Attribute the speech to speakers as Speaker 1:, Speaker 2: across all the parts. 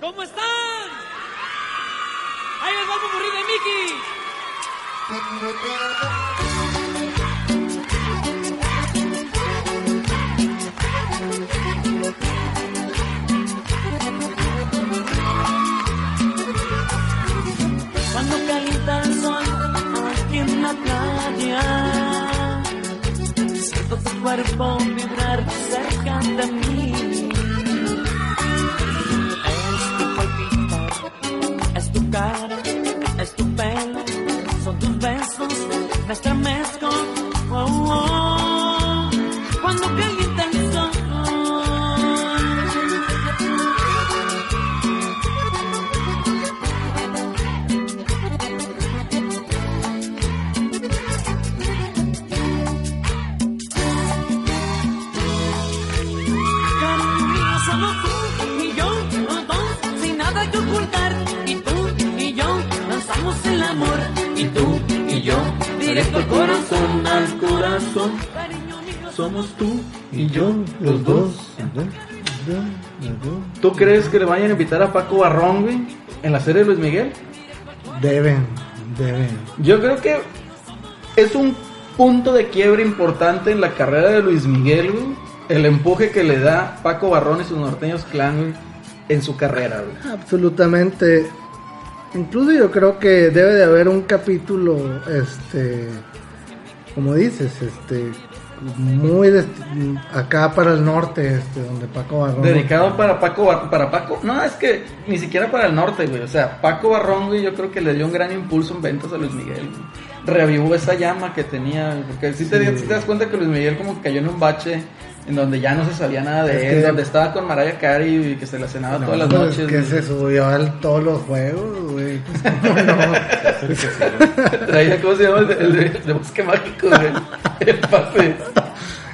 Speaker 1: ¿Cómo están? Ahí les va el popurrí de Mickey.
Speaker 2: Cuando calienta el sol aquí en la playa, siento tu cuerpo vibrar cerca de mí. Es tu palpitar, es tu cara, es tu pelo, son tus besos, me estremezco. oh, oh. Cuando calienta el sol. Cariño, solo tú y yo, los dos, sin nada que ocultar. Y tú y yo lanzamos el amor. Y tú y yo, directo al corazón, al corazón. Cariño mío,
Speaker 3: Somos tú.
Speaker 4: Y yo, los dos.
Speaker 3: ¿Tú crees que le vayan a invitar a Paco Barrón, güey? En la serie de Luis Miguel.
Speaker 4: Deben, deben.
Speaker 3: Yo creo que es un punto de quiebre importante en la carrera de Luis Miguel, güey. El empuje que le da Paco Barrón y sus norteños clan, güey, en su carrera, güey.
Speaker 4: Absolutamente. Incluso yo creo que debe de haber un capítulo, este, como dices, este, muy dest- acá para el norte, este, donde Paco Barrón.
Speaker 3: Dedicado para Paco Bar- para Paco. No, es que ni siquiera para el norte, güey. O sea, Paco Barrón, güey, yo creo que le dio un gran impulso en ventas a Luis Miguel. güey. Reavivó esa llama que tenía, güey, porque si te, sí te das cuenta que Luis Miguel como que cayó en un bache en donde ya no se sabía nada de
Speaker 4: Es
Speaker 3: él,
Speaker 4: que-
Speaker 3: donde estaba con Mariah Carey y que se la cenaba
Speaker 4: No,
Speaker 3: todas las
Speaker 4: pues,
Speaker 3: noches.
Speaker 4: que
Speaker 3: güey.
Speaker 4: se subió a todos los juegos, güey. Pues, ¿cómo no?
Speaker 3: Traía, ¿cómo se llama? El de, el de- de Bosque Mágico, güey. El pase.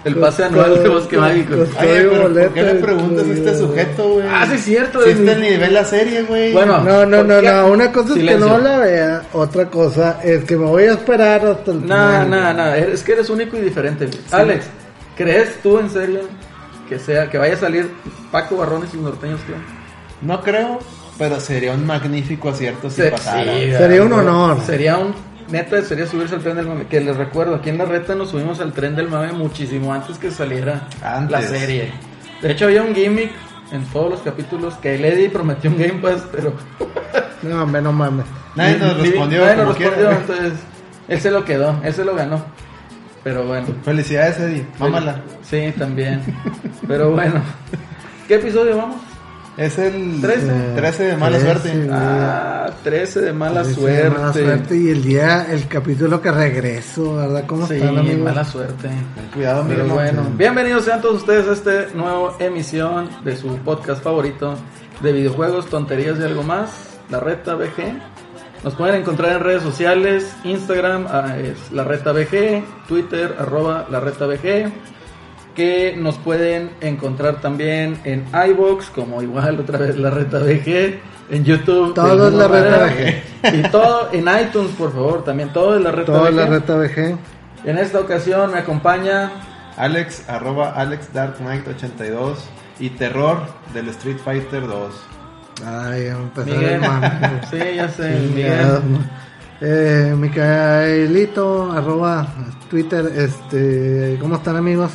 Speaker 3: El pase
Speaker 4: Con-
Speaker 3: anual de
Speaker 4: con-
Speaker 3: Bosque
Speaker 4: con-
Speaker 3: Mágico.
Speaker 4: con-
Speaker 5: Oye,
Speaker 4: Traigo
Speaker 5: pero
Speaker 4: boleto
Speaker 5: ¿por qué le
Speaker 4: de
Speaker 5: preguntas a este
Speaker 4: Navidad.
Speaker 5: sujeto, güey?
Speaker 3: Ah, sí, es cierto.
Speaker 5: Si
Speaker 3: güey.
Speaker 5: este nivel la serie, güey.
Speaker 3: Bueno,
Speaker 4: No, no, no,
Speaker 3: porque-
Speaker 4: no. Una cosa es
Speaker 3: Silencio.
Speaker 4: que no la vea, otra cosa es que me voy a esperar hasta el
Speaker 3: No,
Speaker 4: final.
Speaker 3: no, no, eh, es que eres único y diferente. güey. Alex, ¿crees tú en serio que sea que vaya a salir Paco Barrón y sus norteños Clan?
Speaker 5: No creo, pero sería un magnífico acierto si
Speaker 3: Se-
Speaker 5: pasara.
Speaker 3: sí,
Speaker 4: Sería un
Speaker 3: güey.
Speaker 4: honor.
Speaker 3: Sería un neta sería subirse al tren del mame, que les recuerdo, aquí en la reta nos subimos al tren del mame muchísimo antes que saliera
Speaker 5: Antes.
Speaker 3: la serie. De hecho había un gimmick en todos los capítulos que Lady prometió un Game Pass, pero
Speaker 4: No, hombre, no mames.
Speaker 5: Nadie nos
Speaker 3: ni-
Speaker 5: respondió.
Speaker 3: nadie nos
Speaker 5: como quiera,
Speaker 3: respondió,
Speaker 5: güey.
Speaker 3: entonces él se lo quedó, él se lo ganó. Pero bueno.
Speaker 5: Felicidades, Eddie. Mámala.
Speaker 3: Sí, también. Pero bueno. ¿Qué episodio vamos?
Speaker 5: Es el
Speaker 3: Trece.
Speaker 5: 13 de mala
Speaker 4: Trece,
Speaker 5: suerte.
Speaker 4: güey.
Speaker 3: Ah, 13 de mala
Speaker 4: Sí, sí,
Speaker 3: suerte.
Speaker 4: mala suerte. Y el día, el capítulo que regreso, ¿verdad? ¿Cómo
Speaker 3: Sí,
Speaker 4: están, amigos?
Speaker 3: mala suerte.
Speaker 5: Cuidado,
Speaker 3: Pero
Speaker 5: Miguel.
Speaker 3: bueno,
Speaker 4: sí.
Speaker 3: bienvenidos sean todos ustedes a este nuevo emisión de su podcast favorito de videojuegos, tonterías y algo más, La Reta BG. Nos pueden encontrar en redes sociales, Instagram ah, es La Reta BG, Twitter arroba La Reta BG, que nos pueden encontrar también en iBox como igual otra vez La Reta BG, en YouTube. de
Speaker 4: Todo es
Speaker 3: igual
Speaker 4: La Reta
Speaker 3: manera. Y todo en iTunes, por favor, también todo es La Reta
Speaker 4: Toda
Speaker 3: BG.
Speaker 4: la reta VG.
Speaker 3: En esta ocasión me acompaña
Speaker 5: Alex, arroba Alex Dark Knight 82 y terror del Street Fighter 2.
Speaker 4: Ay, ya empezó
Speaker 3: Miguel.
Speaker 4: el man.
Speaker 3: Sí, ya sé,
Speaker 4: Sí, ya.
Speaker 3: Miguel.
Speaker 4: Eh, Micaelito, arroba Twitter, este, ¿cómo están amigos?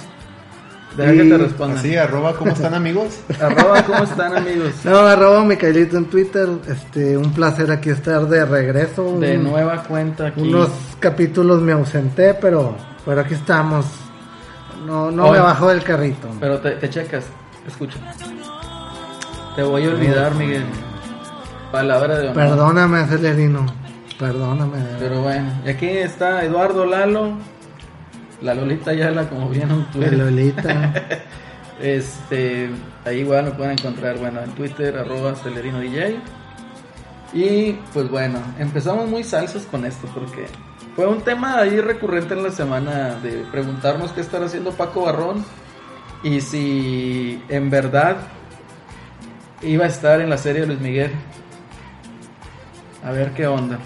Speaker 3: Deja que te
Speaker 4: Y-
Speaker 3: responda.
Speaker 5: Así, arroba, ¿cómo están, amigos?
Speaker 3: Arroba, ¿cómo están, amigos?
Speaker 4: No, arroba Micaelito en Twitter, este, un placer aquí estar de regreso.
Speaker 3: De
Speaker 4: Un-
Speaker 3: nueva cuenta aquí.
Speaker 4: Unos capítulos me ausenté, pero, pero aquí estamos. No, no
Speaker 3: Hoy.
Speaker 4: me bajo del carrito.
Speaker 3: Pero te, te checas, escucha. Te voy a olvidar, Miguel. Palabra de honor.
Speaker 4: Perdóname, Celerino. Perdóname. de verdad.
Speaker 3: Pero bueno, y aquí está Eduardo Lalo. La Lolita Yala, como bien en
Speaker 4: De
Speaker 3: Twitter.
Speaker 4: Lolita.
Speaker 3: Este, ahí igual lo pueden encontrar, bueno, en Twitter, arroba Celerino DJ. Y pues bueno, empezamos muy salsos con esto porque fue un tema ahí recurrente en la semana de preguntarnos qué estará haciendo Paco Barrón y si en verdad iba a estar en la serie de Luis Miguel. A ver qué onda.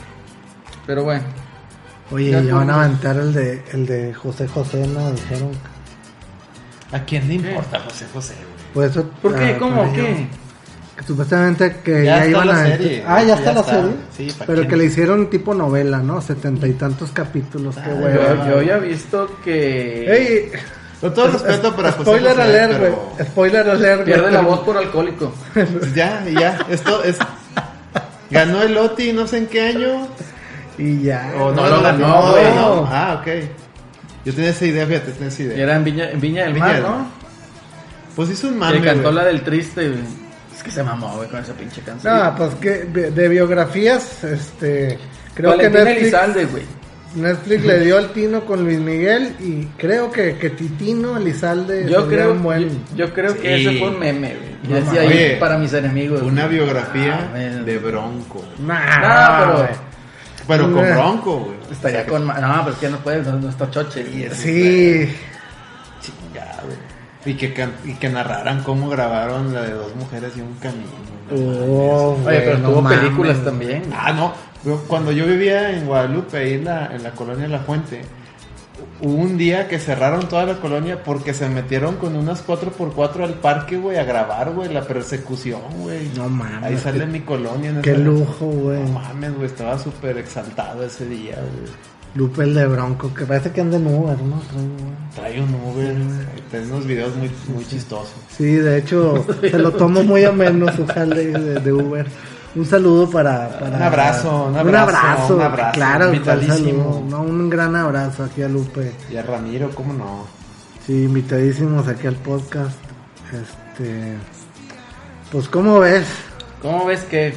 Speaker 3: Pero bueno,
Speaker 4: Oye,
Speaker 3: Ya
Speaker 4: ya van a
Speaker 3: con-
Speaker 4: aventar el de, el de José José, no dijeron.
Speaker 5: ¿A quién le importa José José, güey?
Speaker 4: Pues eso,
Speaker 3: ¿por qué?
Speaker 4: ah,
Speaker 3: ¿Cómo?
Speaker 4: por ello.
Speaker 3: ¿Qué?
Speaker 4: que supuestamente que ya,
Speaker 5: Ya está
Speaker 4: iban
Speaker 5: la
Speaker 4: a...
Speaker 5: serie,
Speaker 4: ah,
Speaker 5: ya
Speaker 4: ya está la
Speaker 5: está.
Speaker 4: serie.
Speaker 5: Sí, ¿pa'
Speaker 4: pero
Speaker 5: qué?
Speaker 4: que le hicieron tipo novela, ¿no? Setenta y tantos capítulos, qué
Speaker 5: Ah,
Speaker 4: hueva.
Speaker 3: Yo, yo ya he visto que
Speaker 4: pues Ey,
Speaker 5: Con todo respeto para José
Speaker 4: spoiler
Speaker 5: José,
Speaker 4: alert, güey.
Speaker 5: pero-
Speaker 4: Spoiler alert, güey.
Speaker 3: pierde la voz por alcohólico.
Speaker 5: Ya, ya. Esto es. Ganó el Oti, no sé en qué año.
Speaker 4: Y ya.
Speaker 5: O no,
Speaker 3: No
Speaker 5: lo
Speaker 3: lo
Speaker 5: ganó,
Speaker 3: ganó,
Speaker 5: güey,
Speaker 3: güey.
Speaker 5: no. Ah, ok. Yo tenía esa idea, fíjate, tenía esa
Speaker 3: Y
Speaker 5: idea.
Speaker 3: era en Viña, en Viña del
Speaker 5: Viña
Speaker 3: Mar,
Speaker 5: del Mar.
Speaker 3: ¿no?
Speaker 5: Pues hizo un
Speaker 3: Que
Speaker 5: mame.
Speaker 3: cantó
Speaker 5: güey.
Speaker 3: la del triste, güey. Es que se mamó, güey, con esa pinche canción.
Speaker 4: No, pues que bi- de biografías, este, creo
Speaker 3: Valentín
Speaker 4: que Netflix,
Speaker 3: Elizalde, güey.
Speaker 4: Netflix le dio al Tino con Luis Miguel y creo que, que Titino Elizalde
Speaker 3: Yo
Speaker 4: sería
Speaker 3: creo,
Speaker 4: un buen-
Speaker 3: yo, yo creo que
Speaker 5: Sí.
Speaker 3: ese fue un meme, güey. Y
Speaker 4: No
Speaker 3: decía
Speaker 5: mames.
Speaker 3: ahí
Speaker 5: Oye,
Speaker 3: para mis enemigos.
Speaker 5: Una
Speaker 3: güey.
Speaker 5: biografía
Speaker 3: Ah, bueno.
Speaker 5: de Bronco. güey. Ah,
Speaker 4: Nah,
Speaker 3: No, pero-
Speaker 4: Ah, güey.
Speaker 5: Pero con
Speaker 4: Nah.
Speaker 5: Bronco, güey.
Speaker 3: Estaría
Speaker 5: O sea,
Speaker 3: con. ma- No, pero es que no puedes, no, no está choche. güey.
Speaker 4: Sí,
Speaker 5: Chingado. Y que, can- y que narraran cómo grabaron la de dos mujeres y un camino.
Speaker 4: Oh,
Speaker 3: Oye,
Speaker 4: güey,
Speaker 3: pero
Speaker 4: no
Speaker 3: tuvo
Speaker 4: mames.
Speaker 3: películas también. güey.
Speaker 5: Ah, no. Yo- Cuando yo vivía en Guadalupe, ahí en la, en la colonia La Fuente, hubo un día que cerraron toda la colonia porque se metieron con unas 4x4 al parque, güey, a grabar, güey, la persecución, güey.
Speaker 4: No mames.
Speaker 5: Ahí sale mi colonia. En
Speaker 4: Qué
Speaker 5: esa-
Speaker 4: lujo, güey.
Speaker 5: No mames, güey, estaba súper exaltado ese día, güey.
Speaker 4: Lupe el de Bronco, que parece que anda en Uber, ¿no? Creo, güey.
Speaker 5: Trae un Uber, güey. Tiene unos videos muy, muy chistosos.
Speaker 4: Sí, de hecho, se lo tomo muy ameno su jale de, de Uber. Un saludo para, para-
Speaker 5: Un abrazo, un
Speaker 4: un
Speaker 5: abrazo,
Speaker 4: abrazo,
Speaker 5: un abrazo,
Speaker 4: claro, un
Speaker 5: vitalísimo.
Speaker 4: saludo, no, un gran abrazo aquí a Lupe.
Speaker 5: Y a Ramiro, ¿cómo no?
Speaker 4: Sí, invitadísimos aquí al podcast. Este, pues, ¿cómo ves?
Speaker 3: ¿Cómo ves que.?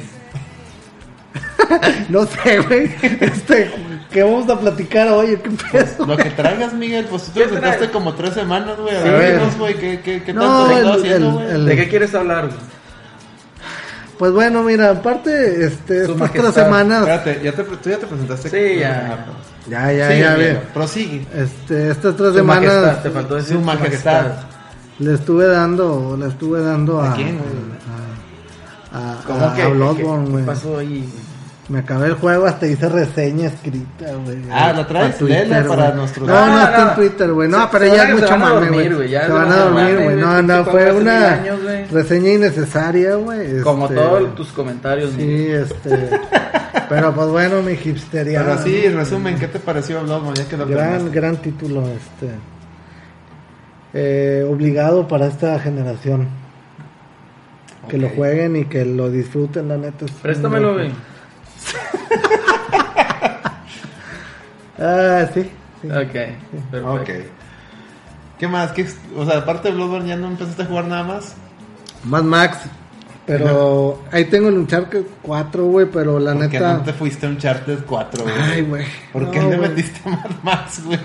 Speaker 4: No sé, güey. Este, ¿qué vamos a platicar hoy? ¿Qué pedo?
Speaker 5: Lo que traigas, Miguel, pues tú te sentaste
Speaker 3: traes?
Speaker 5: como tres semanas, güey. A
Speaker 4: Sí.
Speaker 5: ver, dinos, güey, ¿qué, qué, qué
Speaker 4: No,
Speaker 5: tanto le estás
Speaker 4: el-
Speaker 5: haciendo,
Speaker 4: el-
Speaker 5: güey?
Speaker 4: el-
Speaker 3: ¿De qué quieres hablar, güey?
Speaker 4: Pues bueno, mira, aparte, este,
Speaker 3: Su
Speaker 4: estas
Speaker 3: majestad,
Speaker 4: tres semanas,
Speaker 5: Espérate, ¿ya te, pre- tú ya te presentaste.
Speaker 3: Sí, ya.
Speaker 4: ya, ya,
Speaker 5: Sigue,
Speaker 4: ya,
Speaker 5: Miguel,
Speaker 4: ve.
Speaker 5: Prosigue.
Speaker 4: Este, estas tres
Speaker 3: Su majestad,
Speaker 4: semanas Ah,
Speaker 3: te faltó decir
Speaker 5: Su
Speaker 3: su
Speaker 5: majestad.
Speaker 3: majestad.
Speaker 4: le estuve dando, le estuve dando a,
Speaker 5: ¿A quién, güey?
Speaker 4: a, a-
Speaker 3: ¿Cómo
Speaker 4: a
Speaker 3: que?
Speaker 4: Bloodborne,
Speaker 3: ¿Qué,
Speaker 4: güey.
Speaker 3: qué pasó ahí? güey?
Speaker 4: Me acabé el juego, hasta hice reseña escrita, güey.
Speaker 5: Ah, ¿la traes?
Speaker 4: A Twitter,
Speaker 5: Léela para
Speaker 4: güey.
Speaker 5: nuestros-
Speaker 4: No, no, está en Twitter, güey. No,
Speaker 3: Ah, Se-
Speaker 4: pero
Speaker 3: se
Speaker 4: ya
Speaker 3: van a-
Speaker 4: es
Speaker 3: se
Speaker 4: mucho
Speaker 3: van a
Speaker 4: mame,
Speaker 3: dormir,
Speaker 4: güey.
Speaker 3: ya
Speaker 4: Se van a
Speaker 3: van a
Speaker 4: dormir,
Speaker 3: dormir,
Speaker 4: güey. No,
Speaker 3: güey,
Speaker 4: no,
Speaker 3: pinche
Speaker 4: fue
Speaker 3: juego hace mil
Speaker 4: una
Speaker 3: años, güey.
Speaker 4: reseña innecesaria, güey.
Speaker 3: Como
Speaker 4: este,
Speaker 3: todos tus comentarios, güey.
Speaker 4: Sí, este... pero pues bueno, mi hipstería.
Speaker 5: Pero así, resumen, ¿qué te pareció Bloodborne? Ya que lo
Speaker 4: Gran,
Speaker 5: terminaste.
Speaker 4: gran título, este. Eh, obligado para esta generación. Que
Speaker 5: Ok.
Speaker 4: lo jueguen y que lo disfruten, la neta. es un-
Speaker 3: Préstamelo, güey.
Speaker 4: Ah, sí. sí.
Speaker 3: Ok. Perfecto.
Speaker 5: Ok. ¿Qué más? ¿Qué, ex- o sea, aparte de Bloodborne, ¿ya no empezaste a jugar nada más?
Speaker 4: Mad Max. Pero ahí tengo el Uncharted 4, güey, pero la
Speaker 5: ¿Por qué
Speaker 4: neta.
Speaker 5: no te fuiste a Uncharted 4, güey?
Speaker 4: Ay, güey.
Speaker 5: ¿Por qué
Speaker 4: no,
Speaker 5: le
Speaker 4: güey.
Speaker 5: metiste a Mad Max, güey?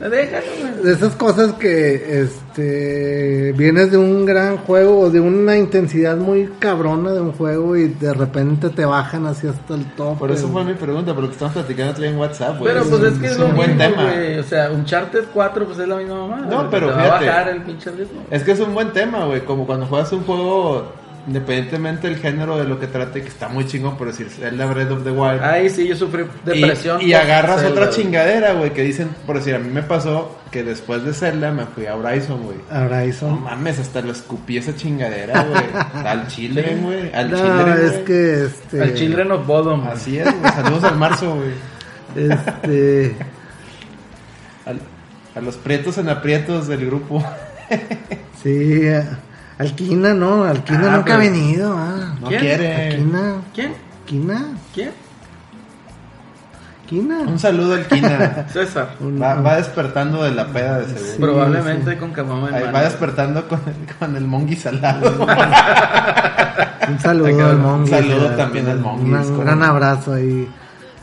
Speaker 3: Déjalo, güey.
Speaker 4: De esas cosas que este vienes de un gran juego o de una intensidad muy cabrona de un juego y de repente te bajan hacia hasta el top.
Speaker 5: Por eso
Speaker 4: güey.
Speaker 5: fue mi pregunta, por lo que estamos platicando otro día en WhatsApp, güey.
Speaker 3: Pero pues es que es, lo
Speaker 5: un buen
Speaker 3: mismo,
Speaker 5: tema.
Speaker 3: güey. O sea, un Charter 4 pues es la misma mamá.
Speaker 5: No, pero
Speaker 3: te va
Speaker 5: fíjate. Eh,
Speaker 3: a bajar el pinche ritmo.
Speaker 5: Es que es un buen tema, güey. Como cuando juegas un juego, independientemente del género de lo que trate, que está muy chingón, por decir, es la Breath of the Wild.
Speaker 3: Ahí sí, yo sufrí
Speaker 5: Y-
Speaker 3: depresión.
Speaker 5: Y, agarras
Speaker 3: Zelda,
Speaker 5: otra
Speaker 3: güey.
Speaker 5: chingadera, güey, que dicen, por decir, a mí me pasó que después de Zelda me fui a Horizon, güey.
Speaker 4: Ahora ahí
Speaker 5: No
Speaker 4: son.
Speaker 5: mames, hasta lo escupí esa chingadera, güey. Al children, güey. Al
Speaker 4: No,
Speaker 5: children,
Speaker 4: es
Speaker 5: güey.
Speaker 4: que este.
Speaker 3: Al Children of Bodom. güey.
Speaker 5: Así es, güey. Saludos al marzo, güey.
Speaker 4: Este.
Speaker 5: Al- a los prietos en aprietos del grupo.
Speaker 4: Sí. a- Alquina, no. Alquina
Speaker 3: Ah,
Speaker 4: nunca ha
Speaker 3: pero-
Speaker 4: venido. Ah.
Speaker 5: No eh.
Speaker 3: ¿Quién?
Speaker 5: quiere.
Speaker 4: Alquina.
Speaker 3: ¿Quién?
Speaker 4: Quina.
Speaker 3: ¿Quién?
Speaker 4: Quina.
Speaker 5: Un saludo al Quina.
Speaker 3: César.
Speaker 4: Un-
Speaker 5: Va, va despertando de la peda, de seguro.
Speaker 3: Probablemente con Camama en
Speaker 5: Ahí
Speaker 3: mano.
Speaker 5: va despertando con el, con el mongi salado.
Speaker 4: Un
Speaker 5: Acá,
Speaker 4: saludo al
Speaker 5: un
Speaker 4: Monguis.
Speaker 5: saludo
Speaker 4: eh,
Speaker 5: también al Monguis,
Speaker 4: una- Un
Speaker 5: cómo
Speaker 4: gran
Speaker 5: no.
Speaker 4: abrazo ahí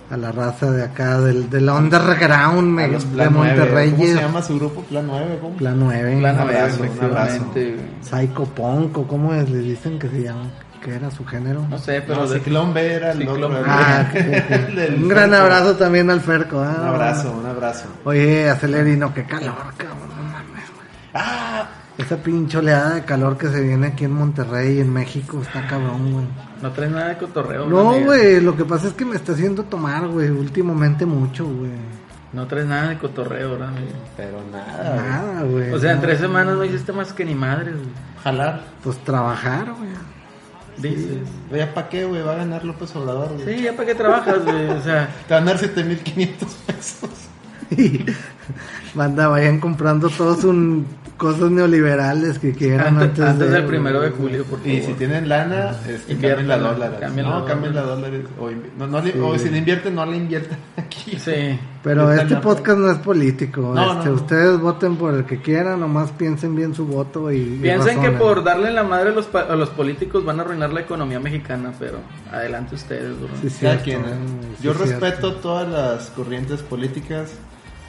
Speaker 4: a la raza de acá, del, del underground
Speaker 5: A
Speaker 4: me-
Speaker 5: los
Speaker 4: de
Speaker 5: Plan 9. ¿Cómo se
Speaker 4: Monterrey.
Speaker 5: llama su grupo? Plan 9. ¿cómo?
Speaker 4: Plan 9.
Speaker 3: Plan
Speaker 5: Un abrazo,
Speaker 3: nueve,
Speaker 5: un abrazo.
Speaker 3: efectivamente, güey.
Speaker 4: Psycho Punk, o ¿cómo es? le dicen que se llama? ¿Qué era su género?
Speaker 3: No sé, pero
Speaker 5: No,
Speaker 3: de-
Speaker 5: Ciclón B era el
Speaker 3: Ciclón
Speaker 5: otro,
Speaker 3: B.
Speaker 5: güey.
Speaker 4: Ah, sí,
Speaker 5: El
Speaker 4: sí.
Speaker 5: del
Speaker 4: un gran
Speaker 5: Ferco.
Speaker 4: abrazo también al Ferco. ah.
Speaker 5: Un abrazo, un abrazo.
Speaker 4: Oye, Acelerino, qué calor, cabrón. no mames, güey.
Speaker 5: ¡Ah!
Speaker 4: Esa pinche oleada de calor que se viene aquí en Monterrey y en México está cabrón, güey.
Speaker 3: no traes nada de cotorreo.
Speaker 4: No,
Speaker 3: amiga.
Speaker 4: güey, lo que pasa es que me está haciendo tomar, güey, últimamente mucho, güey.
Speaker 3: No traes nada de cotorreo, ¿verdad? amiga?
Speaker 5: Pero nada.
Speaker 4: Nada,
Speaker 5: Ah, güey.
Speaker 4: güey.
Speaker 3: O sea, en
Speaker 4: no.
Speaker 3: tres semanas no hiciste más que ni madres, güey.
Speaker 5: Jalar.
Speaker 4: Pues trabajar, güey.
Speaker 3: Dices.
Speaker 5: Ya pa' qué, güey, va a ganar López Obrador, güey.
Speaker 3: Sí, ya para qué trabajas, güey. O sea,
Speaker 5: Te van a dar 7500 pesos.
Speaker 4: Banda, vayan comprando todos un cosas neoliberales que quieran
Speaker 3: antes,
Speaker 4: antes,
Speaker 3: antes del
Speaker 4: de-
Speaker 3: primero de julio, por favor.
Speaker 5: Y si tienen lana, este, cambien la
Speaker 3: Inviértanla,
Speaker 5: dólar.
Speaker 3: cambien la
Speaker 5: No,
Speaker 3: dólar.
Speaker 5: cambien la dólar. O, invi- no, no le-
Speaker 4: Sí.
Speaker 5: o si le invierten, no le inviertan aquí.
Speaker 3: Sí.
Speaker 4: Pero
Speaker 5: Está
Speaker 4: este
Speaker 5: la-
Speaker 4: podcast no es político.
Speaker 5: No,
Speaker 4: este,
Speaker 5: no, no.
Speaker 4: Ustedes voten por el que quieran, nomás piensen bien su voto y. y
Speaker 3: Piensen que
Speaker 4: razonen.
Speaker 3: por darle la madre a los, pa- a los políticos van a arruinar la economía mexicana, pero adelante ustedes, bro.
Speaker 4: Sí,
Speaker 5: Cada
Speaker 4: cierto,
Speaker 5: quien, ¿eh?
Speaker 4: sí,
Speaker 5: Yo
Speaker 4: cierto.
Speaker 5: respeto todas las corrientes políticas,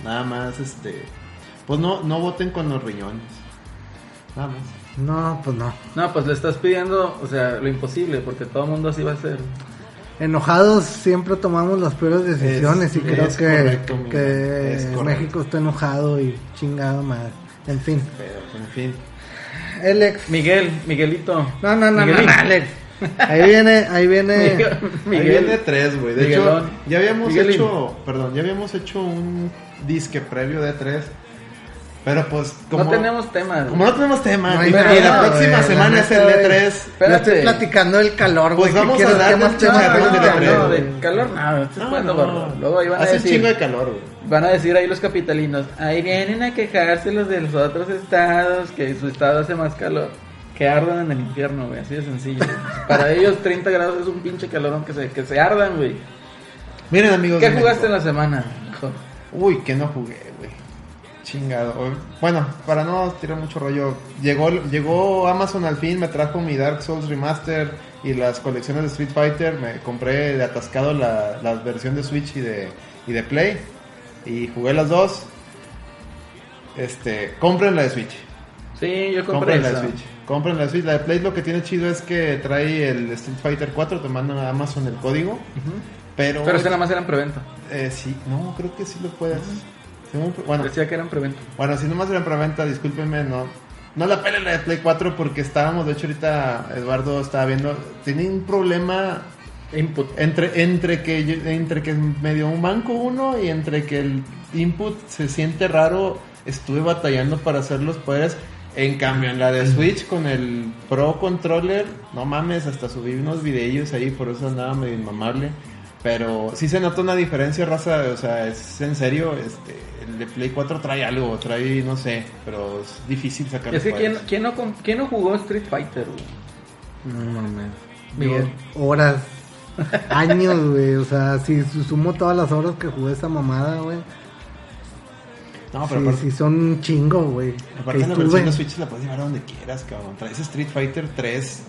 Speaker 5: nada más, este, pues no, no voten con los riñones, nada más.
Speaker 4: No, pues no.
Speaker 3: No, pues le estás pidiendo, o sea, lo imposible, porque todo el mundo así va a ser.
Speaker 4: Enojados siempre tomamos las peores decisiones y
Speaker 5: Es-
Speaker 4: creo
Speaker 5: es
Speaker 4: que,
Speaker 5: correcto, mi hermano,
Speaker 4: que
Speaker 5: es correcto.
Speaker 4: México está enojado y chingada madre. En fin,
Speaker 5: Pero, en fin.
Speaker 4: Alex.
Speaker 3: Miguel, Miguelito.
Speaker 4: No, no, no, no,
Speaker 3: Miguelito.
Speaker 4: no, Alex. Ahí viene, ahí viene.
Speaker 3: Miguel.
Speaker 5: Ahí viene tres, güey. De
Speaker 3: Miguelón.
Speaker 5: hecho, ya habíamos
Speaker 3: Miguelín.
Speaker 5: hecho, perdón, ya habíamos hecho un disque previo de tres, pero pues como
Speaker 3: no tenemos temas.
Speaker 5: como no tenemos tema
Speaker 4: No hay
Speaker 5: y,
Speaker 4: nada,
Speaker 5: y la
Speaker 4: güey,
Speaker 5: próxima
Speaker 4: la
Speaker 5: semana es el
Speaker 4: neta,
Speaker 5: de
Speaker 4: güey.
Speaker 5: tres.
Speaker 4: Yo
Speaker 3: Espérate.
Speaker 4: estoy platicando del calor,
Speaker 5: Pues
Speaker 4: güey. ¿qué
Speaker 5: vamos a
Speaker 4: quieres?
Speaker 5: hablar
Speaker 4: ¿Qué
Speaker 5: del
Speaker 4: más
Speaker 3: No,
Speaker 4: temas
Speaker 5: chicharrón
Speaker 4: quieres
Speaker 3: no,
Speaker 5: de
Speaker 4: hablar?
Speaker 5: tres,
Speaker 3: no,
Speaker 5: güey.
Speaker 3: de calor no, esto es
Speaker 5: No,
Speaker 3: cuando,
Speaker 5: no.
Speaker 3: gordo. Luego ahí van a
Speaker 5: Hace un
Speaker 3: decir,
Speaker 5: chingo de calor, güey.
Speaker 3: van a decir ahí los capitalinos, ahí vienen a quejarse los de los otros estados, que su estado hace más calor. Que ardan en el infierno, güey, así de sencillo. güey. Para ellos 30 grados es un pinche calor, aunque se, que se ardan, güey.
Speaker 5: Miren, amigos.
Speaker 3: ¿Qué
Speaker 5: de
Speaker 3: jugaste en
Speaker 5: México.
Speaker 3: la semana? hijo?
Speaker 5: Uy, que no jugué, güey. Chingado. Bueno, para no tirar mucho rollo, llegó, llegó Amazon al fin, me trajo mi Dark Souls Remaster y las colecciones de Street Fighter. Me compré de atascado la, la versión de Switch y de, y de Play. Y jugué las dos. Este, compren la de Switch.
Speaker 3: Sí, yo compré
Speaker 5: Compren la de
Speaker 3: esa.
Speaker 5: Switch. Compren la de Switch. La de Play lo que tiene chido es que trae el Street Fighter 4, te mandan a Amazon el código.
Speaker 3: Ujú.
Speaker 5: Pero,
Speaker 3: Pero esa nada más era en preventa.
Speaker 5: eh, sí, no, creo que sí lo puedes. Según- Bueno,
Speaker 3: Decía que era en preventa.
Speaker 5: bueno, si nomás era en preventa, discúlpenme, no. No la pelen la de Play 4 porque estábamos, de hecho ahorita Eduardo estaba viendo, tenía un problema
Speaker 3: Input.
Speaker 5: entre, entre que yo- entre que me dio un banco uno y entre que el input se siente raro, estuve batallando para hacer los poderes. En cambio, en la de Switch con el Pro Controller, no mames, hasta subí unos videillos ahí, por eso andaba medio inmamable. Pero sí se nota una diferencia, raza, o sea, es en serio, este, el de Play 4 trae algo, trae, no sé, pero es difícil sacar
Speaker 3: Es que
Speaker 5: los
Speaker 3: ¿quién,
Speaker 5: poderes.
Speaker 3: quién no, com- ¿quién no jugó Street Fighter, güey?
Speaker 4: No mames.
Speaker 3: Miguel.
Speaker 4: Yo, Horas. Años, güey. O sea, si su- sumo todas las horas que jugué esa mamada, güey.
Speaker 5: No,
Speaker 4: Si
Speaker 5: pero aparte-
Speaker 4: son un chingo, Pues güey.
Speaker 5: Aparte
Speaker 4: que
Speaker 5: la
Speaker 4: estuve.
Speaker 5: versión de Switch la puedes llevar a donde quieras, cabrón. Traes Street Fighter 3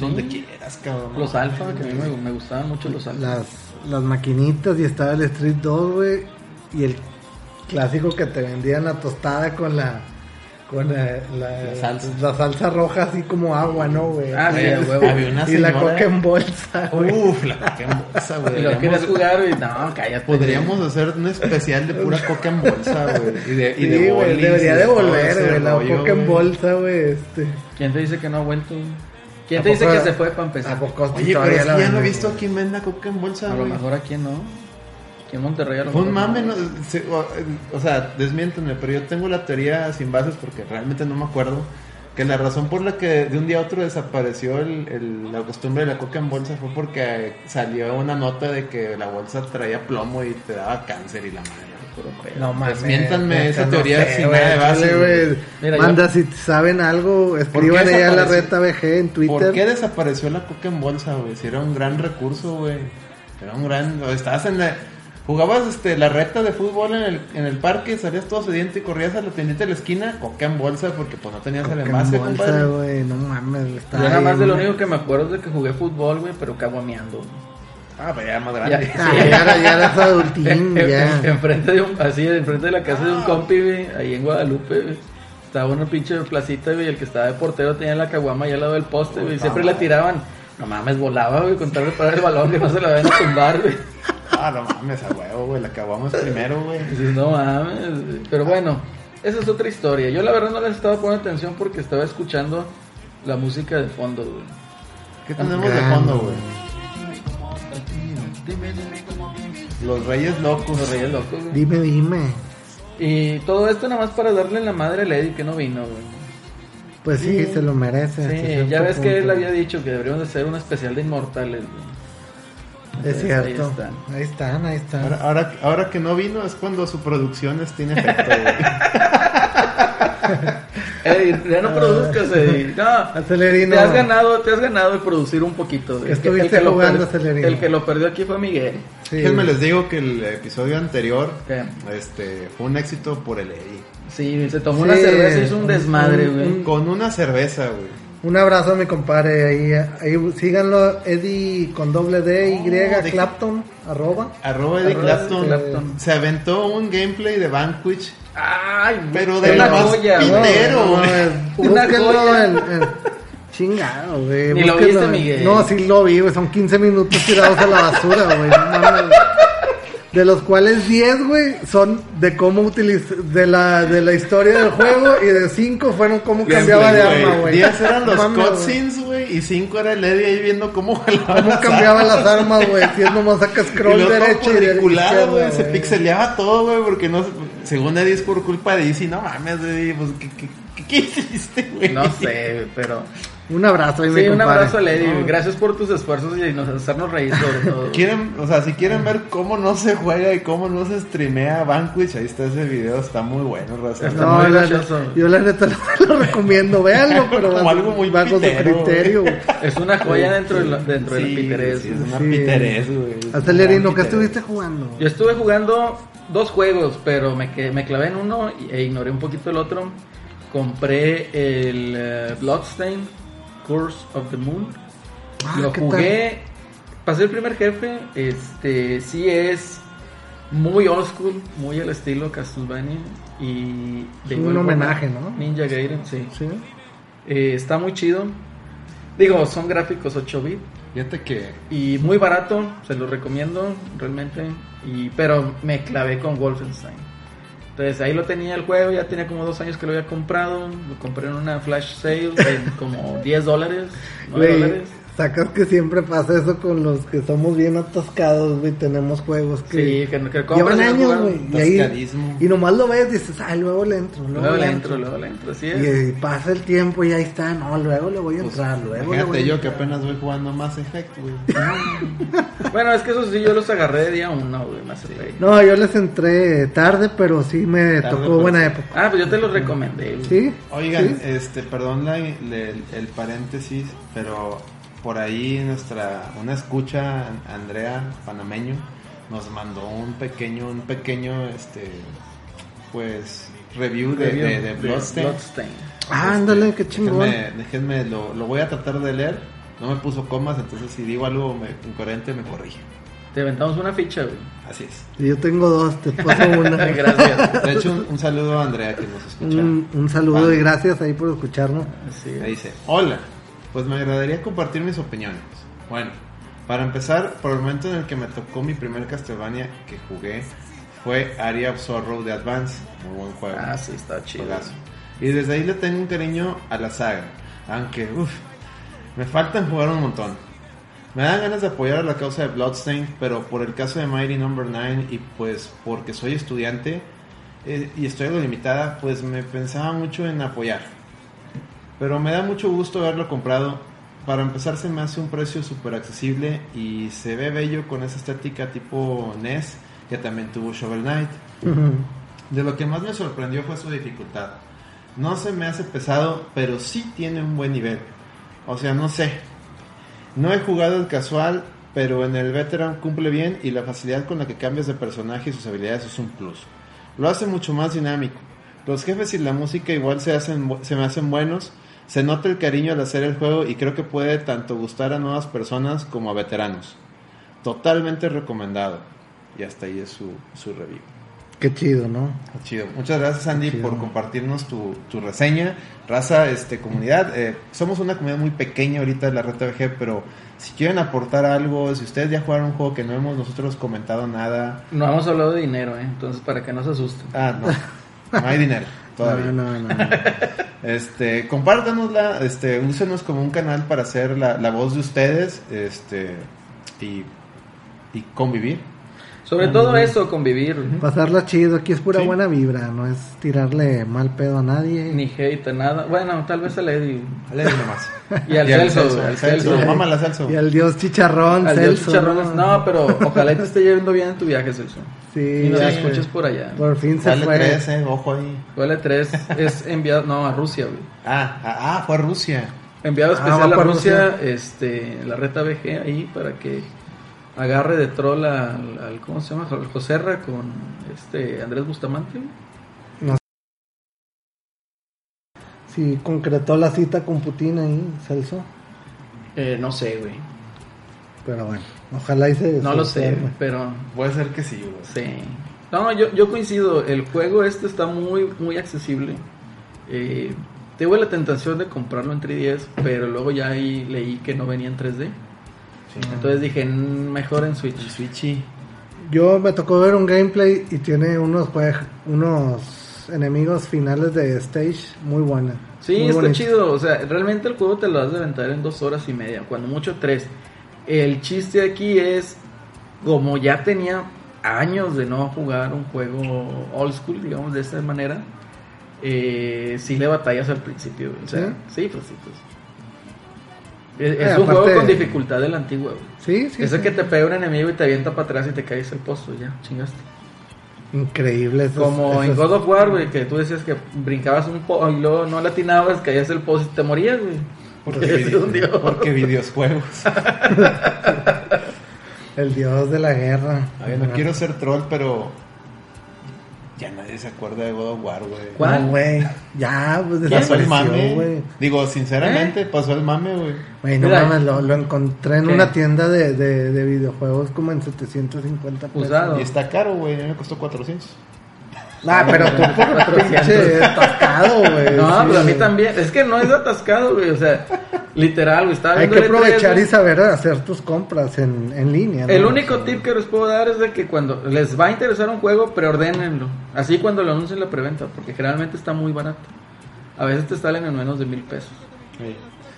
Speaker 5: donde quieras, cabrón.
Speaker 3: Los alfa, que a mí me, me gustaban mucho los alfa.
Speaker 4: las, las maquinitas y estaba el Street 2, güey. Y el clásico que te vendían la tostada con la. Con la, la-
Speaker 5: La salsa.
Speaker 4: la salsa roja, así como agua, ¿no, güey?
Speaker 3: Ah, sí, a huevo.
Speaker 5: Había una
Speaker 4: y la
Speaker 5: señora-
Speaker 4: coca en bolsa, güey.
Speaker 5: Uf, la coca en bolsa, güey.
Speaker 3: Y lo quieres
Speaker 5: Deberíamos-
Speaker 3: jugar y no, cállate.
Speaker 5: Podríamos hacer un especial de pura coca en bolsa, güey. Y de, y
Speaker 4: Sí,
Speaker 5: de
Speaker 4: güey,
Speaker 5: bolis,
Speaker 4: debería
Speaker 5: y
Speaker 4: de
Speaker 5: todo
Speaker 4: volver,
Speaker 5: ese
Speaker 4: güey, la
Speaker 5: rollo,
Speaker 4: coca en
Speaker 5: güey.
Speaker 4: bolsa, güey, este.
Speaker 3: ¿Quién te dice que no ha vuelto?
Speaker 4: ¿A
Speaker 3: ¿Quién te dice
Speaker 4: poco-
Speaker 3: que se fue para empezar?
Speaker 4: ¿A poco sí
Speaker 5: Pues, Oye, pero
Speaker 4: todavía
Speaker 5: es
Speaker 4: la
Speaker 5: que ya no he
Speaker 4: venden,
Speaker 5: visto a
Speaker 4: güey?
Speaker 5: quién venda coca en bolsa,
Speaker 3: A lo
Speaker 5: güey.
Speaker 3: mejor aquí no. Aquí en Monterrey a lo
Speaker 5: Fue
Speaker 3: mejor.
Speaker 5: un mame,
Speaker 3: no.
Speaker 5: no, se- o, o sea, desmiéntenme, pero yo tengo la teoría sin bases porque realmente no me acuerdo. Que la razón por la que de un día a otro desapareció el- el- la costumbre de la coca en bolsa fue porque salió una nota de que la bolsa traía plomo y te daba cáncer y la madre. puro pedo.
Speaker 4: No mames.
Speaker 5: Desmiéntanme
Speaker 4: neta,
Speaker 5: esa
Speaker 4: no
Speaker 5: teoría
Speaker 4: sé,
Speaker 5: sin
Speaker 4: güey,
Speaker 5: nada de base,
Speaker 4: chale,
Speaker 5: güey.
Speaker 4: güey.
Speaker 3: Mira, yo-
Speaker 4: Manda si saben algo, escriban
Speaker 5: qué
Speaker 4: ahí a la
Speaker 5: desapareció?
Speaker 4: reta BG en Twitter.
Speaker 5: ¿Por qué desapareció la coca en bolsa, güey? Si era un gran recurso, güey. Era un gran... o Estabas en la... Jugabas este, la reta de fútbol en el, en el parque, salías todo sediento y corrías a la tiendita de la esquina, coca en bolsa, porque pues no tenías el
Speaker 4: Coca en
Speaker 5: envase,
Speaker 4: bolsa,
Speaker 5: compadre.
Speaker 4: güey, no mames. está
Speaker 3: Yo nada
Speaker 4: ahí,
Speaker 3: más de lo
Speaker 4: güey.
Speaker 3: único que me acuerdo es de que jugué fútbol, güey, pero caguameando. güey.
Speaker 5: Ah, pero ya era más
Speaker 3: Ya,
Speaker 5: grande.
Speaker 4: Ah, ya, era- ya eras adultín,
Speaker 3: En- en-
Speaker 4: ya.
Speaker 3: Enfrente de un, así, enfrente de la casa de un compi, güey, ahí en Guadalupe, güey. Estaba una pinche placita, güey, el que estaba de portero tenía la caguama allá al lado del poste, güey, y siempre la tiraban. No mames, volaba, güey, con tal de parar el balón que no se la vayan a tumbar, güey.
Speaker 5: Ah, no mames, a huevo, güey, la acabamos primero, güey.
Speaker 3: Dices, Pues no mames, güey. pero bueno, esa es otra historia. Yo la verdad no les estaba poniendo atención porque estaba escuchando la música de fondo, güey.
Speaker 5: ¿Qué tenemos de
Speaker 4: Gran,
Speaker 5: fondo, güey? Los Reyes Locos.
Speaker 3: Los Reyes Locos, güey.
Speaker 4: Dime, dime.
Speaker 3: Y todo esto nada más para darle la madre a Lady que no vino, güey.
Speaker 4: Pues sí,
Speaker 3: Sí.
Speaker 4: se lo merece. hasta
Speaker 3: Sí,
Speaker 4: cierto
Speaker 3: ya ves que él
Speaker 4: punto.
Speaker 3: había dicho que deberíamos de hacer un especial de Inmortales. güey.
Speaker 4: Es
Speaker 3: Entonces,
Speaker 4: cierto.
Speaker 3: pues, Ahí están.
Speaker 4: Ahí están, ahí están.
Speaker 5: Ahora, ahora, ahora que no vino es cuando su producción está en efecto, güey.
Speaker 3: Ey, ya
Speaker 4: Ah.
Speaker 3: no produzcas, ey. No,
Speaker 4: Acelerino.
Speaker 3: Te has ganado, te has ganado de producir un poquito. güey.
Speaker 4: Estuviste
Speaker 3: El que lo
Speaker 4: jugando,
Speaker 3: per-
Speaker 4: Celerino.
Speaker 3: El que lo perdió aquí fue Miguel.
Speaker 4: Sí.
Speaker 5: Déjenme les digo que el episodio anterior
Speaker 3: ¿Qué?
Speaker 5: este, fue un éxito por el Eddie.
Speaker 3: Sí, se tomó una
Speaker 4: Sí,
Speaker 3: cerveza y hizo un desmadre,
Speaker 4: un-
Speaker 3: güey.
Speaker 5: Con una cerveza, güey.
Speaker 4: Un abrazo a mi compadre. Ahí, ahí síganlo, Eddie con doble D, Y,
Speaker 5: Oh, de-
Speaker 4: Clapton, arroba.
Speaker 5: Arroba Eddie
Speaker 3: Arroba
Speaker 5: Clapton.
Speaker 3: Clapton.
Speaker 5: Se aventó un gameplay de Vanquish.
Speaker 3: Ay,
Speaker 5: Pero
Speaker 3: güey,
Speaker 5: de
Speaker 3: una
Speaker 5: la más
Speaker 3: joya, güey.
Speaker 5: pite- Pitero,
Speaker 4: No, no,
Speaker 5: güey.
Speaker 4: es-
Speaker 3: Una
Speaker 4: búsquenlo
Speaker 3: joya.
Speaker 4: en, en- Chingado, güey.
Speaker 3: Ni lo
Speaker 4: búsquenlo
Speaker 3: viste,
Speaker 4: en-
Speaker 3: Miguel.
Speaker 4: No, sí lo vi, güey. Son 15 minutos tirados a la basura, güey. no mames. De los cuales 10, güey, son de cómo utilizar. De la, de la historia del juego. Y de 5 fueron cómo cambiaba de
Speaker 5: Güey,
Speaker 4: arma, güey.
Speaker 5: 10 eran los
Speaker 4: Mames, güey.
Speaker 5: cutscenes, güey. Y 5 era el Eddie ahí viendo cómo jalaba
Speaker 4: ¿Cómo
Speaker 5: las
Speaker 4: cambiaba
Speaker 5: armas.
Speaker 4: las armas, güey? Si es nomás saca
Speaker 5: Y
Speaker 4: scroll
Speaker 5: luego
Speaker 4: derecho y
Speaker 5: todo
Speaker 4: derecho.
Speaker 5: cuadriculado,
Speaker 4: izquierda,
Speaker 5: güey, Se
Speaker 4: güey.
Speaker 5: pixeleaba todo, güey, porque no... Según Eddie es por culpa de Easy. No mames, Eddie, pues, ¿qué, qué, qué- qué hiciste, güey?
Speaker 3: No sé, güey, pero.
Speaker 4: Un abrazo, ahí
Speaker 3: Sí,
Speaker 4: me
Speaker 3: un
Speaker 4: compadre.
Speaker 3: abrazo, Lady. güey. Gracias por tus esfuerzos y nos, hacernos reír sobre todo. güey.
Speaker 5: Quieren, o sea, si quieren ver cómo no se juega y cómo no se streamea Vanquish, ahí está ese video, está muy bueno, raza.
Speaker 3: Está
Speaker 4: No,
Speaker 3: muy
Speaker 4: la-
Speaker 3: gracioso.
Speaker 4: yo la neta lo, lo recomiendo, véanlo, pero
Speaker 5: Como
Speaker 4: bajo,
Speaker 5: algo muy
Speaker 4: bajo su
Speaker 5: pitero, güey.
Speaker 4: criterio. güey.
Speaker 3: Es una joya dentro de la- dentro del
Speaker 5: Sí,
Speaker 3: Piterés.
Speaker 5: sí, es una
Speaker 4: sí.
Speaker 5: piterés, güey. es una
Speaker 4: Acelerino, ¿qué
Speaker 5: piterés.
Speaker 4: estuviste jugando?
Speaker 3: Yo estuve jugando dos juegos, pero me, que- me clavé en uno y- e ignoré un poquito el otro. Compré el eh, Bloodstain Curse of the Moon.
Speaker 4: Ah,
Speaker 3: Lo
Speaker 4: ¿qué
Speaker 3: jugué. Pasé el primer jefe. Este sí es muy old school, muy al estilo Castlevania. Y de
Speaker 4: un
Speaker 3: igual forma,
Speaker 4: homenaje, ¿no?
Speaker 3: Ninja Gaiden, sí.
Speaker 4: tal? ¿Sí?
Speaker 3: Eh, está muy chido. Digo, son gráficos 8 bit
Speaker 5: Fíjate que
Speaker 3: y muy barato, se lo recomiendo realmente, y pero me clavé con Wolfenstein. Entonces ahí lo tenía el juego, ya tenía como dos años que lo había comprado, lo compré en una flash sale en como 10 dólares, 9
Speaker 4: Güey,
Speaker 3: dólares.
Speaker 4: sacas que siempre pasa eso con los que somos bien atascados, güey, tenemos juegos
Speaker 3: Sí,
Speaker 4: que
Speaker 3: que, que
Speaker 4: llevan
Speaker 3: compras y lo
Speaker 4: años,
Speaker 3: juegas.
Speaker 4: güey, y ahí
Speaker 5: Atascadismo.
Speaker 4: y nomás lo ves y dices, ah, luego le entro, luego,
Speaker 3: Luego
Speaker 4: le
Speaker 3: le
Speaker 4: entro.
Speaker 3: entro, luego le entro, así
Speaker 4: Y,
Speaker 3: es.
Speaker 4: eh, pasa el tiempo y ahí está, no, luego le voy a
Speaker 5: Pues,
Speaker 4: entrar, luego le voy a
Speaker 5: Fíjate yo que
Speaker 4: entrar.
Speaker 5: apenas voy jugando Mass Effect, güey.
Speaker 3: Bueno, es que eso sí, yo los agarré de día uno, güey, más Effect.
Speaker 4: No, yo les entré tarde, pero sí me
Speaker 5: Tarde,
Speaker 4: tocó
Speaker 5: pero
Speaker 4: buena
Speaker 5: sí.
Speaker 4: época.
Speaker 3: Ah, pues yo te los recomendé. güey.
Speaker 4: ¿Sí?
Speaker 5: Oigan,
Speaker 4: ¿Sí?
Speaker 5: este, perdón la- le- el, el paréntesis, pero por ahí nuestra una escucha An- Andrea panameño nos mandó un pequeño un pequeño este pues review de,
Speaker 3: Review
Speaker 5: de, de Bloodstained.
Speaker 3: Bloodstained.
Speaker 4: Ah,
Speaker 5: Este,
Speaker 4: ándale, qué chingón.
Speaker 5: Déjenme, déjenme lo, lo voy a tratar de leer. No me puso comas, entonces si digo algo me- incoherente me corrige.
Speaker 3: Te aventamos una ficha, güey.
Speaker 5: Así es.
Speaker 4: Yo tengo dos, te paso una.
Speaker 3: Gracias.
Speaker 5: De hecho, un, un saludo a Andrea que nos escucha.
Speaker 4: un, un saludo
Speaker 5: Vale.
Speaker 4: y gracias ahí por escucharnos.
Speaker 3: Así
Speaker 5: Me
Speaker 3: es.
Speaker 5: dice, hola, pues me agradaría compartir mis opiniones. Bueno, para empezar, por el momento en el que me tocó mi primer Castlevania que jugué fue Area of Sorrow de Advance. Muy buen juego.
Speaker 3: Ah, sí, está chido.
Speaker 5: Juegazo. Y desde ahí le tengo un cariño a la saga. Aunque, uff, me faltan jugar un montón. Me dan ganas de apoyar a la causa de Bloodstained, pero por el caso de Mighty Number 9 y pues porque soy estudiante eh, y estoy algo limitada, pues me pensaba mucho en apoyar. Pero me da mucho gusto haberlo comprado. Para empezar se me hace un precio súper accesible y se ve bello con esa estética tipo NES que también tuvo Shovel Knight. De lo que más me sorprendió fue su dificultad. No se me hace pesado, pero sí tiene un buen nivel. O sea, no sé. No he jugado el casual, pero en el veteran cumple bien y la facilidad con la que cambias de personaje y sus habilidades es un plus. Lo hace mucho más dinámico. Los jefes y la música igual se, hacen, bu- se me hacen buenos. Se nota el cariño al hacer el juego y creo que puede tanto gustar a nuevas personas como a veteranos. Totalmente recomendado. Y hasta ahí es su, su review.
Speaker 4: Qué chido, ¿no?
Speaker 5: Chido. Muchas gracias, Andy,
Speaker 4: Chido.
Speaker 5: por compartirnos tu, tu reseña. Raza, este, comunidad. eh, somos una comunidad muy pequeña ahorita de la Reta VG, pero si quieren aportar algo, si ustedes ya jugaron un juego que no hemos nosotros comentado nada.
Speaker 3: No hemos hablado de dinero, ¿eh? entonces para que no se asusten.
Speaker 5: Ah, no. No hay dinero todavía.
Speaker 4: No, no, no, no.
Speaker 5: Este, compártanosla, este, úsenos como un canal para hacer la, la voz de ustedes, este, y, y convivir.
Speaker 4: Ah,
Speaker 3: Sobre todo eso, convivir.
Speaker 4: Pasarla chido, aquí es pura
Speaker 5: Sí.
Speaker 4: buena vibra, no es tirarle mal pedo a nadie.
Speaker 3: Ni hate, nada. Bueno, tal vez a Lady.
Speaker 5: Dale nomás.
Speaker 3: Y al Celso, güey, al
Speaker 5: al Celso.
Speaker 3: Celso.
Speaker 5: Mámala al Celso.
Speaker 4: Y al dios chicharrón,
Speaker 3: Al Dios
Speaker 4: Celso,
Speaker 3: Chicharrones. No, pero ojalá y te esté yendo bien en tu viaje, Celso.
Speaker 4: Sí,
Speaker 3: Y nos
Speaker 4: ya,
Speaker 3: escuches
Speaker 4: güey.
Speaker 3: por allá.
Speaker 4: Por fin se
Speaker 5: Dale
Speaker 4: fue.
Speaker 5: tres, eh, ojo ahí.
Speaker 3: Vale 3 es enviado, no, a Rusia, güey.
Speaker 5: Ah, ah, ah, fue a Rusia.
Speaker 3: Enviado
Speaker 4: Ah,
Speaker 3: especial
Speaker 4: va
Speaker 3: a
Speaker 4: para
Speaker 3: Rusia, este, la reta BG ahí para que agarre de troll al, al- ¿cómo se llama? Al Joserra con este Andrés Bustamante. güey.
Speaker 4: Sí, concretó la cita con Putin ahí, Celso.
Speaker 3: Eh, no sé, güey.
Speaker 4: Pero bueno, ojalá y se.
Speaker 3: No
Speaker 4: se
Speaker 3: lo sé,
Speaker 4: enferme.
Speaker 3: pero
Speaker 5: Puede ser que sí, güey.
Speaker 3: sí. No, yo, yo coincido, el juego este está muy, muy accesible. Eh, tengo la tentación de comprarlo en 3DS, pero luego ya ahí leí que no venía en 3D. Entonces dije, "Mm, mejor en Switch.
Speaker 5: El Switchy.
Speaker 4: Yo me tocó ver un gameplay y tiene unos jue- unos enemigos finales de stage muy buena.
Speaker 3: Sí,
Speaker 4: muy
Speaker 3: está
Speaker 4: bonito.
Speaker 3: chido. O sea, realmente el juego te lo vas a aventar en dos horas y media, cuando mucho tres. El chiste aquí es, como ya tenía años de no jugar un juego old school, digamos, de esta manera, eh, sí le batallas al principio. O sea, sí, pues sí, pues. Es, es
Speaker 4: Eh,
Speaker 3: un
Speaker 4: aparte-
Speaker 3: juego con dificultad de la antigua. güey.
Speaker 4: Sí, sí.
Speaker 3: es el
Speaker 4: sí.
Speaker 3: que te pega un enemigo y te avienta para atrás y te caes al pozo, ya, chingaste.
Speaker 4: Increíble. esos-
Speaker 3: Como en
Speaker 4: esos-
Speaker 3: God of War, güey, que tú decías que brincabas un po y luego no latinabas, caías el post y te morías, güey.
Speaker 5: Porque,
Speaker 3: Porque se hundió.
Speaker 5: video, porque videojuegos.
Speaker 4: El dios de la guerra.
Speaker 3: Ah,
Speaker 5: A ver, no quiero ser troll, pero. Ya nadie se acuerda de God of War, güey.
Speaker 3: ¿Cuál?
Speaker 4: No, güey. Ya, pues
Speaker 5: Pasó el
Speaker 4: desapareció,
Speaker 5: mame.
Speaker 4: güey.
Speaker 5: Digo, sinceramente, pasó el mame, güey.
Speaker 4: Güey, no
Speaker 3: Mira.
Speaker 4: mames, lo, lo encontré en
Speaker 3: ¿Qué?
Speaker 4: una tienda de, de, de videojuegos como en 750 pesos.
Speaker 3: Usado.
Speaker 5: Y está caro, güey. A mí me costó 400.
Speaker 4: Ah, pero tú por pinche atascado, güey.
Speaker 3: No,
Speaker 4: Sí,
Speaker 3: pero a mí
Speaker 4: güey.
Speaker 3: también. Es que no es atascado, güey. O sea, literal, güey. Estaba
Speaker 4: Hay
Speaker 3: viendo
Speaker 4: que
Speaker 3: el E3,
Speaker 4: aprovechar
Speaker 3: güey.
Speaker 4: y saber hacer tus compras en, en línea. ¿no?
Speaker 3: eh? El único tip que les puedo dar es de que cuando les va a interesar un juego, preordénenlo. Así cuando lo anuncien la preventa, porque generalmente está muy barato. A veces te salen en menos de mil pesos.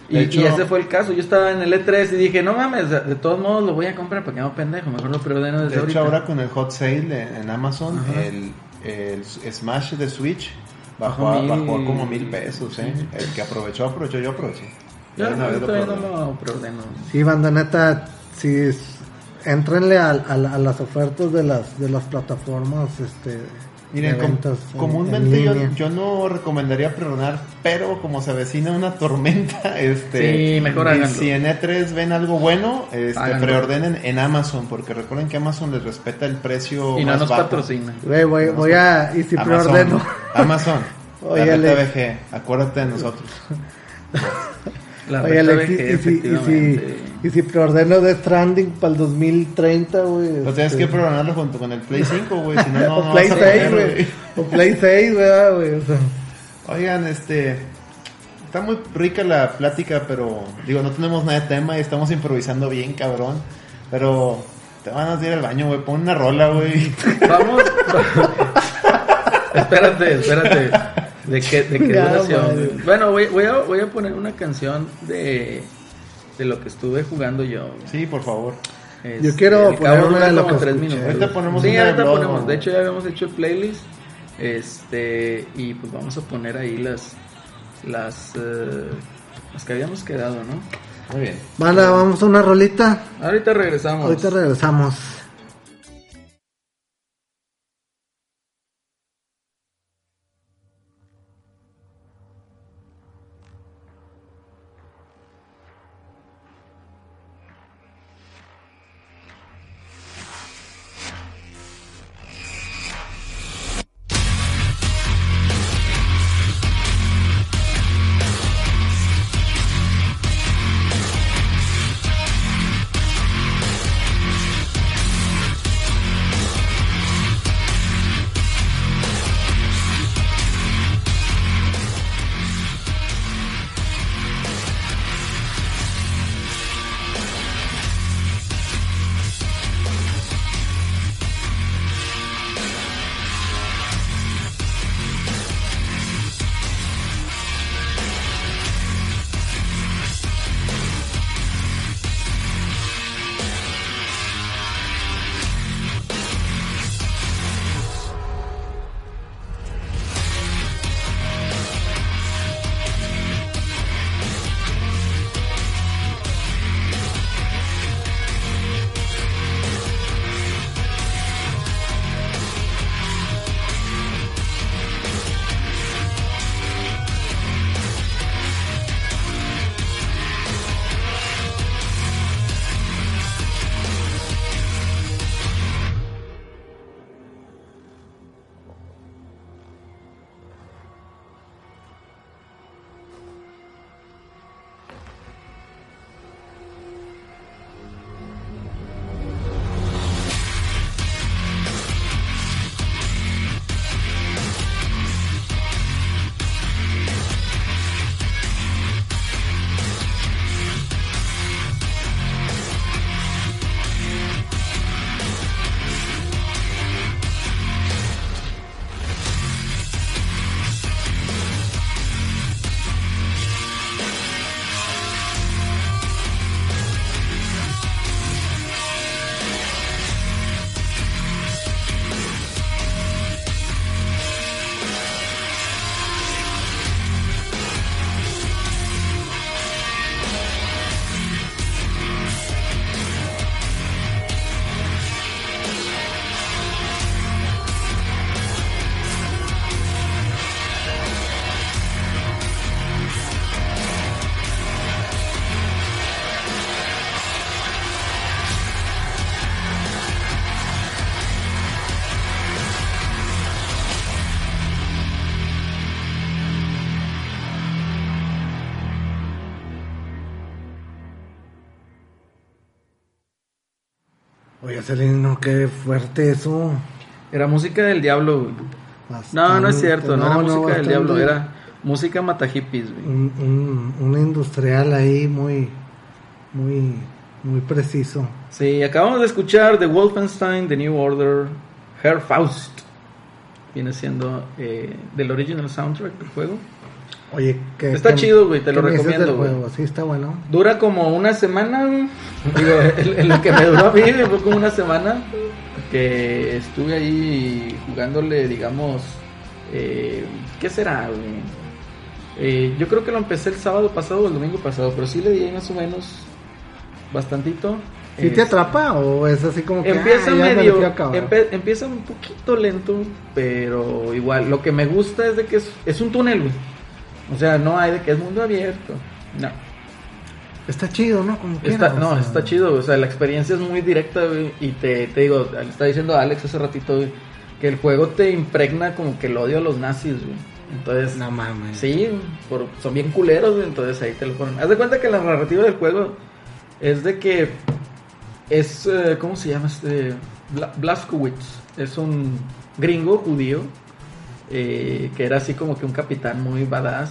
Speaker 3: Y,
Speaker 5: De hecho-
Speaker 3: y ese fue el caso. Yo estaba en el E3 y dije, no mames, de de todos modos lo voy a comprar para que no pendejo. Mejor lo preordeno desde
Speaker 5: De hecho,
Speaker 3: ahorita.
Speaker 5: ahora con el hot sale de- en Amazon, el, el Smash de Switch bajó,
Speaker 3: Bajó
Speaker 5: a-
Speaker 3: mil.
Speaker 5: bajó a como mil pesos, ¿eh? El que aprovechó, aprovechó, yo aproveché.
Speaker 3: Yo
Speaker 5: Ya una vez
Speaker 3: no,
Speaker 5: lo
Speaker 3: todavía no
Speaker 5: probé.
Speaker 3: lo preordeno.
Speaker 4: Sí, banda neta, sí, es- entrenle a, a la- a las ofertas de las, de las plataformas, este...
Speaker 5: Miren,
Speaker 4: de
Speaker 5: com-
Speaker 4: ventas en-
Speaker 5: comúnmente
Speaker 4: eh, en
Speaker 5: yo,
Speaker 4: línea.
Speaker 5: yo no recomendaría perdonar, pero como se avecina una tormenta, este,
Speaker 3: Sí, mejor
Speaker 5: y
Speaker 3: háganlo.
Speaker 5: si en E3 ven algo bueno, este,
Speaker 3: Háganlo.
Speaker 5: preordenen en Amazon, porque recuerden que Amazon les respeta el precio
Speaker 3: Y no
Speaker 5: más
Speaker 3: nos
Speaker 5: bajo.
Speaker 3: patrocina.
Speaker 4: Güey, voy, voy a... Y si preordeno...
Speaker 5: Amazon, Amazon,
Speaker 4: Oye,
Speaker 5: la
Speaker 4: Alex.
Speaker 5: RTVG, acuérdate de nosotros.
Speaker 3: La
Speaker 4: Oye,
Speaker 3: reta
Speaker 4: Alex, y,
Speaker 3: BG,
Speaker 4: y si, y,
Speaker 3: efectivamente.
Speaker 4: si, y si preordeno de Stranding para el 2030, güey.
Speaker 5: Lo tienes
Speaker 4: este,
Speaker 5: Pues que programarlo junto con el Play 5, güey. Si no, no,
Speaker 4: o
Speaker 5: no
Speaker 4: Play
Speaker 5: vas a
Speaker 4: 6,
Speaker 5: poder,
Speaker 4: güey. O Play 6, ¿verdad, güey. O sea,
Speaker 5: Oigan, este. Está muy rica la plática, pero. Digo, no tenemos nada de tema y estamos improvisando bien, cabrón. Pero. Te van a ir al baño, güey. Pon una rola, güey.
Speaker 3: Vamos. espérate, espérate. ¿De qué, de qué
Speaker 4: Ya,
Speaker 3: duración?
Speaker 4: madre.
Speaker 3: güey? Bueno, voy, voy, a, voy a poner una canción de, de lo que estuve jugando yo. güey.
Speaker 5: Sí, por favor.
Speaker 3: Este,
Speaker 4: Yo quiero
Speaker 3: al cabo
Speaker 4: poner una
Speaker 3: dura
Speaker 4: de lo
Speaker 3: como
Speaker 4: que
Speaker 3: tres
Speaker 4: escuché.
Speaker 3: minutos.
Speaker 5: Ahorita ponemos
Speaker 3: Sí,
Speaker 5: una de
Speaker 3: ahorita
Speaker 5: Bloodborne.
Speaker 3: ponemos. De hecho, ya habíamos hecho el playlist. Este, y pues vamos a poner ahí las. Las, eh, las que habíamos quedado, ¿no?
Speaker 5: Muy bien.
Speaker 4: Banda, vamos a una rolita.
Speaker 3: Ahorita regresamos.
Speaker 4: Ahorita regresamos.
Speaker 6: Thank
Speaker 4: Oye, Celino, qué fuerte eso.
Speaker 3: Era música del diablo, güey. No, no es cierto, no, era música del
Speaker 4: bastante.
Speaker 3: diablo, era música matajipis, güey.
Speaker 4: Un, un- un industrial ahí muy, muy, muy preciso.
Speaker 3: Sí, acabamos de escuchar The Wolfenstein, The New Order, Herr Faust. Viene siendo eh, del original soundtrack del juego.
Speaker 4: Oye, que
Speaker 3: Está chido, güey, te lo
Speaker 4: me dices del
Speaker 3: recomiendo, güey.
Speaker 4: juego? Sí, está bueno.
Speaker 3: Dura como una semana, güey. Digo, en- en lo que me duró a mí, fue como una semana que estuve ahí jugándole, digamos, eh, ¿qué será, güey? Eh, yo creo que lo empecé el sábado pasado o el domingo pasado, pero sí le di ahí más o menos bastantito.
Speaker 4: ¿Y te
Speaker 3: Eh,
Speaker 4: atrapa o es así como que
Speaker 3: Empieza
Speaker 4: ah, ya me lo
Speaker 3: medio,
Speaker 4: quiero acabar?
Speaker 3: empe- empieza un poquito lento, pero igual, lo que me gusta es de que es, es un túnel, güey. O sea, no hay de que es mundo abierto. No.
Speaker 4: Está chido, ¿no? Como quiera,
Speaker 3: Está,
Speaker 4: o
Speaker 3: no,
Speaker 4: sea,
Speaker 3: está chido, o sea, la experiencia es muy directa, güey, y te, te digo, le estaba diciendo a Alex hace ratito, güey, que el juego te impregna como que el odio a los nazis, güey. Entonces,
Speaker 4: No mames.
Speaker 3: sí, por- son bien culeros, güey, entonces ahí te lo ponen. Haz de cuenta que la narrativa del juego es de que es, eh, ¿cómo se llama este? Bla- Blazkowicz, es un gringo judío, eh, que era así como que un capitán muy badass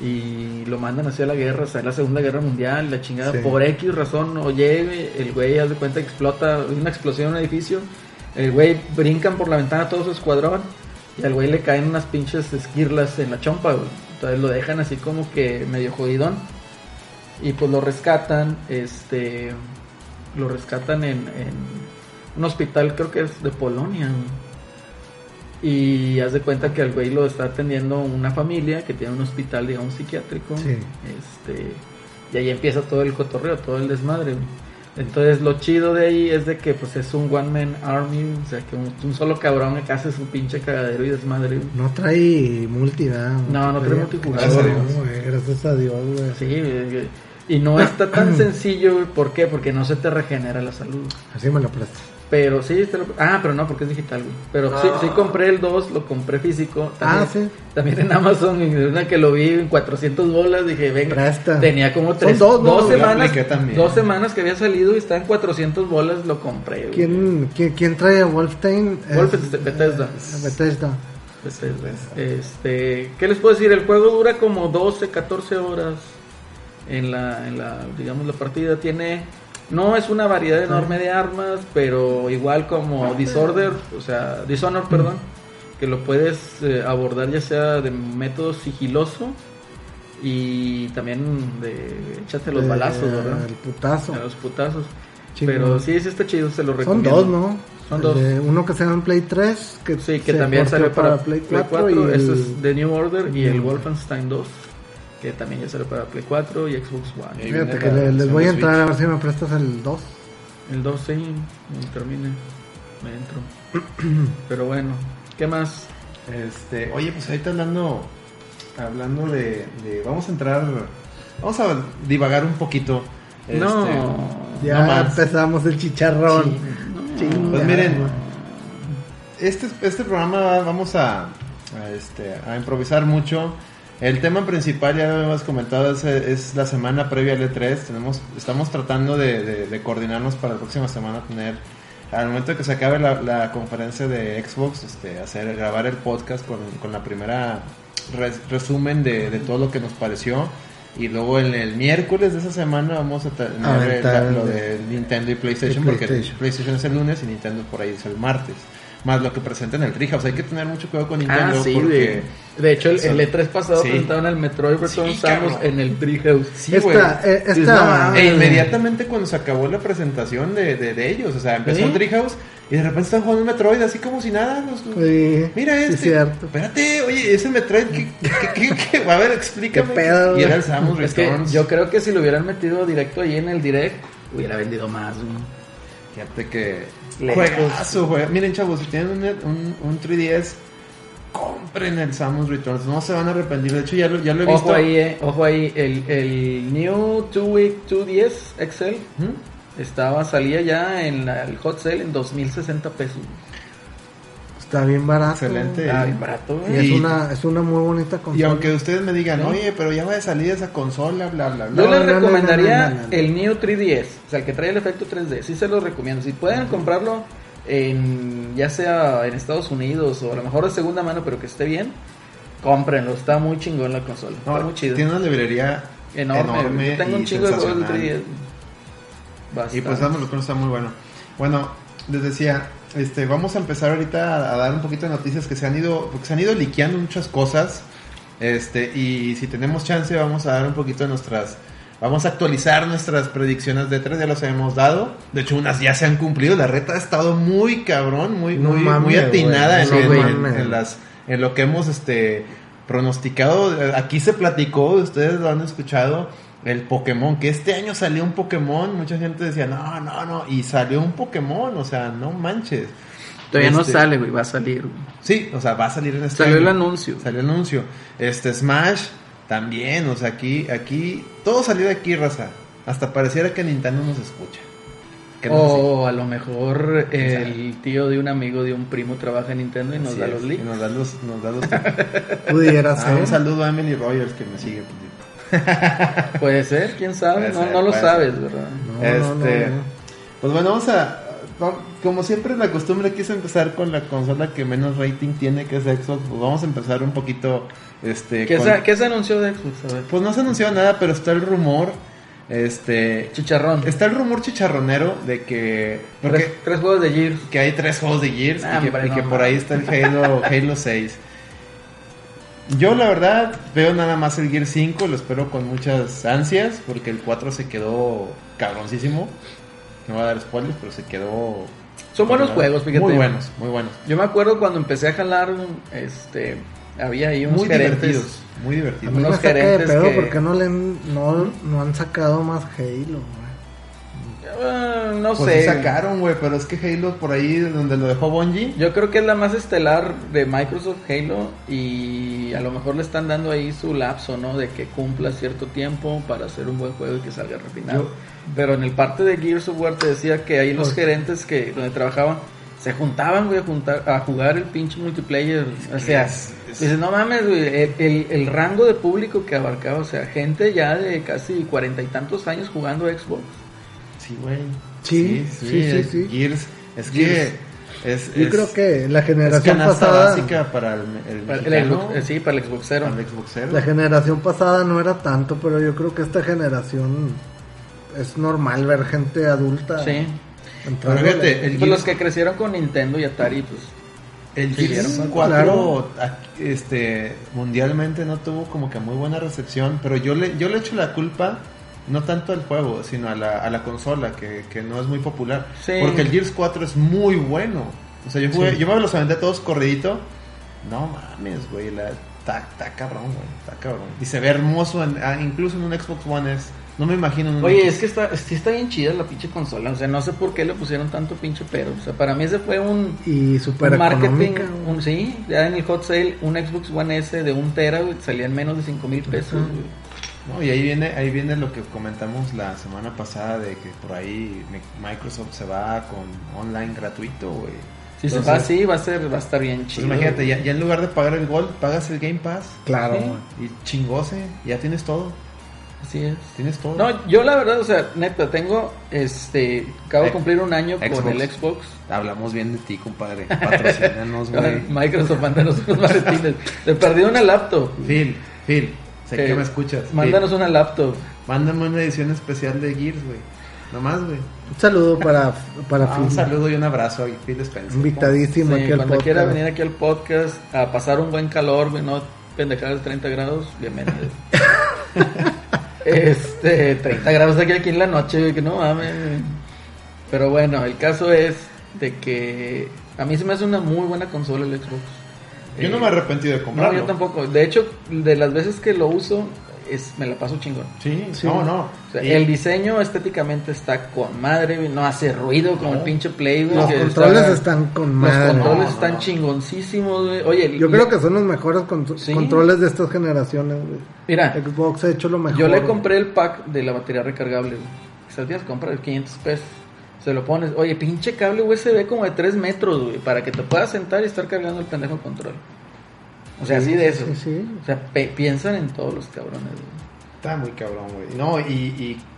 Speaker 3: y lo mandan hacia la guerra, o sea, la Segunda Guerra Mundial, la chingada,
Speaker 4: Sí.
Speaker 3: por X razón, oye, güey, el güey haz de cuenta explota, hay una explosión en un edificio, el güey brincan por la ventana todo su escuadrón y al güey le caen unas pinches esquirlas en la chompa, güey. Entonces lo dejan así como que medio jodidón y pues lo rescatan, este, lo rescatan en, en un hospital, creo que es de Polonia, güey. Y haz de cuenta que al güey lo está atendiendo una familia que tiene un hospital, digamos, psiquiátrico.
Speaker 4: Sí.
Speaker 3: Este, y ahí empieza todo el cotorreo, todo el desmadre. güey. Entonces lo chido de ahí es de que pues es un one man army, o sea que un, un solo cabrón que hace su pinche cagadero y desmadre. güey.
Speaker 4: No trae multi, ¿verdad?
Speaker 3: No, no trae multijugador.
Speaker 4: Gracias a Dios, güey. Gracias a Dios, güey.
Speaker 3: Sí, eh, y no está tan sencillo, güey, ¿por qué? Porque no se te regenera la salud.
Speaker 4: Así me lo prestas.
Speaker 3: Pero sí, te lo- ah, pero no, porque es digital, güey. Pero sí, sí compré el 2, lo compré físico. También,
Speaker 4: Ah, sí.
Speaker 3: También en Amazon, y de una que lo vi en 400 bolas, dije, venga.
Speaker 4: Presta.
Speaker 3: Tenía como
Speaker 4: Son
Speaker 3: tres,
Speaker 4: dos,
Speaker 3: dos,
Speaker 4: ¿no? Yo
Speaker 3: semanas.
Speaker 5: apliqué también.
Speaker 3: Dos semanas que había salido y está en 400 bolas, lo compré, güey.
Speaker 4: ¿Quién, quién, quién trae a Wolfenstein? Es-
Speaker 3: Wolfenstein, Bethesda.
Speaker 4: eh, Bethesda.
Speaker 3: Pues, eh, Este, ¿Qué les puedo decir? El juego dura como 12, 14 horas en la, en la digamos, la partida. Tiene, no es una variedad enorme de armas, pero igual como Disorder, o sea, Dishonor, perdón, que lo puedes eh, abordar ya sea de método sigiloso y también de échate los
Speaker 4: Eh,
Speaker 3: balazos, ¿verdad?
Speaker 4: El putazo.
Speaker 3: A los putazos.
Speaker 4: Chingón.
Speaker 3: Pero sí, sí está chido, se lo
Speaker 4: Son
Speaker 3: recomiendo.
Speaker 4: dos, ¿no?
Speaker 3: Son dos.
Speaker 4: Eh, uno que se llama Play 3. Que
Speaker 3: Sí, que
Speaker 4: se
Speaker 3: también
Speaker 4: portó
Speaker 3: salió para,
Speaker 4: Play 4. y
Speaker 3: Eso
Speaker 4: el-
Speaker 3: es The New Order y el
Speaker 4: Ujú.
Speaker 3: Wolfenstein 2, que también ya salió para Play 4 y Xbox One.
Speaker 5: Eh.
Speaker 4: Fíjate
Speaker 5: viene
Speaker 4: que
Speaker 5: la
Speaker 4: le- les
Speaker 5: versión
Speaker 4: voy a
Speaker 5: de
Speaker 4: entrar a
Speaker 5: Switch.
Speaker 4: ver si me prestas el 2.
Speaker 3: El 2 sí, cuando termine, me entro. Pero bueno, ¿qué más?
Speaker 5: Este, oye, pues ahorita hablando, hablando de, de- vamos a entrar, vamos a divagar un poquito. este,
Speaker 3: no.
Speaker 4: Ya
Speaker 5: No más.
Speaker 4: empezamos el chicharrón. Chinga.
Speaker 5: Pues miren, este, este programa va- vamos a, a, este, a improvisar mucho. El tema principal, ya lo hemos comentado, es, es la semana previa al E3. Tenemos, estamos tratando de, de- de coordinarnos para la próxima semana tener, al momento que se acabe la, la conferencia de Xbox, este, hacer, grabar el podcast con, con la primera res- resumen de, de todo lo que nos pareció. Y luego en el miércoles de esa semana vamos a tener
Speaker 4: Aventar
Speaker 5: la- lo
Speaker 4: el de-
Speaker 5: de Nintendo y PlayStation,
Speaker 4: Y
Speaker 5: porque
Speaker 4: PlayStation.
Speaker 5: PlayStation es el lunes y Nintendo por ahí es el martes. Más lo que presenta en el Treehouse. Hay que tener mucho cuidado con
Speaker 3: Ah,
Speaker 5: Nintendo
Speaker 3: sí,
Speaker 5: porque...
Speaker 3: de, de hecho, el,
Speaker 5: son-
Speaker 3: el E3 pasado
Speaker 5: sí.
Speaker 3: presentaron el Metroid Return
Speaker 5: Sí,
Speaker 3: Samus
Speaker 5: cabrón.
Speaker 3: en el Treehouse.
Speaker 5: Sí, güey.
Speaker 4: esta, eh,
Speaker 5: Dices,
Speaker 4: esta-
Speaker 5: "No mames". E inmediatamente cuando se acabó la presentación de, de- de ellos, o sea, empezó
Speaker 3: ¿Eh?
Speaker 5: el Treehouse y de repente están jugando un Metroid así como si nada. los-
Speaker 4: Sí,
Speaker 5: Mira
Speaker 4: sí
Speaker 5: este.
Speaker 4: es cierto.
Speaker 5: Espérate, oye, ese Metroid, ¿qué, qué, qué- qué? A ver, explícame.
Speaker 4: ¿Qué pedo,
Speaker 5: Y era
Speaker 4: güey?
Speaker 5: el Samus
Speaker 3: Es que
Speaker 5: Returns.
Speaker 3: yo creo que si lo hubieran metido directo ahí en el direct, hubiera vendido más. güey.
Speaker 5: Fíjate que.
Speaker 3: Lejos.
Speaker 5: Juegazo, güey. Miren, chavos, si tienen un, un, un 3DS, compren el Samus Returns. No se van a arrepentir. De hecho, ya lo, ya lo he visto.
Speaker 3: Ojo ahí, eh, ojo ahí, el, el New 2 Week 210 Excel
Speaker 5: Ujú.
Speaker 3: estaba, salía ya en la- el hot sale en 2060 pesos.
Speaker 5: Pues
Speaker 4: Está bien barato.
Speaker 5: Excelente.
Speaker 3: Ah, bien barato,
Speaker 4: Y
Speaker 3: güey.
Speaker 4: es
Speaker 5: Y-
Speaker 4: una, es una muy bonita consola.
Speaker 5: Y aunque ustedes me digan,
Speaker 4: ¿Sí?
Speaker 5: oye, pero ya voy a salir de esa consola, bla, bla, bla.
Speaker 3: Yo
Speaker 4: No,
Speaker 3: les
Speaker 4: no, no,
Speaker 3: recomendaría
Speaker 4: no, no, no, no.
Speaker 3: el Neo 3DS, o sea, el que trae el efecto 3D. Sí se los recomiendo. Si pueden comprarlo en ya sea en Estados Unidos o a lo mejor de segunda mano, pero que esté bien, cómprenlo. Está muy chingón la consola.
Speaker 5: No,
Speaker 3: está muy chido.
Speaker 5: Tiene una librería
Speaker 3: Enorme.
Speaker 5: enorme.
Speaker 3: güey. Yo tengo
Speaker 5: y
Speaker 3: un chingo de juegos del
Speaker 5: sensacional.
Speaker 3: 3DS. Bastante.
Speaker 5: Y pues damos los está muy bueno. Bueno, les decía, este, vamos a empezar ahorita a, a dar un poquito de noticias que se han ido, porque se han ido liqueando muchas cosas. Este, y si tenemos chance, vamos a dar un poquito de nuestras. Vamos a actualizar nuestras predicciones de tres, ya las hemos dado. De hecho, unas ya se han cumplido. La reta ha estado muy cabrón, muy,
Speaker 4: No
Speaker 5: muy,
Speaker 4: mames,
Speaker 5: muy atinada
Speaker 4: güey,
Speaker 5: en,
Speaker 4: no
Speaker 5: en-
Speaker 4: mames.
Speaker 5: en las, en lo que hemos este, pronosticado. Aquí se platicó, ustedes lo han escuchado, el Pokémon, que este año salió un Pokémon. Mucha gente decía, no, no, no. Y salió un Pokémon, o sea, no manches.
Speaker 3: Todavía no
Speaker 5: Este,
Speaker 3: sale, güey. Va a salir. güey.
Speaker 5: Sí, o sea, va a salir en este
Speaker 3: Salió el
Speaker 5: año.
Speaker 3: anuncio.
Speaker 5: Salió el anuncio. Este Smash también, o sea, aquí, aquí, todo salió de aquí, raza. Hasta pareciera que Nintendo nos escucha. Que no es así.
Speaker 3: O a lo mejor
Speaker 5: ¿Quién sabe?
Speaker 3: el tío de un amigo de un primo trabaja en Nintendo y nos
Speaker 5: Así
Speaker 3: da
Speaker 5: es,
Speaker 3: los
Speaker 5: y
Speaker 3: leaks.
Speaker 5: Nos da los, nos da los trucos.
Speaker 4: Pudiera
Speaker 5: Ah, un
Speaker 4: ser.
Speaker 5: saludo a Emily Rogers que me sigue.
Speaker 3: Puede ser, quién sabe.
Speaker 5: Puede
Speaker 3: No,
Speaker 5: ser,
Speaker 3: no lo
Speaker 5: puede
Speaker 3: sabes, ¿verdad?
Speaker 4: No,
Speaker 5: este,
Speaker 4: no, no, no.
Speaker 5: Pues bueno, vamos a. va- Como siempre, la costumbre quise empezar con la consola que menos rating tiene, que es Xbox. Pues vamos a empezar un poquito. Este,
Speaker 3: ¿Qué,
Speaker 5: con-
Speaker 3: se, qué se anunció de Xbox? A ver.
Speaker 5: Pues no se anunció nada, pero está el rumor. Este.
Speaker 3: Chicharrón.
Speaker 5: Está el rumor chicharronero de que.
Speaker 3: Tres,
Speaker 5: Porque
Speaker 3: tres juegos de Gears.
Speaker 5: que hay tres juegos de Gears
Speaker 3: Ah,
Speaker 5: y que,
Speaker 3: hombre,
Speaker 5: y que
Speaker 3: no,
Speaker 5: por
Speaker 3: no.
Speaker 5: ahí está el Halo, Halo 6. Yo la verdad veo nada más el Gears 5, lo espero con muchas ansias porque el 4 se quedó cabroncísimo. No voy a dar spoilers, pero se quedó...
Speaker 3: Son buenos juegos, fíjate.
Speaker 5: Muy buenos, muy buenos.
Speaker 3: Yo me acuerdo cuando empecé a jalar, un- este, había ahí unos
Speaker 5: Muy
Speaker 3: gerentes.
Speaker 5: divertidos, muy
Speaker 4: A
Speaker 5: divertidos.
Speaker 4: mí me
Speaker 3: unos
Speaker 4: saca de
Speaker 3: gerentes
Speaker 4: pedo
Speaker 3: que-
Speaker 4: porque no, le han, no, no han sacado más Halo. güey.
Speaker 3: Ah, no
Speaker 5: Pues sí
Speaker 3: sé.
Speaker 5: sacaron, güey, pero es que Halo por ahí donde lo dejó Bungie...
Speaker 3: Yo creo que es la más estelar de Microsoft Halo y a lo mejor le están dando ahí su lapso, ¿no? De que cumpla cierto tiempo para hacer un buen juego y que salga refinado.
Speaker 5: Yo-
Speaker 3: Pero en el parte de Gears of War te decía que ahí los
Speaker 4: Oye.
Speaker 3: gerentes que donde trabajaban se juntaban, güey, a, juntar, a jugar el pinche multiplayer. O sea,
Speaker 5: es- es-
Speaker 3: dices, no mames, güey, el, el- el rango de público que abarcaba, o sea, gente ya de casi cuarenta y tantos años jugando Xbox.
Speaker 5: Sí, güey.
Speaker 4: Sí, sí, sí,
Speaker 5: es
Speaker 4: sí.
Speaker 5: Gears, es
Speaker 3: Gears.
Speaker 5: que... Es,
Speaker 4: Yo
Speaker 5: es-
Speaker 4: creo que la
Speaker 5: es
Speaker 4: generación
Speaker 5: canasta
Speaker 4: pasada.
Speaker 5: básica para el, el
Speaker 3: Para el
Speaker 5: mexicano.
Speaker 3: Xbox- eh, sí, para el Xboxero.
Speaker 5: Para el Xboxero.
Speaker 4: La generación pasada no era tanto, pero yo creo que esta generación es normal ver gente adulta.
Speaker 3: Sí.
Speaker 5: Pero
Speaker 4: entrando-
Speaker 5: fíjate,
Speaker 3: Pues
Speaker 5: el Gears,
Speaker 3: los que crecieron con Nintendo y Atari, pues
Speaker 5: el
Speaker 3: sí,
Speaker 5: Gears
Speaker 3: claro.
Speaker 5: 4 aquí, este, mundialmente no tuvo como que muy buena recepción, pero yo le, yo le echo la culpa no tanto al juego, sino a la, a la consola, que, que no es muy popular.
Speaker 3: Sí.
Speaker 5: Porque el Gears 4 es muy bueno. O sea, yo, jugué- yo me los aventé todos corridito. No mames, güey, la... Está, está cabrón, güey, está cabrón. Y se ve hermoso, en- ah, incluso en un Xbox One S. No me imagino en un
Speaker 3: Oye,
Speaker 5: Xbox.
Speaker 3: es que está, sí está bien chida la pinche consola. O sea, no sé por qué le pusieron tanto pinche pero. O sea, para mí ese fue un,
Speaker 4: Y super
Speaker 3: un marketing.
Speaker 4: económica. güey.
Speaker 3: Un, sí, ya en el hot sale, un Xbox One S de un tera, güey, salía en menos de 5 mil pesos. güey.
Speaker 5: No, y ahí viene, ahí viene lo que comentamos la semana pasada de que por ahí mi- Microsoft se va con online gratuito, güey.
Speaker 3: Si se
Speaker 5: Entonces,
Speaker 3: va así, va a, ser, va a estar bien
Speaker 5: Pues
Speaker 3: chido.
Speaker 5: imagínate,
Speaker 3: güey.
Speaker 5: ya, ya en lugar de pagar el Gold, pagas el Game Pass
Speaker 4: Claro.
Speaker 3: Sí.
Speaker 4: güey.
Speaker 5: y chingose, ya tienes todo,
Speaker 3: Así es.
Speaker 5: tienes todo.
Speaker 3: No, yo la verdad, o sea, neta, tengo, este, acabo de
Speaker 5: Eh,
Speaker 3: cumplir un año
Speaker 5: Xbox.
Speaker 3: con el Xbox.
Speaker 5: Hablamos bien de ti, compadre. Patrocínanos, güey.
Speaker 3: Microsoft, mándanos unos maletines. Le perdí una laptop.
Speaker 5: Phil, Phil, sé
Speaker 3: Eh,
Speaker 5: que me escuchas. Phil,
Speaker 3: Mándanos una laptop.
Speaker 5: mándame una edición especial de Gears, güey. Nomás, güey.
Speaker 4: Un saludo para, para
Speaker 5: Ah,
Speaker 4: Phil.
Speaker 5: un saludo y un abrazo a Phil Spencer.
Speaker 3: Sí,
Speaker 4: Invitadísimo aquí al
Speaker 3: cuando
Speaker 4: podcast.
Speaker 3: quiera venir aquí al podcast a pasar un buen calor, güey, no pendejadas de 30 grados, bienvenido. este, 30 grados aquí, aquí en la noche, güey, que no mames. güey. Pero bueno, el caso es de que a mí se me hace una muy buena consola el Xbox.
Speaker 5: Yo no
Speaker 3: Eh,
Speaker 5: me he arrepentido de comprarlo.
Speaker 3: No, yo tampoco. De hecho, de las veces que lo uso, es, me la paso chingón.
Speaker 5: Sí,
Speaker 4: Sí.
Speaker 5: no, no.
Speaker 3: O sea,
Speaker 5: Y-
Speaker 3: el diseño estéticamente está con madre, güey, no hace ruido como
Speaker 5: No.
Speaker 3: el pinche Play, güey,
Speaker 4: Los
Speaker 3: que
Speaker 4: controles
Speaker 3: está-
Speaker 4: están con
Speaker 3: los
Speaker 4: madre.
Speaker 3: controles
Speaker 5: no,
Speaker 3: están
Speaker 5: no.
Speaker 3: chingoncísimos, güey. Oye,
Speaker 4: Yo creo que son los mejores contro-
Speaker 3: Sí.
Speaker 4: controles de estas generaciones. güey.
Speaker 3: Mira,
Speaker 4: Xbox ha hecho lo mejor.
Speaker 3: yo le
Speaker 4: güey.
Speaker 3: compré el pack de la batería recargable, güey. Esas días compras 500 pesos. Se lo pones, oye, pinche cable USB como de 3 metros, güey, para que te puedas sentar y estar cargando el pendejo control. O sea, así de eso.
Speaker 4: Sí, sí.
Speaker 3: O sea, pe- piensan en todos los cabrones, güey.
Speaker 5: Está muy cabrón, güey. No, y,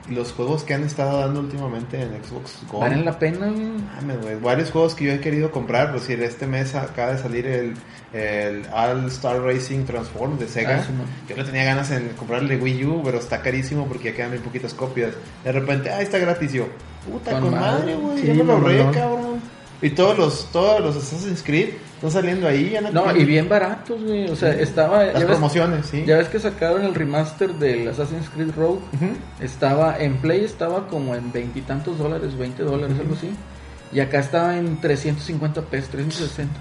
Speaker 5: y los juegos que han estado dando últimamente en Xbox Gold.
Speaker 3: ¿Valen la pena, güey?
Speaker 5: Mames, güey. Varios juegos que yo he querido comprar, pues si este mes acaba de salir el, el All Star Racing Transform de Sega.
Speaker 3: Ah, sí, man.
Speaker 5: yo no tenía ganas en comprar el de Wii U, pero está carísimo porque ya quedan muy poquitas copias. De repente, ah, está gratis yo. Puta,
Speaker 3: Con
Speaker 5: con,
Speaker 3: madre,
Speaker 5: madre, güey.
Speaker 4: sí,
Speaker 5: ya me lo ahorré,
Speaker 4: mamalón.
Speaker 5: cabrón. Y todos los, todos los Assassin's Creed están saliendo ahí, ya
Speaker 3: No, y bien baratos, güey. O sea, estaba.
Speaker 5: Las
Speaker 3: ya ves-
Speaker 5: promociones, sí.
Speaker 3: Ya ves que sacaron el remaster del Assassin's Creed Rogue.
Speaker 5: Ujú.
Speaker 3: Estaba en Play, estaba como en veintitantos dólares, 20 dólares, algo así. Y acá estaba en 350 pesos, 360.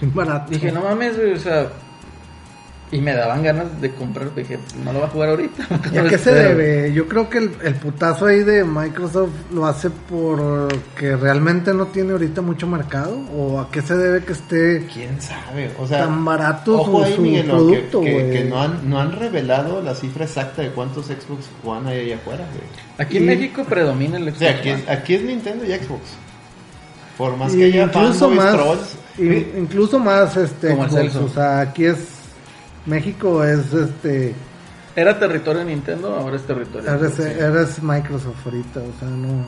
Speaker 4: Sin barato.
Speaker 3: Dije, no mames, güey, o sea. Y me daban ganas de comprar. Dije, no lo voy a jugar ahorita. Este,
Speaker 4: ¿Y a
Speaker 3: Pero
Speaker 4: qué
Speaker 5: Este,
Speaker 4: se
Speaker 3: espero.
Speaker 4: debe? Yo creo que el, el putazo ahí de Microsoft lo hace porque realmente no tiene ahorita mucho mercado. ¿O a qué se debe que esté
Speaker 5: ¿Quién sabe? O sea,
Speaker 4: Tan barato
Speaker 5: ojo
Speaker 4: su-
Speaker 5: ahí,
Speaker 4: su
Speaker 5: Miguelón, que-
Speaker 4: producto,
Speaker 5: que,
Speaker 4: güey.
Speaker 5: que no, han, no han revelado la cifra exacta de cuántos Xbox One hay allá afuera, güey.
Speaker 3: Aquí en
Speaker 4: Y-
Speaker 3: México predomina el
Speaker 5: O
Speaker 3: Xbox
Speaker 5: sea, aquí
Speaker 3: One.
Speaker 5: es, aquí es Nintendo y Xbox. Por más
Speaker 4: Y
Speaker 5: que haya
Speaker 4: incluso
Speaker 5: fanboys,
Speaker 4: más
Speaker 5: trolls,
Speaker 4: in- incluso más este
Speaker 3: Como el
Speaker 4: Xbox,
Speaker 3: Celso.
Speaker 4: o sea aquí es México es este
Speaker 3: Era territorio Nintendo, ahora es territorio.
Speaker 4: eres,
Speaker 3: Xbox, sí.
Speaker 4: eres Microsoft ahorita o sea no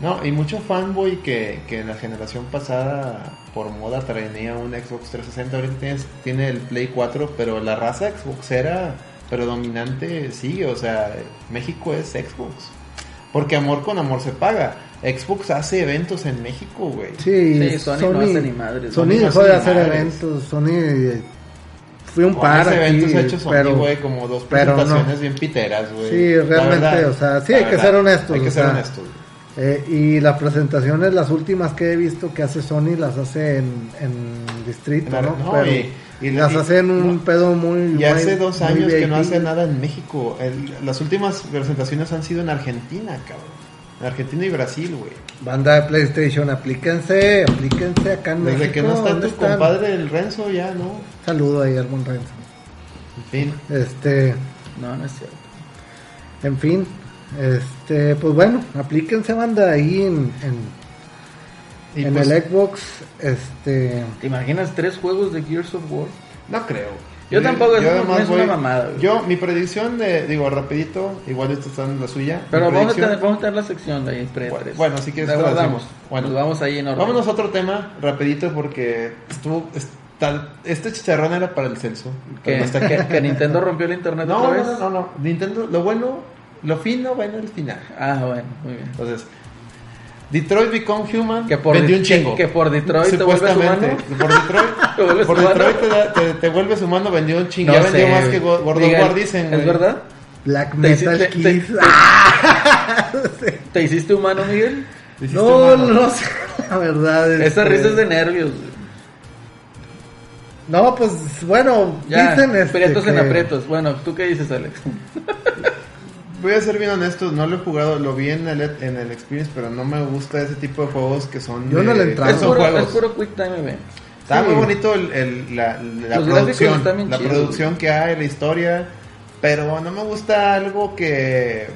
Speaker 5: No, y mucho fanboy que, que en la generación pasada por moda traía un Xbox 360, ahorita tienes- tiene el Play 4, pero la raza Xboxera predominante sigue, o sea, México es Xbox. Porque amor con amor se paga. Xbox hace eventos en México, güey.
Speaker 4: sí,
Speaker 3: Sí, Sony no hace ni madres.
Speaker 4: Sony
Speaker 5: Sony no
Speaker 4: dejó
Speaker 5: hace
Speaker 4: de
Speaker 5: ni
Speaker 4: hacer
Speaker 5: madres.
Speaker 4: eventos Sony eh, fue un
Speaker 5: Con
Speaker 4: par
Speaker 5: ese
Speaker 4: aquí,
Speaker 5: eventos hechos Sony,
Speaker 4: pero
Speaker 5: güey, como dos
Speaker 4: pero no.
Speaker 5: presentaciones bien piteras, güey.
Speaker 4: Sí,
Speaker 5: La
Speaker 4: realmente, o sea, sí,
Speaker 5: la
Speaker 4: hay que ser honestos,
Speaker 5: Hay que
Speaker 4: o
Speaker 5: ser
Speaker 4: sea.
Speaker 5: honestos. güey.
Speaker 4: eh, y las presentaciones las últimas que he visto que hace Sony las hace en, en distrito
Speaker 5: Claro,
Speaker 4: no,
Speaker 5: no,
Speaker 4: pero
Speaker 5: y- y-
Speaker 4: las
Speaker 5: y-
Speaker 4: hace en un
Speaker 5: no.
Speaker 4: pedo muy
Speaker 5: Y
Speaker 4: muy-
Speaker 5: hace dos
Speaker 4: muy
Speaker 5: años que no
Speaker 4: VIP.
Speaker 5: hace nada en México. El- las últimas presentaciones han sido en Argentina, cabrón. En Argentina y Brasil, güey.
Speaker 4: Banda de PlayStation, aplíquense, aplíquense acá en
Speaker 5: Desde
Speaker 4: México,
Speaker 5: que no está
Speaker 4: ¿dónde
Speaker 5: tu
Speaker 4: están?
Speaker 5: compadre el Renzo, ya no.
Speaker 4: Saludo ahí al buen Renzo.
Speaker 5: En fin.
Speaker 4: Este,
Speaker 3: No, no es cierto.
Speaker 4: en fin, este, pues bueno, aplíquense banda ahí en, en,
Speaker 5: Y
Speaker 4: en
Speaker 5: pues,
Speaker 4: el Xbox, este,
Speaker 3: ¿Te imaginas tres juegos de Gears of War?
Speaker 5: No creo.
Speaker 3: Yo tampoco, es una-
Speaker 5: además
Speaker 3: es una
Speaker 5: voy-
Speaker 3: mamada, güey.
Speaker 5: Yo, mi predicción de, digo, rapidito, igual esta está en la suya.
Speaker 3: Pero
Speaker 5: Mi
Speaker 3: vamos a,
Speaker 5: predicción-
Speaker 3: tener, vamos a tener la sección de ahí, pre
Speaker 5: Bueno,
Speaker 3: tres.
Speaker 5: bueno, si quieres
Speaker 3: La
Speaker 5: te la
Speaker 3: guardamos.
Speaker 5: decimos. Bueno.
Speaker 3: Nos vamos ahí en orden.
Speaker 5: Vámonos a otro tema, rapidito, porque estuvo, está- este chicharrón era para el Celso.
Speaker 3: Que,
Speaker 5: Pero no está aquí.
Speaker 3: que- que Nintendo rompió el internet
Speaker 5: No,
Speaker 3: otra
Speaker 5: no,
Speaker 3: vez.
Speaker 5: no, no, no. Nintendo, lo bueno, lo fino va en el final.
Speaker 3: Ah, bueno, muy bien.
Speaker 5: Entonces, Detroit Become Human
Speaker 3: Que por
Speaker 5: vendió
Speaker 3: Det-
Speaker 5: un chingo.
Speaker 3: que por Detroit te vuelves
Speaker 5: Por Detroit,
Speaker 3: ¿Te vuelves
Speaker 5: por
Speaker 3: humano?
Speaker 5: Detroit te, da- te- te vuelves humano, vendió un chingo.
Speaker 3: No
Speaker 5: ya vendió
Speaker 3: sé,
Speaker 5: más
Speaker 3: güey.
Speaker 5: que Go- Gordon
Speaker 3: Miguel,
Speaker 5: Ward, dicen.
Speaker 3: ¿Es
Speaker 5: güey.
Speaker 3: verdad?
Speaker 4: Black
Speaker 3: Te hici-
Speaker 4: Metal
Speaker 3: te- te-
Speaker 4: Kiss. ¡Ah!
Speaker 3: ¿Te hiciste humano, Miguel?
Speaker 5: Te hiciste
Speaker 4: No,
Speaker 5: humano.
Speaker 4: no sé, la verdad.
Speaker 3: Esa
Speaker 4: este,
Speaker 3: risa es de nervios. güey.
Speaker 4: No, pues bueno,
Speaker 3: Ya,
Speaker 4: dicen este.
Speaker 3: aprietos en
Speaker 4: que-
Speaker 3: aprietos. Bueno, ¿tú qué dices, Alex?
Speaker 5: Voy a ser bien honesto, no lo he jugado, lo vi en el, en el Experience, pero no me gusta ese tipo de juegos que son.
Speaker 4: Yo no
Speaker 5: de-
Speaker 4: le
Speaker 5: que
Speaker 4: entraba.
Speaker 5: son
Speaker 3: es, puro,
Speaker 5: juegos.
Speaker 3: es puro Quick Time Event.
Speaker 5: Está
Speaker 4: Sí.
Speaker 5: muy bonito el- el- la, la
Speaker 3: Los gráficos
Speaker 5: producción,
Speaker 3: están bien
Speaker 5: la
Speaker 3: chidos,
Speaker 5: producción que hay, la historia, pero no me gusta algo que,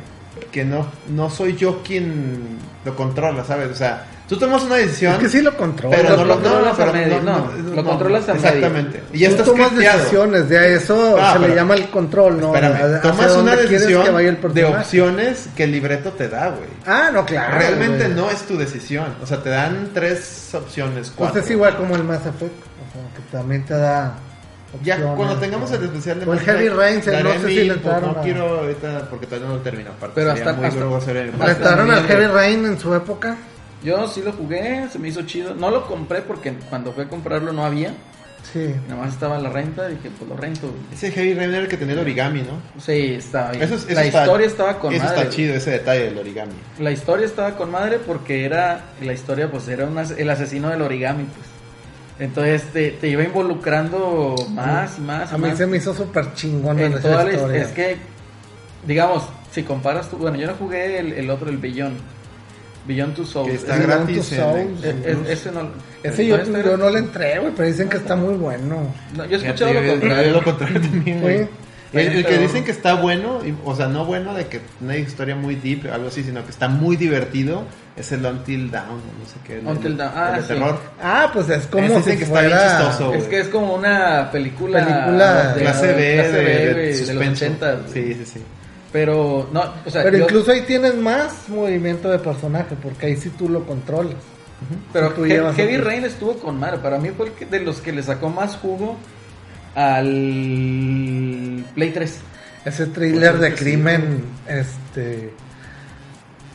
Speaker 5: que no, no soy yo quien lo controla, ¿sabes? O sea, tú tomas una decisión,
Speaker 4: Es que sí lo controla.
Speaker 5: pero
Speaker 3: lo
Speaker 5: no lo
Speaker 3: controlas
Speaker 5: no, pero
Speaker 3: a medio, no, lo controlas a medio.
Speaker 5: Exactamente. Y ya
Speaker 4: Tú
Speaker 5: estás
Speaker 4: tomas
Speaker 5: criteado.
Speaker 4: decisiones, ya eso
Speaker 5: Ah,
Speaker 4: se le
Speaker 5: pero-
Speaker 4: llama el control, ¿no?
Speaker 5: Espérame,
Speaker 4: Hacia
Speaker 5: tomas
Speaker 4: dónde
Speaker 5: una
Speaker 4: quieres
Speaker 5: decisión
Speaker 4: que vaya el
Speaker 5: de
Speaker 4: personaje.
Speaker 5: opciones que el libreto te da, güey.
Speaker 4: Ah, no, claro.
Speaker 5: Realmente
Speaker 4: güey.
Speaker 5: no es tu decisión. O sea, te dan tres opciones, cuatro.
Speaker 4: Pues es igual como el Mass Effect, o sea, que también te da.
Speaker 5: Ya,
Speaker 4: opciones,
Speaker 5: cuando tengamos el especial de
Speaker 3: Pues
Speaker 4: O el
Speaker 5: Mass Effect,
Speaker 4: Heavy Rain, se- no
Speaker 5: daré
Speaker 4: sé
Speaker 5: mi
Speaker 4: si le
Speaker 5: input.
Speaker 4: entraron
Speaker 5: No
Speaker 4: a-
Speaker 5: quiero ahorita, porque todavía no lo termino. Aparte,
Speaker 3: Pero
Speaker 5: sería
Speaker 3: hasta-
Speaker 5: muy
Speaker 3: hasta-
Speaker 5: grosero hacer el-
Speaker 3: hasta-
Speaker 4: Prestaron al
Speaker 3: también,
Speaker 4: Heavy Rain en su época.
Speaker 3: Yo sí lo jugué, se me hizo chido. No lo compré porque cuando fui a comprarlo no había.
Speaker 4: Sí.
Speaker 3: Nada más estaba la renta. Dije, pues lo rento. güey.
Speaker 5: Ese Heavy Rain era el que tenía el origami, ¿no?
Speaker 3: Sí, estaba bien.
Speaker 5: Eso, es- eso
Speaker 3: la
Speaker 5: está-
Speaker 3: historia estaba con
Speaker 5: Eso
Speaker 3: madre.
Speaker 5: está
Speaker 3: güey.
Speaker 5: chido, ese detalle del origami.
Speaker 3: La historia estaba con madre porque era la historia, pues era un as- el asesino del origami, pues. Entonces te, te iba involucrando más y más. y
Speaker 4: A mí
Speaker 3: más
Speaker 4: se me hizo súper chingón
Speaker 3: en
Speaker 4: esa
Speaker 3: toda la his-
Speaker 4: historia.
Speaker 3: Es que, digamos, si comparas tú, bueno, yo no jugué el, el otro, el Beyond, Beyond to Souls.
Speaker 5: Que está
Speaker 4: Sí,
Speaker 3: Ese-
Speaker 5: gratis.
Speaker 4: Down
Speaker 5: En,
Speaker 4: to Souls.
Speaker 5: en-
Speaker 3: e- e- ese no,
Speaker 4: Ese yo,
Speaker 3: no este está
Speaker 4: yo
Speaker 3: gratis.
Speaker 4: no le entré, güey, pero dicen que está muy bueno.
Speaker 3: No, yo he escuchado
Speaker 5: Fíjate,
Speaker 3: lo
Speaker 5: yo-
Speaker 3: contrario.
Speaker 5: yo lo contrario también, güey.
Speaker 4: Sí.
Speaker 5: El, el que
Speaker 3: Pero-
Speaker 5: dicen que está bueno, y- o sea, no bueno de que una historia muy deep o algo así, sino que está muy divertido, es el Until Down, no sé qué. el-
Speaker 3: Until
Speaker 5: el-
Speaker 3: Dawn, ah,
Speaker 5: el de
Speaker 3: sí.
Speaker 5: terror.
Speaker 4: Ah, pues es como
Speaker 5: Ese
Speaker 4: si
Speaker 5: sí que está bien
Speaker 4: fuera...
Speaker 5: chistoso.
Speaker 3: Es que es como una película.
Speaker 4: Película
Speaker 3: de-
Speaker 5: Clase B, de,
Speaker 3: clase
Speaker 5: de,
Speaker 3: B, güey, de los
Speaker 5: suspenso.
Speaker 3: 80. güey.
Speaker 5: Sí, sí, sí.
Speaker 3: Pero, no, o sea,
Speaker 4: Pero
Speaker 3: yo-
Speaker 4: incluso ahí tienes más movimiento de personaje, porque ahí sí tú lo controlas.
Speaker 3: pero
Speaker 4: tú
Speaker 3: Ke-
Speaker 4: llevas a
Speaker 3: Heavy
Speaker 4: tu-
Speaker 3: Rain estuvo con Mar. Para mí fue el que- de los que le sacó más jugo al Play 3.
Speaker 4: Ese thriller de
Speaker 3: Pues Sí, sí.
Speaker 4: crimen, este...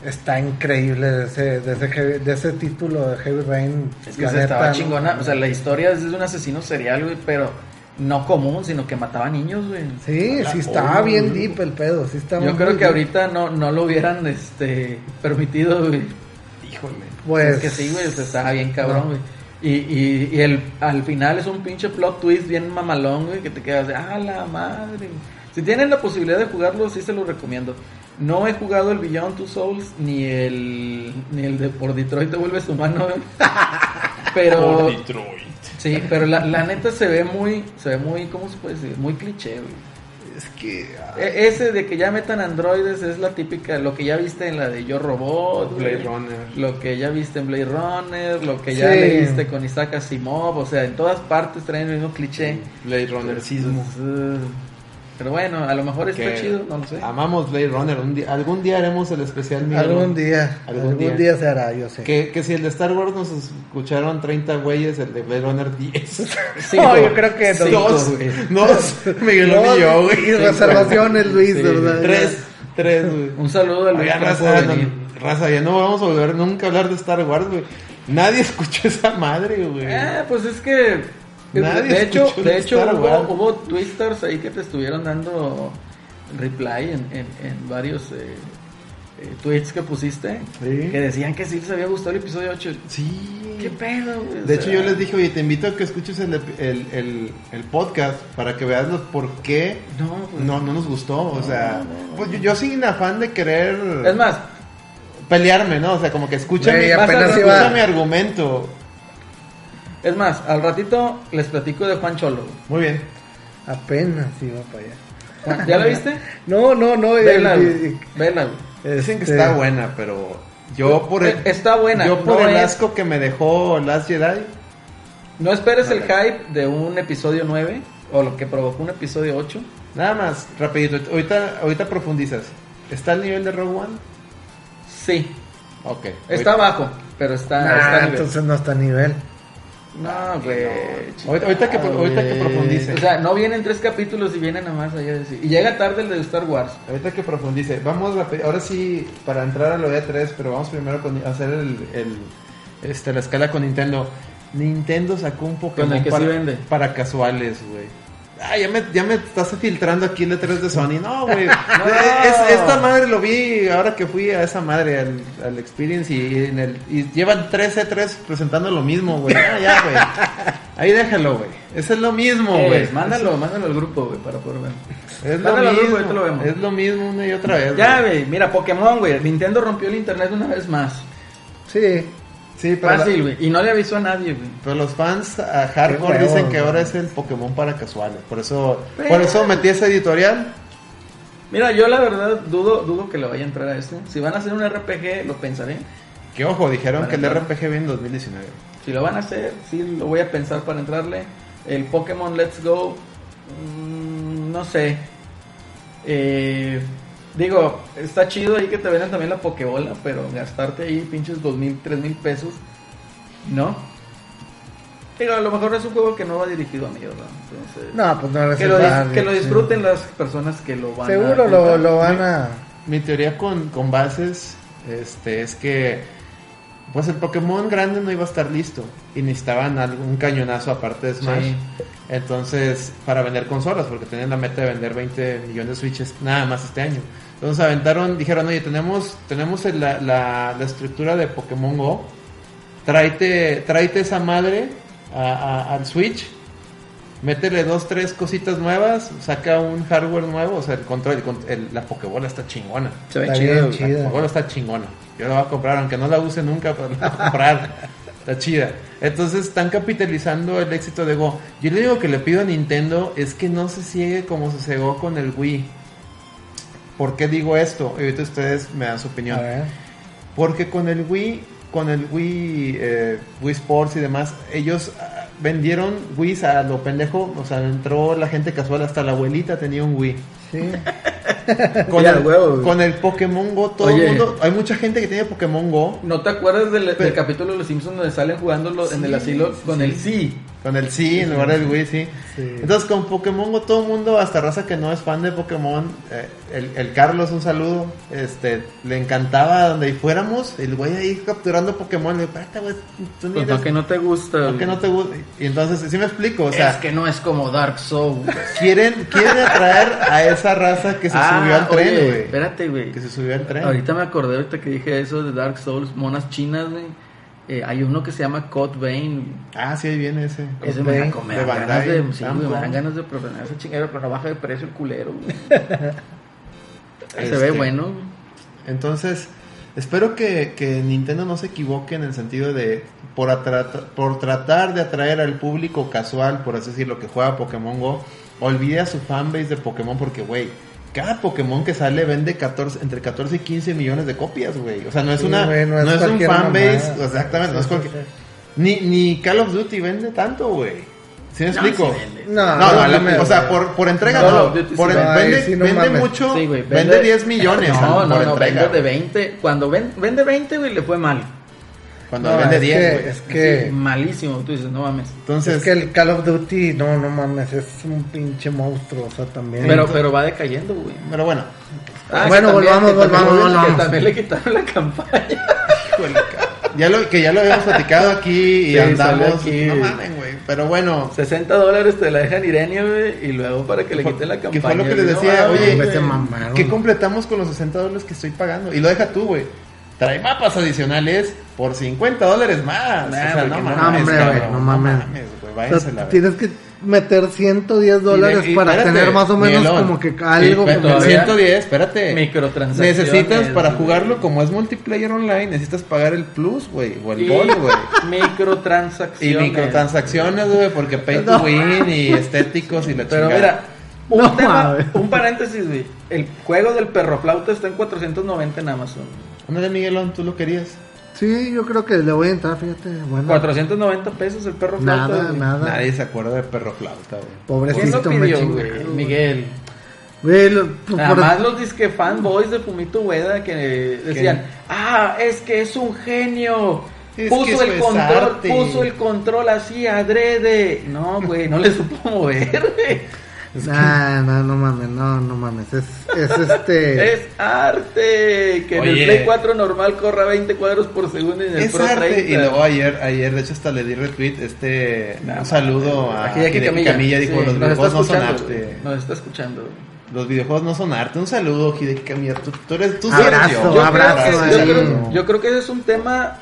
Speaker 4: Está increíble de ese, de, ese heavy- de ese título de Heavy Rain.
Speaker 3: Es que
Speaker 4: la
Speaker 3: esa
Speaker 4: neta,
Speaker 3: estaba
Speaker 4: no-
Speaker 3: chingona. O sea, la historia es de un asesino serial, güey, pero no común, sino que mataba niños, güey.
Speaker 4: Sí, sí estaba bien deep el pedo, sí estaba
Speaker 3: oh, Yo
Speaker 4: muy
Speaker 3: creo que
Speaker 4: deep.
Speaker 3: ahorita no, no lo hubieran este, permitido, güey.
Speaker 5: Híjole.
Speaker 4: Pues
Speaker 3: Es que sí, güey, o sea, estaba bien
Speaker 4: No.
Speaker 3: cabrón, güey. Y, y, y el, al final es un pinche plot twist bien mamalón, güey, que te quedas de, ah, la madre. Si tienen la posibilidad de jugarlo, sí se lo recomiendo. No he jugado el Beyond Two Souls ni el, ni el de Por Detroit te vuelves humano, güey. Pero,
Speaker 6: Por Detroit.
Speaker 3: sí, pero la, la neta se ve muy, se ve muy, ¿cómo se puede decir? Muy cliché, güey.
Speaker 5: Es que. ah,
Speaker 3: E- ese de que ya metan androides es la típica, lo que ya viste en la de Yo Robot, güey.
Speaker 5: Blade Runner.
Speaker 3: Lo que ya viste en Blade Runner, lo que ya
Speaker 4: Sí.
Speaker 3: leíste con Isaac Asimov, o sea, en todas partes traen el mismo cliché.
Speaker 5: Blade Runner sismo.
Speaker 3: Pues, eh, Pero bueno, a lo mejor está
Speaker 5: Que
Speaker 3: chido, no lo sé.
Speaker 5: Amamos Blade Runner. un día- algún día haremos el especial. Miguel.
Speaker 4: algún día,
Speaker 5: Algún
Speaker 4: algún,
Speaker 5: día.
Speaker 4: día. se hará, yo sé.
Speaker 5: Que, que si el de Star Wars nos escucharon 30 güeyes, el de Blade Runner 10.
Speaker 3: Cinco.
Speaker 4: No, yo creo que
Speaker 3: Cinco,
Speaker 5: dos.
Speaker 3: güey.
Speaker 5: Dos. Miguelón
Speaker 4: No,
Speaker 5: y yo, güey.
Speaker 4: y reservaciones, Luis,
Speaker 3: Sí.
Speaker 4: ¿verdad?
Speaker 5: Tres. Tres, güey.
Speaker 3: Un saludo a Luis
Speaker 5: Oigan,
Speaker 3: que no
Speaker 5: raza,
Speaker 3: pudo
Speaker 5: no-
Speaker 3: venir.
Speaker 5: raza, ya no vamos a volver nunca a hablar de Star Wars, güey. Nadie escuchó esa madre, güey.
Speaker 3: Eh, pues es que
Speaker 5: Nadie
Speaker 3: de hecho,
Speaker 5: escuchó
Speaker 3: de
Speaker 5: el
Speaker 3: hecho
Speaker 5: Star Wars.
Speaker 3: hubo, hubo twisters ahí que te estuvieron dando reply en, en, en varios eh, eh, tweets que pusiste
Speaker 5: Sí.
Speaker 3: que decían que sí les había gustado el episodio 8.
Speaker 5: Sí.
Speaker 3: ¿Qué pedo, güey? O
Speaker 5: De hecho,
Speaker 3: sea,
Speaker 5: yo les dije, oye, te invito a que escuches el, el, el- el podcast para que veas los por qué
Speaker 3: No, pues,
Speaker 5: no, no nos gustó. O sea, pues yo, yo sin afán de querer
Speaker 3: Es más,
Speaker 5: pelearme, ¿no? O sea, como que escucha,
Speaker 4: Güey,
Speaker 5: mi,
Speaker 4: apenas
Speaker 5: escucha
Speaker 4: iba-
Speaker 5: mi argumento.
Speaker 3: es más, al ratito les platico de Juan Cholo.
Speaker 5: Muy bien.
Speaker 4: Apenas iba para allá.
Speaker 3: Juan- ¿Ya la viste?
Speaker 4: No, no, no. el-
Speaker 3: Vela, güey,
Speaker 4: el-
Speaker 3: vela. güey.
Speaker 5: Dicen que
Speaker 4: este,
Speaker 5: está buena, pero yo por el,
Speaker 3: Está buena.
Speaker 5: yo por
Speaker 3: no,
Speaker 5: el
Speaker 3: es-
Speaker 5: asco que me dejó Last Jedi,
Speaker 3: no esperes el
Speaker 5: Vale.
Speaker 3: hype de un episodio 9 o lo que provocó un episodio 8.
Speaker 5: nada más, rapidito, ahorita, ahorita profundizas. ¿Está al nivel de Rogue One?
Speaker 3: Sí,
Speaker 5: Ok.
Speaker 3: está
Speaker 5: ahorita,
Speaker 3: bajo, pero está.
Speaker 4: nah,
Speaker 3: está a nivel.
Speaker 4: ah, entonces no está a nivel.
Speaker 3: No, güey.
Speaker 5: ahorita, ahorita que, ahorita que profundice.
Speaker 3: O sea, no vienen tres capítulos y vienen nada más allá. de sí. Y llega tarde el de Star Wars.
Speaker 5: Ahorita que profundice, vamos a, ahora sí para entrar a lo de 3, pero vamos primero con- a hacer el, el- este, la escala con Nintendo. Nintendo sacó un Pokémon
Speaker 3: Con el que sí
Speaker 5: para,
Speaker 3: vende.
Speaker 5: para casuales, güey. Ah, ya me, ya me estás filtrando aquí el E3 de Sony. No, güey. Es- esta madre lo vi ahora que fui a esa madre, al, al Experience, y, en el, y llevan 3 E3 presentando lo mismo, güey. Ah, ya, güey. Ahí déjalo, güey. Eso es lo mismo,
Speaker 3: Eh,
Speaker 5: güey.
Speaker 3: mándalo, mándalo al grupo, güey, para poder ver.
Speaker 5: Es lo
Speaker 3: Mándalo al grupo,
Speaker 5: mismo.
Speaker 3: ahorita lo vemos.
Speaker 5: Es lo mismo una y otra vez.
Speaker 3: Ya,
Speaker 5: güey.
Speaker 3: güey, mira, Pokémon, güey. Nintendo rompió el internet una vez más.
Speaker 4: Sí.
Speaker 5: Sí, pero, la-
Speaker 3: Fácil, güey. Y no le avisó a nadie, güey.
Speaker 5: pero los fans a hardcore
Speaker 4: Qué huevos,
Speaker 5: dicen que ahora
Speaker 4: güey.
Speaker 5: es el Pokémon para casuales. Por eso,
Speaker 3: Pero-
Speaker 5: por eso metí esa editorial.
Speaker 3: Mira, yo la verdad dudo, dudo que le vaya a entrar a esto. Si van a hacer un RPG, lo pensaré.
Speaker 5: Que ojo, dijeron
Speaker 3: Para
Speaker 5: que el
Speaker 3: nada.
Speaker 5: RPG viene en 2019.
Speaker 3: Si lo van a hacer, sí lo voy a pensar para entrarle. El Pokémon Let's Go, mm, no sé. Eh, digo, está chido ahí que te vendan también la Pokébola, pero gastarte ahí pinches dos mil, tres mil pesos, ¿no? Digo, a lo mejor es un juego que no va dirigido a mí, ¿verdad? Entonces,
Speaker 4: No, pues no
Speaker 3: que, lo, dis-
Speaker 4: disfruten
Speaker 3: que lo disfruten las personas que lo van a
Speaker 4: Seguro lo,
Speaker 3: comprar.
Speaker 4: lo van a.
Speaker 5: Mi teoría con, con bases este, es que pues el Pokémon grande no iba a estar listo. Y necesitaban algún un cañonazo aparte de Smash.
Speaker 3: Sí.
Speaker 5: Entonces, para vender consolas, porque tenían la meta de vender 20 millones de Switches nada más este año. Entonces aventaron, dijeron, oye, tenemos, tenemos el- la, la- la estructura de Pokémon Go, tráete, tráete esa madre a- a- al Switch, métele dos, tres cositas nuevas, saca un hardware nuevo, o sea, el control, el con- el- la Pokébola está chingona.
Speaker 3: Se ve
Speaker 4: Está
Speaker 3: chido,
Speaker 4: bien
Speaker 3: güey.
Speaker 5: La
Speaker 4: chida.
Speaker 5: Pokébola está chingona. Yo la voy a comprar, aunque no la use nunca, pero la voy a comprar. Está chida. Entonces están capitalizando el éxito de Go. Yo le digo que le pido a Nintendo es que no se ciegue como se cegó con el Wii. ¿Por qué digo esto? Y ahorita ustedes me dan su opinión.
Speaker 4: A ver.
Speaker 5: Porque con el Wii, con el Wii, eh, Wii Sports y demás, ellos ah, vendieron Wii a lo pendejo. O sea, entró la gente casual, hasta la abuelita tenía un Wii.
Speaker 4: Sí.
Speaker 5: Con,
Speaker 3: Ya,
Speaker 5: el,
Speaker 3: huevo, güey.
Speaker 5: con el Pokémon Go, todo
Speaker 3: Oye.
Speaker 5: el mundo. Hay mucha gente que tiene Pokémon Go.
Speaker 3: ¿No te acuerdas del, del
Speaker 5: Pero-
Speaker 3: capítulo de los Simpsons donde salen jugando lo- en el asilo con el sí?
Speaker 5: Con el sí en lugar del Wii, sí.
Speaker 4: Sí.
Speaker 5: Entonces con Pokémon Go todo el mundo, hasta raza que no es fan de Pokémon, eh, el, el Carlos, un saludo, este, le encantaba donde ahí fuéramos, el güey ahí capturando Pokémon, le digo, espérate güey, tú ni
Speaker 3: Pues
Speaker 5: eres-
Speaker 3: no que no te gusta.
Speaker 5: ¿por qué no te gusta? Y entonces, sí me explico, o sea,
Speaker 3: es que no es como Dark Souls.
Speaker 5: quieren, quieren atraer a esa raza que se
Speaker 4: Ah,
Speaker 5: subió al tren,
Speaker 3: Ah, oye,
Speaker 5: güey.
Speaker 3: Espérate, güey.
Speaker 5: Que se subió al tren.
Speaker 3: Ahorita me acordé, ahorita que dije eso de Dark Souls, monas chinas, güey. Eh, hay uno que se llama Cod Vein.
Speaker 5: Ah, sí, ahí viene ese.
Speaker 3: Ese me da
Speaker 5: De
Speaker 3: comer. Ganas
Speaker 5: Bandai,
Speaker 3: de, sí, güey, me
Speaker 5: Namco.
Speaker 3: dan ganas de presionar esa chingadera, pero no baja de precio el culero, güey. Se
Speaker 5: Este,
Speaker 3: ve bueno. güey.
Speaker 5: Entonces, espero que, que Nintendo no se equivoque en el sentido de por, atrata- por tratar de atraer al público casual, por así decirlo, que juega Pokémon Go, olvide a su fanbase de Pokémon porque, güey, cada Pokémon que sale vende 14, entre 14 y 15 millones de copias, güey. O sea, no es
Speaker 4: Sí,
Speaker 5: una
Speaker 4: güey, no es
Speaker 5: no es, un
Speaker 4: cualquier
Speaker 5: fanbase,
Speaker 4: mamada.
Speaker 5: exactamente, no es
Speaker 4: Sí,
Speaker 5: cualquier
Speaker 4: sí, sí.
Speaker 5: ni ni Call of Duty vende tanto, güey. ¿Sí me
Speaker 3: No,
Speaker 5: explico?
Speaker 3: sí vende.
Speaker 5: No,
Speaker 4: No,
Speaker 5: no,
Speaker 4: no,
Speaker 5: la-
Speaker 4: no me-
Speaker 5: o sea, por, por entrega
Speaker 3: No,
Speaker 5: no,
Speaker 3: Duty sí
Speaker 5: por-
Speaker 4: vende.
Speaker 5: vende,
Speaker 4: Ay, sí, no
Speaker 5: vende
Speaker 4: mames.
Speaker 5: mucho,
Speaker 3: Sí, güey,
Speaker 5: vende, 10 millones
Speaker 3: No,
Speaker 5: por
Speaker 3: no, no,
Speaker 5: entrega,
Speaker 3: vende de
Speaker 5: güey.
Speaker 3: 20. Cuando ven- vende 20, güey, le fue mal.
Speaker 5: Cuando
Speaker 4: No,
Speaker 5: vende
Speaker 4: es
Speaker 5: 10,
Speaker 4: que-
Speaker 5: güey.
Speaker 4: es que-
Speaker 3: Sí, malísimo, tú dices, no mames.
Speaker 5: Entonces,
Speaker 4: es que el Call of Duty, no, no mames, es un pinche monstruo, o sea, también.
Speaker 3: Pero, pero va decayendo, güey.
Speaker 5: pero bueno.
Speaker 4: Ah, Bueno,
Speaker 3: que
Speaker 4: volvamos,
Speaker 3: que también
Speaker 4: volvamos,
Speaker 3: le- que
Speaker 4: volvamos.
Speaker 3: también le quitaron la campaña.
Speaker 5: híjole, ca- ya lo, que ya lo habíamos platicado aquí y
Speaker 3: Sí, salió
Speaker 5: andamos.
Speaker 3: aquí.
Speaker 5: No mames, güey. Pero bueno,
Speaker 3: 60 dólares te la dejan Irene, güey, y luego para que le quiten la
Speaker 5: que
Speaker 3: campaña.
Speaker 5: fue lo que
Speaker 3: güey,
Speaker 5: les
Speaker 3: no
Speaker 5: decía,
Speaker 3: mames,
Speaker 5: oye,
Speaker 3: güey.
Speaker 4: se mamaron.
Speaker 5: ¿qué completamos con los 60 dólares que estoy pagando? Y lo deja tú, güey. Trae mapas adicionales por 50 dólares más.
Speaker 3: Nah,
Speaker 5: o sea,
Speaker 3: güey,
Speaker 5: no
Speaker 3: que no
Speaker 5: mames,
Speaker 4: mames, Ah, güey,
Speaker 5: cabrón,
Speaker 4: no mames.
Speaker 5: güey.
Speaker 4: O sea,
Speaker 5: Váyanse la
Speaker 4: tienes que meter 110 dólares
Speaker 5: Y de- y
Speaker 4: para
Speaker 5: espérate,
Speaker 4: tener más o menos
Speaker 5: Miguelón.
Speaker 4: como que algo
Speaker 5: Sí,
Speaker 4: que me
Speaker 5: espérate,
Speaker 3: todavía-
Speaker 5: 110, espérate.
Speaker 3: eh, Microtransacciones,
Speaker 5: Necesitas para
Speaker 3: güey.
Speaker 5: jugarlo como es multiplayer online, necesitas pagar el plus, güey, o el
Speaker 3: Y-
Speaker 5: gol, güey. Y
Speaker 3: Microtransacciones.
Speaker 5: microtransacciones, güey, porque pay to
Speaker 4: No.
Speaker 5: win y estéticos y la
Speaker 3: Pero
Speaker 5: chingada.
Speaker 3: mira, un,
Speaker 4: No
Speaker 3: tema-
Speaker 4: mames.
Speaker 3: un paréntesis, güey. El juego del perro flauta está en 490 en Amazon.
Speaker 5: Ándale, Miguelón, tú lo querías.
Speaker 4: Sí, yo creo que le voy a entrar, fíjate. Bueno,
Speaker 3: 490 pesos el perro flauta.
Speaker 4: nada,
Speaker 3: güey.
Speaker 4: nada.
Speaker 5: Nadie se acuerda de perro flauta, güey.
Speaker 3: ¿Quién lo
Speaker 4: Pobrecito, me
Speaker 3: pidió,
Speaker 4: chingaron,
Speaker 3: güey?
Speaker 4: güey.
Speaker 3: Miguel.
Speaker 4: Güey, lo- por-
Speaker 3: Nada más los disque fanboys de Fumito Ueda que decían,
Speaker 5: Que-
Speaker 3: ah, es que es un genio.
Speaker 5: Es que
Speaker 3: puso
Speaker 5: eso
Speaker 3: el
Speaker 5: es
Speaker 3: control,
Speaker 5: arte".
Speaker 3: puso el control así adrede. No, güey, no le supo mover. güey.
Speaker 4: Nah, no, no mames, no, no mames. Es, es este.
Speaker 3: Es arte. Que en el
Speaker 5: Oye.
Speaker 3: Play 4 normal corra 20 cuadros por segundo y en el
Speaker 5: Es
Speaker 3: Pro
Speaker 5: arte.
Speaker 3: 30.
Speaker 5: Y luego ayer, ayer, de hecho, hasta le di retweet este. un saludo a
Speaker 3: Aquí, aquí
Speaker 5: Hideki
Speaker 3: Camilla.
Speaker 5: ah, dijo:
Speaker 3: Sí,
Speaker 5: Los
Speaker 3: nos está
Speaker 5: videojuegos no son
Speaker 3: escuchando,
Speaker 5: arte.
Speaker 3: güey. Nos está escuchando. güey.
Speaker 5: Los videojuegos no son arte. Un saludo, Hideki Camilla. Tú, tú eres. Tú sí
Speaker 4: Abrazo,
Speaker 5: eres yo.
Speaker 3: Yo,
Speaker 4: abrazo,
Speaker 3: creo que,
Speaker 4: ahí.
Speaker 3: yo, creo, yo creo que ese es un tema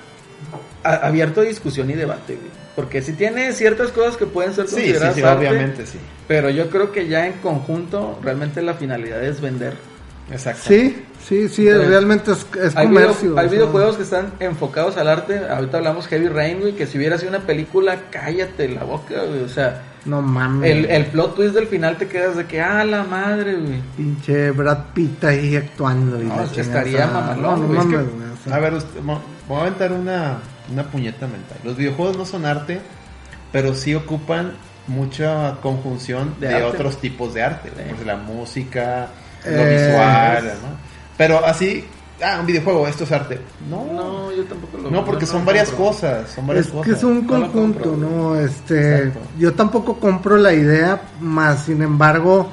Speaker 3: a- abierto a discusión y debate, güey. Porque si tiene ciertas cosas que pueden ser
Speaker 5: Sí, sí,
Speaker 3: consideradas
Speaker 5: sí,
Speaker 3: arte,
Speaker 5: obviamente, sí.
Speaker 3: pero yo creo que ya en conjunto realmente la finalidad es vender.
Speaker 5: Exacto.
Speaker 4: Sí, sí, sí, es- realmente es, es
Speaker 3: Hay,
Speaker 4: comercio.
Speaker 3: video- hay
Speaker 4: o sea.
Speaker 3: videojuegos que están enfocados al arte, ahorita hablamos Heavy Rain, güey, que si hubiera sido una película, cállate la boca, güey. O sea,
Speaker 4: No mames.
Speaker 3: el, el plot twist del final te quedas de que, ah, la madre, güey.
Speaker 4: Pinche Brad Pitt ahí actuando. Y
Speaker 3: No,
Speaker 4: la
Speaker 3: es que
Speaker 4: chingada,
Speaker 3: estaría
Speaker 4: o sea,
Speaker 3: mamalón,
Speaker 4: No, no
Speaker 3: güey, es que-
Speaker 4: mames, güey, o sea.
Speaker 5: A ver, usted- mo- voy a aventar una, una puñeta mental. Los videojuegos no son arte, pero sí ocupan mucha conjunción
Speaker 3: De
Speaker 5: de,
Speaker 3: arte.
Speaker 5: otros tipos de arte.
Speaker 3: Sí.
Speaker 5: Pues, la música, lo
Speaker 4: Eh,
Speaker 5: visual,
Speaker 4: es-
Speaker 5: ¿no? Pero así, ah, un videojuego, esto es arte. No, no,
Speaker 3: No, yo tampoco lo
Speaker 5: porque
Speaker 3: yo
Speaker 5: son
Speaker 3: lo
Speaker 5: varias
Speaker 3: compro.
Speaker 5: cosas. Son varias
Speaker 4: Es
Speaker 5: cosas.
Speaker 4: que es un
Speaker 3: No lo
Speaker 4: conjunto,
Speaker 3: compro, güey.
Speaker 4: ¿no? Este,
Speaker 5: Exacto.
Speaker 4: yo tampoco compro la idea, más sin embargo,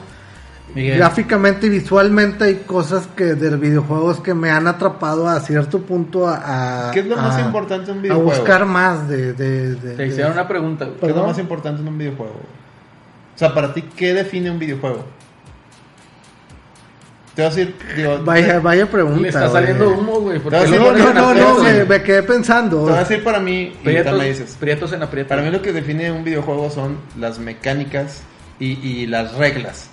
Speaker 3: Miguel.
Speaker 4: gráficamente y visualmente hay cosas que del videojuegos que me han atrapado a cierto punto a, a-
Speaker 5: ¿Qué es lo más
Speaker 4: a-
Speaker 5: importante de un
Speaker 4: Ah, a
Speaker 5: videojuego?
Speaker 4: buscar más de, de, de-
Speaker 3: Te
Speaker 4: de-
Speaker 3: hicieron una pregunta, güey.
Speaker 5: ¿Qué es lo
Speaker 4: perdón?
Speaker 5: más importante en un videojuego? O sea, para ti, ¿qué define un videojuego? Te voy a decir, digo,
Speaker 4: vaya vaya pregunta
Speaker 3: Le está
Speaker 4: güey.
Speaker 3: saliendo humo, güey. ¿por qué
Speaker 5: No,
Speaker 3: le
Speaker 5: sí,
Speaker 4: no
Speaker 3: ponen
Speaker 4: no
Speaker 3: en
Speaker 4: no, no
Speaker 3: aprietos?
Speaker 4: me, me quedé pensando
Speaker 5: Te voy a decir para mí y ahorita
Speaker 3: Prietos,
Speaker 5: me dices.
Speaker 3: prietos en aprietos.
Speaker 5: Para mí lo que define un videojuego son las mecánicas y, y las reglas.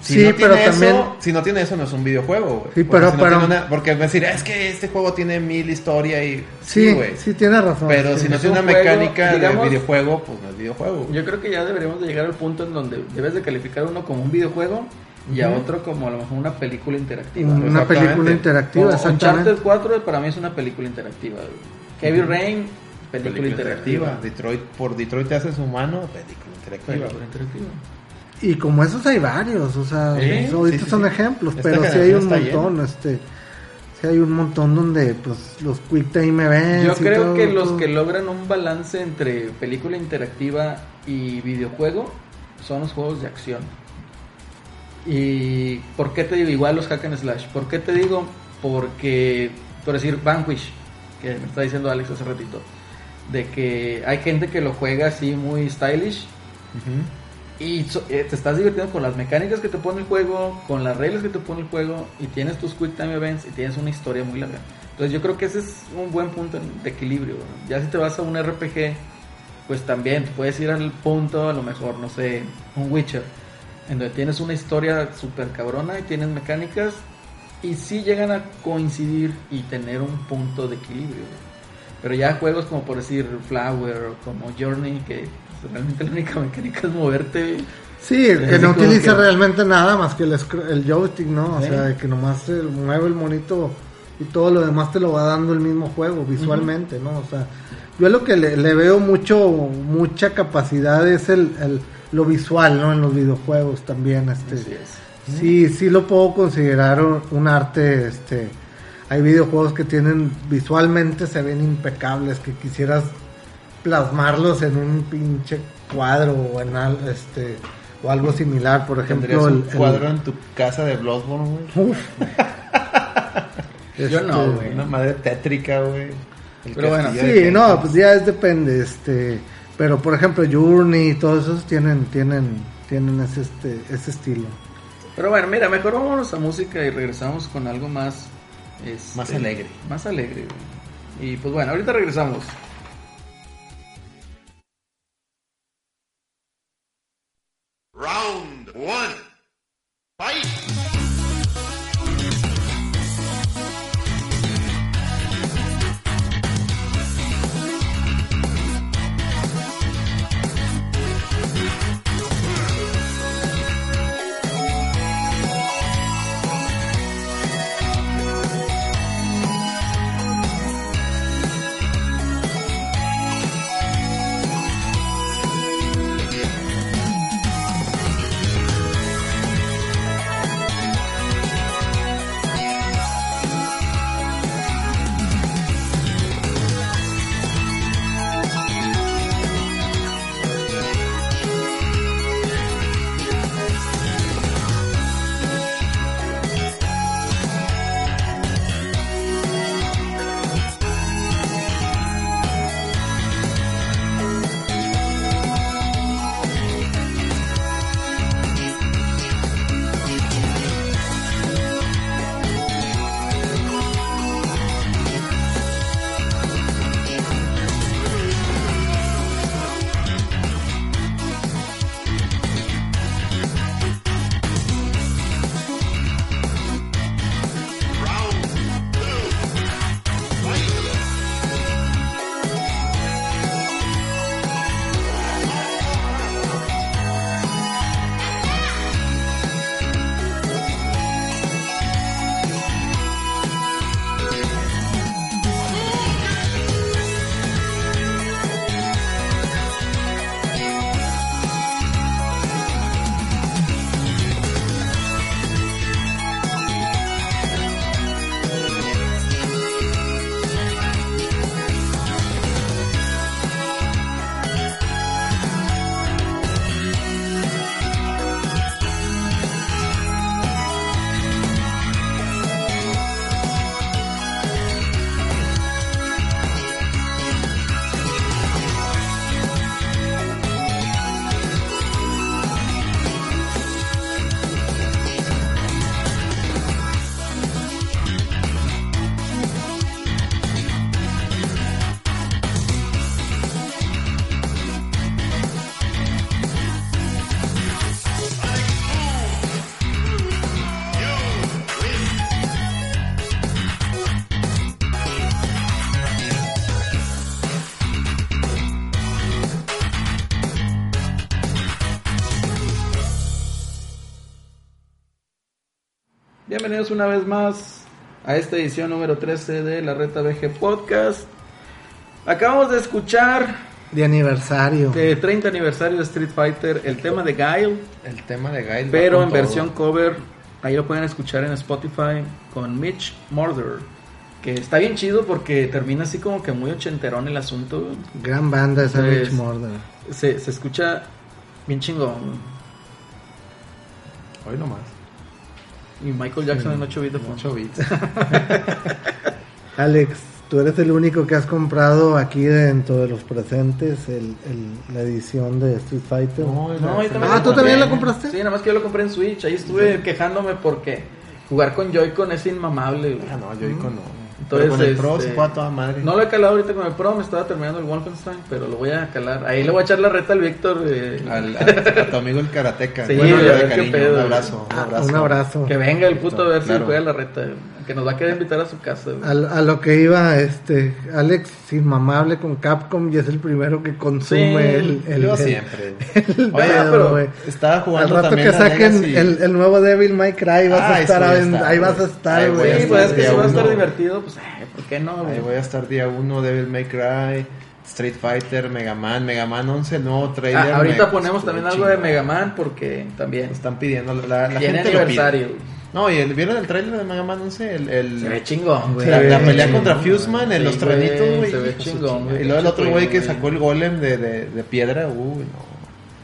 Speaker 5: Si
Speaker 4: Sí,
Speaker 5: no
Speaker 4: pero
Speaker 5: tiene eso-
Speaker 4: también-
Speaker 5: si no tiene eso, no es un videojuego, güey.
Speaker 4: Sí,
Speaker 5: Porque
Speaker 4: pero-
Speaker 5: si no
Speaker 4: pero-
Speaker 5: tiene una- porque decir, es que este juego tiene mil historia y. Sí,
Speaker 4: Sí,
Speaker 5: güey.
Speaker 4: sí, tiene razón.
Speaker 5: pero
Speaker 4: sí.
Speaker 5: si no
Speaker 3: es
Speaker 5: tiene
Speaker 3: un
Speaker 5: una
Speaker 3: juego,
Speaker 5: mecánica
Speaker 3: digamos-
Speaker 5: de videojuego, pues no es videojuego. güey.
Speaker 3: Yo creo que ya deberíamos de llegar al punto en donde debes de calificar uno como un videojuego y a otro como a lo mejor una película interactiva.
Speaker 4: Una
Speaker 5: Exactamente.
Speaker 4: película interactiva,
Speaker 3: Como
Speaker 4: exactamente.
Speaker 3: Uncharted 4 para mí es una película interactiva. güey. Heavy Rain, película, interactiva.
Speaker 5: Detroit, por Detroit te haces humano, película interactiva.
Speaker 3: Película interactiva.
Speaker 4: Y como esos hay varios, o sea,
Speaker 5: Sí,
Speaker 4: pues, ahorita
Speaker 5: sí, sí,
Speaker 4: son
Speaker 5: sí.
Speaker 4: ejemplos,
Speaker 5: Esta
Speaker 4: pero sí hay un
Speaker 5: generación está
Speaker 4: montón, este, sí hay un montón donde pues los quick time
Speaker 3: Yo
Speaker 4: events. y
Speaker 3: creo
Speaker 4: todo,
Speaker 3: que los
Speaker 4: todo.
Speaker 3: que logran un balance entre película interactiva y videojuego son los juegos de acción. ¿Y por qué te digo igual los hack and slash? ¿Por qué te digo? Porque, por decir, Vanquish, que me está diciendo Alex hace ratito, de que hay gente que lo juega así muy stylish
Speaker 5: Ujú.
Speaker 3: y so- eh, te estás divirtiendo con las mecánicas que te pone el juego, con las reglas que te pone el juego, y tienes tus quick time events y tienes una historia muy larga. Entonces yo creo que ese es un buen punto en- de equilibrio. ¿no? Ya si te vas a un RPG, pues también te puedes ir al punto, a lo mejor, no sé, un Witcher, en donde tienes una historia súper cabrona y tienes mecánicas, y sí llegan a coincidir y tener un punto de equilibrio. ¿no? Pero ya juegos como por decir Flower o como Journey, que pues, realmente la única mecánica es moverte.
Speaker 4: Sí, el que
Speaker 3: Sí,
Speaker 4: no
Speaker 3: como
Speaker 4: utiliza
Speaker 3: que-
Speaker 4: realmente nada más que el, scro- el joystick, ¿no? O
Speaker 3: Sí.
Speaker 4: sea, que nomás se mueve el monito y todo lo demás te lo va dando el mismo juego visualmente, ¿no? O sea, yo lo que le, le veo mucho, mucha capacidad es el, el- lo visual, ¿no? En los videojuegos también, este.
Speaker 3: Así es.
Speaker 4: Sí, sí lo puedo considerar un un arte, este, hay videojuegos que tienen visualmente se ven impecables, que quisieras plasmarlos en un pinche cuadro o en al- este o algo similar, por
Speaker 5: ¿Tendrías
Speaker 4: ejemplo,
Speaker 5: un
Speaker 4: el- el-
Speaker 5: cuadro en tu casa de Bloodborne, güey?
Speaker 4: Uf.
Speaker 3: Yo no,
Speaker 4: Este,
Speaker 3: güey.
Speaker 5: Una madre tétrica, güey. El
Speaker 3: Pero bueno,
Speaker 5: castillo de
Speaker 4: Sí,
Speaker 5: Kenton.
Speaker 4: no, pues ya es depende, este, pero por ejemplo, Journey y todos esos tienen tienen tienen ese este ese estilo.
Speaker 3: Pero bueno, mira, mejor vámonos a música y regresamos con algo más. este,
Speaker 5: Más alegre.
Speaker 3: Más alegre. güey. Y pues bueno, ahorita regresamos.
Speaker 6: Round one. Fight!
Speaker 3: bienvenidos una vez más a esta edición número 13 de la Reta BG Podcast. Acabamos de escuchar
Speaker 4: De aniversario.
Speaker 3: de 30 aniversario de Street Fighter el tema de Guile,
Speaker 4: pues,
Speaker 5: El tema de Gail. va
Speaker 3: pero
Speaker 5: con
Speaker 3: en
Speaker 5: todo.
Speaker 3: versión cover. Ahí lo pueden escuchar en Spotify con Mitch Murder. Que está bien chido porque termina así como que muy ochenterón el asunto. güey.
Speaker 4: Gran banda esa
Speaker 3: Sí,
Speaker 5: Pues,
Speaker 4: Rich
Speaker 3: es-
Speaker 4: Murder.
Speaker 3: Se, se escucha bien chingón.
Speaker 5: Hoy nomás.
Speaker 3: Y Michael Jackson en 8 bits de fondo.
Speaker 5: 8 Mm, bits.
Speaker 4: Alex, tú eres el único que has comprado aquí dentro de los presentes el- el- la edición de Street Fighter.
Speaker 3: No, yo
Speaker 4: Ah,
Speaker 3: lo
Speaker 4: ¿tú
Speaker 3: compré.
Speaker 4: también la compraste?
Speaker 3: Sí, nada más que yo lo compré en Switch. Ahí estuve quejándome porque jugar con Joy-Con es inmamable. güey.
Speaker 5: Ah, no, yo icono.
Speaker 3: Entonces,
Speaker 5: Entonces, con el Pro
Speaker 3: este,
Speaker 5: se juega a toda madre.
Speaker 3: No lo he calado ahorita con el Pro, me estaba terminando el Wolfenstein, pero lo voy a calar. Ahí le voy a echar la reta al Víctor. eh,
Speaker 5: Al, a, a tu amigo el karateca.
Speaker 3: Sí,
Speaker 5: bueno,
Speaker 3: güey,
Speaker 5: ya de
Speaker 3: qué
Speaker 5: cariño.
Speaker 3: pedo,
Speaker 5: un
Speaker 3: güey.
Speaker 5: abrazo. Un
Speaker 4: Ah,
Speaker 5: abrazo.
Speaker 4: un abrazo.
Speaker 3: que venga el puto a ver si
Speaker 5: Claro. Ah,
Speaker 3: juega la reta. güey. Que nos va a querer invitar a su casa. güey.
Speaker 4: A, a lo que iba, este, Alex, inmamable con Capcom y es el primero que consume
Speaker 3: Sí,
Speaker 4: el, el-
Speaker 5: Yo
Speaker 4: el-
Speaker 5: siempre.
Speaker 4: el
Speaker 5: Oye,
Speaker 4: pedo,
Speaker 3: pero
Speaker 4: güey.
Speaker 5: Estaba
Speaker 4: Al
Speaker 5: jugando
Speaker 4: rato
Speaker 5: también
Speaker 4: que
Speaker 5: la
Speaker 4: saquen
Speaker 5: Legacy.
Speaker 4: el, el nuevo Devil May Cry, vas
Speaker 5: Ah,
Speaker 4: a
Speaker 5: ahí
Speaker 4: estar,
Speaker 5: voy a
Speaker 4: en-
Speaker 5: estar,
Speaker 4: ahí
Speaker 5: güey.
Speaker 4: vas a estar,
Speaker 5: Ahí voy a
Speaker 4: güey.
Speaker 3: sí,
Speaker 5: estar
Speaker 3: pues es que
Speaker 5: día
Speaker 3: si va a estar
Speaker 5: uno.
Speaker 3: divertido, pues, eh, ¿por qué no? güey?
Speaker 5: Ahí voy a estar día 1, Devil May Cry, Street Fighter, Mega Man, Mega Man 11, el nuevo trailer.
Speaker 3: Ah, ahorita
Speaker 5: me-
Speaker 3: ponemos
Speaker 5: estuvo
Speaker 3: también algo de
Speaker 5: chingón.
Speaker 3: Mega Man porque también
Speaker 5: Están pidiendo, la, la
Speaker 3: tiene
Speaker 5: gente lo pide.
Speaker 3: aniversario. güey.
Speaker 5: No, y el, ¿vieron el trailer de Mega Man 11? El, el-
Speaker 3: Se ve chingón, güey.
Speaker 5: la, la
Speaker 4: Sí,
Speaker 5: pelea
Speaker 4: sí,
Speaker 5: contra Fuseman en
Speaker 3: Sí,
Speaker 5: los
Speaker 3: güey,
Speaker 5: tranitos, güey.
Speaker 3: Se ve
Speaker 5: hijo su
Speaker 3: chingón,
Speaker 5: chingada.
Speaker 3: güey.
Speaker 5: Y luego el otro
Speaker 3: Chingón,
Speaker 5: güey que
Speaker 3: güey.
Speaker 5: sacó el golem de, de, de piedra, uy, no.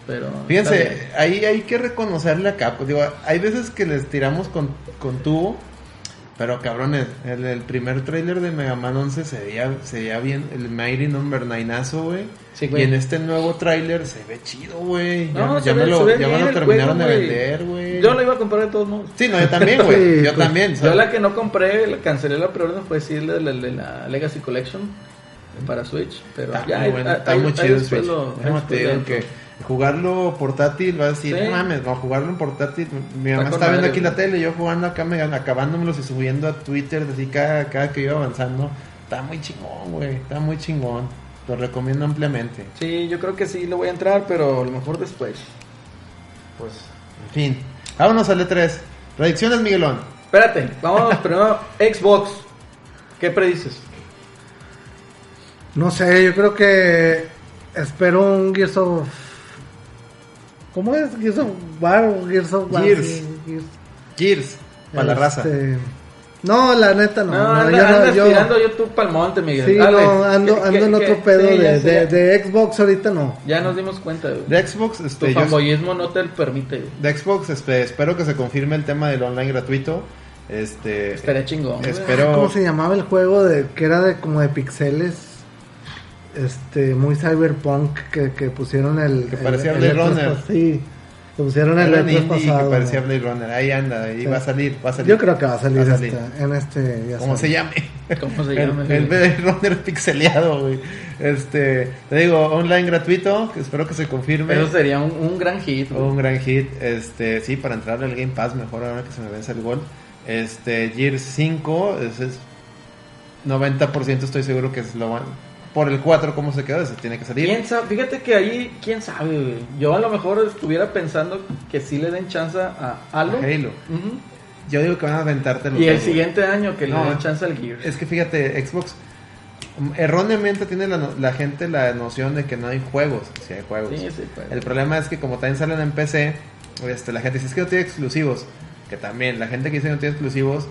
Speaker 3: Pero está bien.
Speaker 5: Fíjense, ahí hay que reconocerle a Capcom. Digo, hay veces que les tiramos con, con tubo, pero cabrones, el, el primer tráiler de Mega Man 11 se veía, se veía bien, el Mighty Number 9-azo, güey.
Speaker 3: Sí, güey.
Speaker 5: y en este nuevo tráiler se ve chido, güey. Ya-
Speaker 3: No,
Speaker 5: ya
Speaker 3: se ve-
Speaker 5: me
Speaker 3: se
Speaker 5: lo,
Speaker 3: ve
Speaker 5: ya me
Speaker 3: bien
Speaker 5: lo
Speaker 3: el
Speaker 5: terminaron
Speaker 3: juego,
Speaker 5: de
Speaker 3: güey.
Speaker 5: vender, güey.
Speaker 3: Yo lo iba a comprar de todos modos.
Speaker 5: Sí, no, yo también, güey.
Speaker 4: Sí,
Speaker 5: yo
Speaker 4: pues,
Speaker 5: también. ¿sabes?
Speaker 3: Yo la que no compré, la cancelé la preorden, fue sí, la de la, la Legacy Collection para Switch. Pero
Speaker 5: Está
Speaker 3: ya
Speaker 5: muy bueno,
Speaker 3: ahí-
Speaker 5: está
Speaker 3: ahí-
Speaker 5: muy
Speaker 3: ahí
Speaker 5: chido el
Speaker 3: después
Speaker 5: Switch.
Speaker 3: lo-
Speaker 5: Déjame
Speaker 3: ahí
Speaker 5: te digo
Speaker 3: después
Speaker 5: que
Speaker 3: lo-
Speaker 5: jugarlo portátil va a decir,
Speaker 3: Sí.
Speaker 5: no mames, no, jugarlo en portátil. Mi
Speaker 3: Está
Speaker 5: mamá
Speaker 3: con
Speaker 5: está viendo
Speaker 3: madre,
Speaker 5: aquí la
Speaker 3: güey.
Speaker 5: tele, yo jugando acá, me, acabándomelos y subiendo a Twitter, así cada, cada que iba avanzando. Está muy chingón, güey, está muy chingón. Lo recomiendo ampliamente.
Speaker 3: Sí, yo creo que sí le voy a entrar, pero a lo mejor después.
Speaker 5: Pues, en fin. Vámonos al E3. Predicciones, Miguelón.
Speaker 3: Espérate, vamos primero Xbox. ¿Qué predices?
Speaker 4: No sé, yo creo que espero un Gears of... ¿Cómo es? Gears of War o Gears of War.
Speaker 5: Gears.
Speaker 4: sí, Gears.
Speaker 5: Gears, para la raza.
Speaker 4: Este, No, la neta no.
Speaker 3: No,
Speaker 4: no,
Speaker 3: anda,
Speaker 4: yo no,
Speaker 3: andas
Speaker 4: yo-
Speaker 3: tirando YouTube pa'l monte, Miguel.
Speaker 4: Sí,
Speaker 3: Dale.
Speaker 4: no, ando,
Speaker 3: ¿Qué-
Speaker 4: ando
Speaker 3: qué-
Speaker 4: en
Speaker 3: qué?
Speaker 4: otro pedo
Speaker 3: Sí, ya
Speaker 4: de,
Speaker 3: sé,
Speaker 4: de,
Speaker 3: ya-
Speaker 4: de Xbox ahorita no.
Speaker 3: Ya nos dimos cuenta, güey.
Speaker 5: De Xbox,
Speaker 3: Tu
Speaker 5: este, yo-
Speaker 3: fanboyismo no te permite, güey.
Speaker 5: de Xbox, este, espero que se confirme el tema del online gratuito. Este,
Speaker 3: Estaría chingón. güey.
Speaker 5: espero.
Speaker 4: ¿Cómo se llamaba el juego de que era de como de pixeles? Este, muy cyberpunk que, que pusieron el
Speaker 5: Que
Speaker 4: el-
Speaker 5: parecía
Speaker 4: el
Speaker 5: Blade
Speaker 4: E3
Speaker 5: Runner.
Speaker 4: pas- Sí. Que pusieron el
Speaker 5: Era un
Speaker 4: E3
Speaker 5: indie
Speaker 4: pasado.
Speaker 5: que parecía
Speaker 4: ¿no?
Speaker 5: Blade Runner. Ahí anda, ahí
Speaker 4: Sí.
Speaker 5: va a salir, va a salir.
Speaker 4: Yo creo que va a salir,
Speaker 5: Va a salir.
Speaker 4: esta- en este ya
Speaker 5: Como se
Speaker 4: saben.
Speaker 5: llame.
Speaker 3: ¿Cómo se
Speaker 5: El,
Speaker 3: llama? güey?
Speaker 5: el Blade Runner pixeleado, güey. Este, te digo, online gratuito, que espero que se confirme.
Speaker 3: Eso sería un, un gran hit. güey.
Speaker 5: Un gran hit. Este, sí, para entrar al Game Pass, mejor ahora que se me vence el gol. Este, Gears 5, ese es 90% estoy seguro que es lo van. Por el 4, ¿cómo se quedó? Ese tiene que salir.
Speaker 3: ¿Quién sabe? Fíjate que ahí, quién sabe, güey? Yo a lo mejor estuviera pensando que sí le den chance a Halo.
Speaker 5: Halo.
Speaker 3: Ujú.
Speaker 5: Yo digo que van a aventarte
Speaker 3: Y el siguiente año que le
Speaker 5: No.
Speaker 3: den chance al Gears.
Speaker 5: Es que fíjate, Xbox mm, erróneamente tiene la, no- la gente la noción de que no hay juegos. Si hay juegos.
Speaker 3: Sí, sí, pues.
Speaker 5: El problema es que como también salen en PC, este, la gente dice es que no tiene exclusivos. Que también, la gente que dice que no tiene exclusivos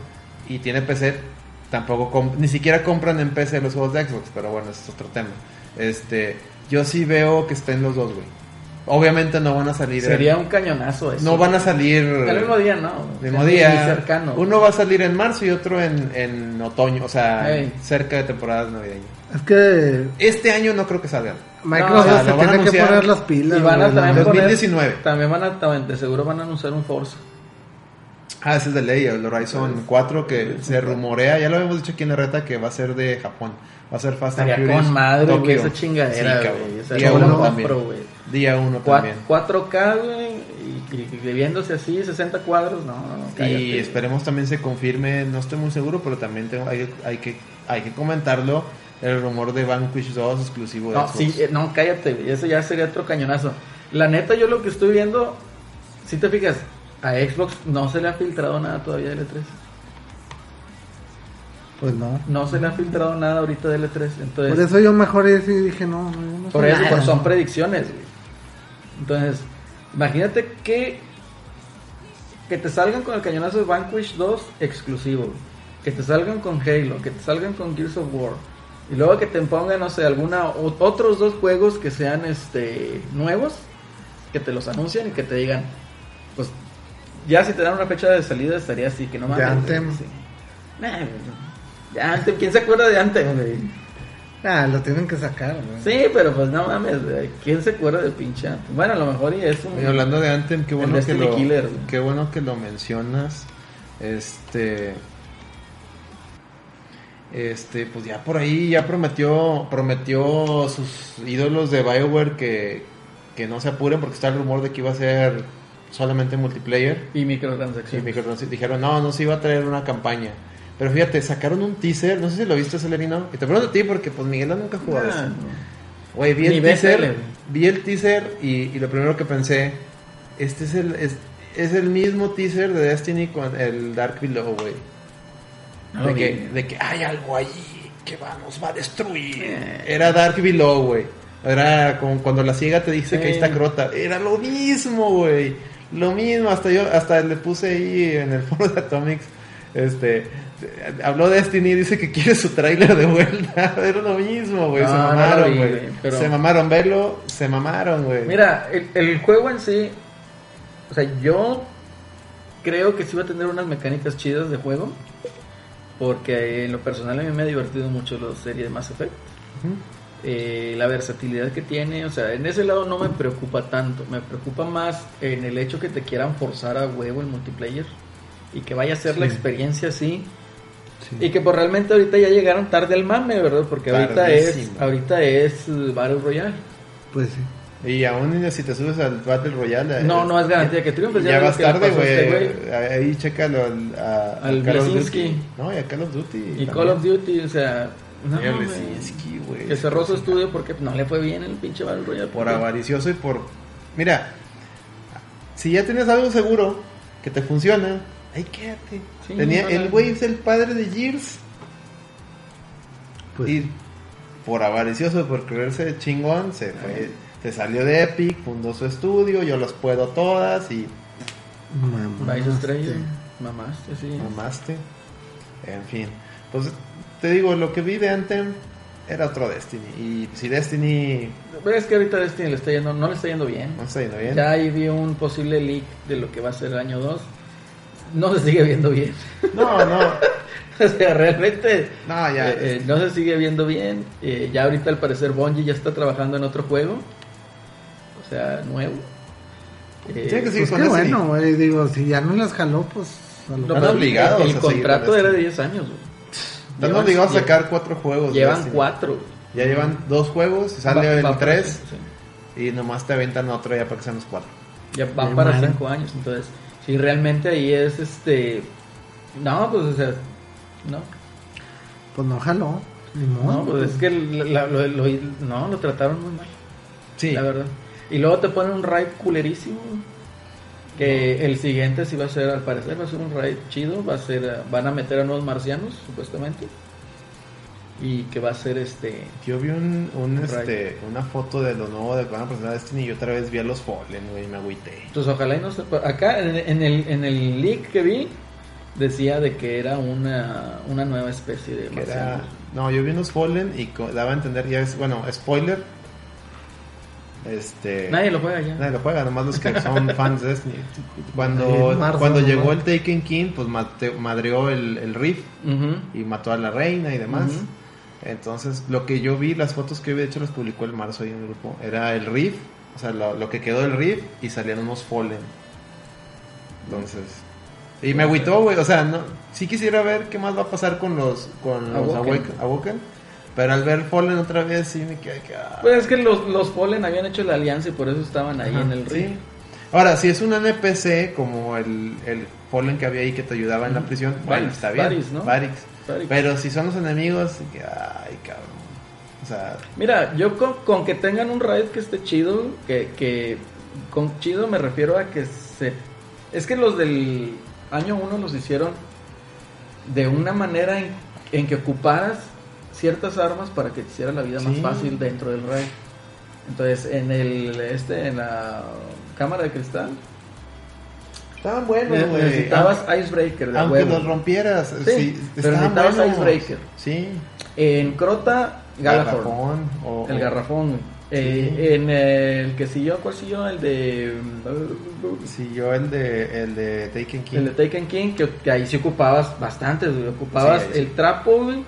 Speaker 5: y tiene PC, tampoco comp- ni siquiera compran en PC los juegos de Xbox, pero bueno, ese es otro tema. Este, yo sí veo que estén los dos, güey. Obviamente no van a salir.
Speaker 3: Sería un cañonazo eso.
Speaker 5: No van a salir.
Speaker 3: El mismo día, no.
Speaker 5: El mismo
Speaker 3: Ni
Speaker 5: día.
Speaker 3: cercano.
Speaker 5: Uno va a salir en marzo y otro en, en otoño, o sea,
Speaker 3: Ey.
Speaker 5: cerca de temporadas navideñas.
Speaker 4: Es que
Speaker 5: Este año no creo que salgan.
Speaker 4: Microsoft
Speaker 5: No, o sea,
Speaker 4: se
Speaker 5: lo van a
Speaker 4: tiene que
Speaker 5: anunciar.
Speaker 4: poner las pilas.
Speaker 3: Y van a
Speaker 4: güey, la
Speaker 3: también
Speaker 4: neta.
Speaker 3: poner-
Speaker 5: 2019.
Speaker 3: También van a, también, de seguro van a anunciar un Forza.
Speaker 5: Ah, ese es de ley, el Horizon 4 que se rumorea, ya lo habíamos dicho aquí en la reta, que va a ser de Japón. Va a ser Fast and
Speaker 3: Estaría
Speaker 5: Furious.
Speaker 3: con madre, güey,
Speaker 5: Tokio.
Speaker 3: esa chingadera,
Speaker 5: Sí,
Speaker 3: güey.
Speaker 5: cabrón.
Speaker 3: O sea,
Speaker 5: Día
Speaker 3: yo la
Speaker 5: 1
Speaker 3: compro,
Speaker 5: también.
Speaker 3: güey.
Speaker 5: Día 1
Speaker 3: Cuat-
Speaker 5: también.
Speaker 3: 4K, güey, y, y- y viéndose así, 60 cuadros, no, no, no, cállate.
Speaker 5: Y esperemos también se confirme, no estoy muy seguro, pero también tengo- hay, hay que, hay que comentarlo, el rumor de Vanquish 2 exclusivo de
Speaker 3: No,
Speaker 5: Xbox.
Speaker 3: sí, eh, no, cállate, güey, eso ya sería otro cañonazo. La neta, yo lo que estoy viendo, si te fijas, A Xbox no se le ha filtrado nada todavía de L3.
Speaker 4: Pues no.
Speaker 3: No se le ha filtrado nada ahorita de L3. Entonces,
Speaker 4: Por eso yo mejor ahí sí dije, no, no, yo no
Speaker 3: Por
Speaker 4: sé
Speaker 3: eso,
Speaker 4: nada.
Speaker 3: pues, son predicciones, güey. Entonces, imagínate que que te salgan con el cañonazo de Vanquish 2 exclusivo, güey. que te salgan con Halo, que te salgan con Gears of War y luego que te pongan, no sé, alguna o- otros dos juegos que sean este nuevos, que te los anuncian y que te digan, pues ya si te dan una fecha de salida estaría así, que no mames. güey,
Speaker 4: Anthem.
Speaker 3: sí. Nah, güey, de Anthem, ¿quién se acuerda de Anthem, güey?
Speaker 4: Ah, lo tienen que sacar, güey.
Speaker 3: Sí, pero pues no mames, güey, ¿quién se acuerda de pinche Anthem? Bueno, a lo mejor y es un...
Speaker 5: Y hablando de Anthem, qué bueno, que
Speaker 3: Destiny
Speaker 5: lo,
Speaker 3: Killer, güey.
Speaker 5: qué bueno que lo mencionas. Este. Este, pues ya por ahí ya prometió prometió sus ídolos de BioWare que, que no se apuren porque está el rumor de que iba a ser solamente multiplayer.
Speaker 3: Y
Speaker 5: Sí,
Speaker 3: microtransacciones.
Speaker 5: microtrans- dijeron, no, no se iba a traer una campaña. Pero fíjate, sacaron un teaser, no sé si lo viste, Celerino. Y te pregunto a ti porque pues Miguel nunca jugó a eso.
Speaker 3: Ah,
Speaker 5: Güey, vi
Speaker 3: Ni
Speaker 5: el
Speaker 3: ve tele,
Speaker 5: teaser,
Speaker 3: güey.
Speaker 5: vi el teaser y, y lo primero que pensé, este es el, es, es el mismo teaser de Destiny con el Dark Below, güey.
Speaker 3: No
Speaker 5: de,
Speaker 3: lo
Speaker 5: que,
Speaker 3: vi.
Speaker 5: de que hay algo allí que va, nos va a destruir.
Speaker 3: Eh.
Speaker 5: Era Dark Below, güey. Era como cuando la ciega te dice que ahí está
Speaker 3: Sí.
Speaker 5: Crota. Era lo mismo, güey. Lo mismo, hasta yo, hasta le puse ahí en el foro de Atomics. Este, habló Destiny y dice que quiere su tráiler de vuelta. Era lo mismo, güey. se
Speaker 3: No, no lo
Speaker 5: mamaron,
Speaker 3: vi,
Speaker 5: güey.
Speaker 3: güey, pero-
Speaker 5: Se mamaron, velo. Se mamaron, güey.
Speaker 3: Mira, el, el juego en sí, o sea, yo creo que sí va a tener unas mecánicas chidas de juego, porque en lo personal a mí me ha divertido mucho la serie de Mass Effect.
Speaker 5: Ujú.
Speaker 3: Eh, la versatilidad que tiene, o sea, en ese lado no me preocupa tanto, me preocupa más en el hecho que te quieran forzar a huevo el multiplayer y que vaya a ser la experiencia así. Y que pues realmente ahorita ya llegaron tarde al mame, ¿verdad? Porque ahorita es,
Speaker 5: Tardísimo.
Speaker 3: ahorita es eh, Battle Royale.
Speaker 4: Pues sí.
Speaker 5: Y aún si te subes al Battle Royale.
Speaker 3: No, no es garantía que
Speaker 5: Ya,
Speaker 3: triunfes. Pues
Speaker 5: ya
Speaker 3: ves
Speaker 5: vas
Speaker 3: que le
Speaker 5: tarde,
Speaker 3: pasó a este
Speaker 5: güey. Ahí chécalo al, a, a
Speaker 3: Al
Speaker 5: Call of
Speaker 3: Blesinski.
Speaker 5: Duty. No, y a Call of Duty.
Speaker 3: Y Call of Duty, o sea, no,
Speaker 5: No,
Speaker 3: güey.
Speaker 5: güey.
Speaker 3: que cerró su estudio porque no le fue bien el pinche Battle Royale.
Speaker 5: Por
Speaker 3: porque-
Speaker 5: avaricioso y por. Mira, si ya tienes algo seguro que te funciona, ahí quédate.
Speaker 3: Sí,
Speaker 5: Tenía,
Speaker 3: no,
Speaker 5: el
Speaker 3: no.
Speaker 5: güey es el padre de Gears.
Speaker 4: Pues,
Speaker 5: Y por avaricioso, por creerse chingón, se fue. Se salió de Epic, fundó su estudio, yo las puedo todas y
Speaker 4: mamá,
Speaker 3: Vice Estrella,
Speaker 4: este,
Speaker 3: mamaste, sí.
Speaker 5: Mamaste. En fin. Pues te digo, lo que vi de Anthem era otro Destiny. Y pues, si Destiny
Speaker 3: Pero es que ahorita Destiny le está yendo, no le está yendo bien.
Speaker 5: no está yendo bien.
Speaker 3: Ya ahí vi un posible leak de lo que va a ser el año 2. No se sigue viendo bien.
Speaker 5: No, no.
Speaker 3: o sea, realmente
Speaker 5: No, ya.
Speaker 3: eh, eh, no se sigue viendo bien. Eh, ya ahorita al parecer Bungie ya está trabajando en otro juego. O sea, nuevo. Eh,
Speaker 5: Tiene que
Speaker 4: Pues
Speaker 5: seguir con
Speaker 4: qué
Speaker 5: Destiny.
Speaker 4: bueno, güey. Digo, si ya no las jaló, pues. a lo
Speaker 3: No,
Speaker 5: Están
Speaker 3: pero
Speaker 5: obligados a
Speaker 3: El,
Speaker 5: seguir
Speaker 3: contrato
Speaker 5: con este. esto.
Speaker 3: era de 10 años. güey.
Speaker 5: Están
Speaker 3: Llevan-
Speaker 5: obligados a
Speaker 3: lle-
Speaker 5: sacar cuatro juegos. de
Speaker 3: Llevan
Speaker 5: Destiny.
Speaker 3: 4.
Speaker 5: Ya llevan dos juegos, Pues, sale
Speaker 3: salió
Speaker 5: el tres y nomás te aventan otro ya para que sean los cuatro.
Speaker 3: Ya van
Speaker 4: Mi
Speaker 3: para
Speaker 4: madre.
Speaker 3: 5 años. Entonces, si realmente ahí es este. No, pues o sea. No,
Speaker 4: Pues no jaló. Ni modo.
Speaker 3: no pues es que la- la- lo, lo- no, lo trataron muy mal.
Speaker 5: Sí.
Speaker 3: La verdad. Y luego te ponen un raid culerísimo. Que el siguiente sí va a ser, al parecer, va a ser un raid chido. Va a ser, eh, van a meter a nuevos marcianos, supuestamente. Y que va a ser este.
Speaker 5: Yo vi un, un,
Speaker 3: Right.
Speaker 5: este, una foto de lo nuevo de que van a presentar Destiny y otra vez vi a los Fallen, güey, y me agüité.
Speaker 3: Pues ojalá y no se... Acá en, en el, en el leak que vi decía de que era una, una nueva especie de...
Speaker 5: Que era-
Speaker 3: marciano.
Speaker 5: no, yo vi unos Fallen y co- daba a entender, ya es, bueno, spoiler. Este.
Speaker 3: Nadie lo juega ya.
Speaker 5: nadie lo juega, nomás los que son fans de Destiny. Cuando,
Speaker 4: En marzo,
Speaker 5: cuando
Speaker 4: ¿no?
Speaker 5: llegó el Taken King, pues mate- madreó el, el Rift
Speaker 3: Ujú.
Speaker 5: y mató a la reina y demás.
Speaker 3: Ujú.
Speaker 5: Entonces, lo que yo vi, las fotos que vi, de hecho las publicó el marzo ahí en el grupo, era el Rift, o sea, lo, lo que quedó del Rift y salían unos Fallen. Entonces, y me agüitó, güey, o sea, no, sí quisiera ver qué más va a pasar con los, con los
Speaker 3: Awoken.
Speaker 5: Awoken, Awoken, pero al ver Fallen otra vez sí me quedé que... ah,
Speaker 3: Pues es que los, los Fallen habían hecho la alianza y por eso estaban ahí
Speaker 5: ajá,
Speaker 3: en el
Speaker 5: sí.
Speaker 3: ring.
Speaker 5: Ahora, si es un NPC como el, el Fallen que había ahí que te ayudaba en la
Speaker 3: Ujú.
Speaker 5: prisión, bueno,
Speaker 3: Varix,
Speaker 5: está bien.
Speaker 3: Varix, ¿no?
Speaker 5: Varix.
Speaker 3: Varix.
Speaker 5: Pero si son los enemigos, que, ay, cabrón. O sea,
Speaker 3: Mira, yo con, con que tengan un raid que esté chido, que, que con chido me refiero a que se Es que los del año 1 los hicieron de una manera en, en que ocuparas ciertas armas para que te hiciera la vida más
Speaker 5: Sí.
Speaker 3: fácil dentro del raid. Entonces, en el este en la cámara de cristal
Speaker 5: Estaban buenos, güey.
Speaker 3: necesitabas icebreaker de a
Speaker 5: eh, Aunque
Speaker 3: huevo.
Speaker 5: los rompieras, sí,
Speaker 3: pero
Speaker 5: estaban
Speaker 3: necesitabas
Speaker 5: buenos.
Speaker 3: icebreaker.
Speaker 5: Sí.
Speaker 3: En Crota Galahorn.
Speaker 5: Garrafón o-
Speaker 3: El
Speaker 5: o-
Speaker 3: garrafón, güey. Eh,
Speaker 5: Sí.
Speaker 3: en el que siguió, ¿cuál siguió? El de.
Speaker 5: Sí, yo el de, el de Taken King.
Speaker 3: El de Taken King, que, que ahí sí ocupabas bastante, güey. Ocupabas
Speaker 5: Sí, ahí sí.
Speaker 3: el trapo, güey.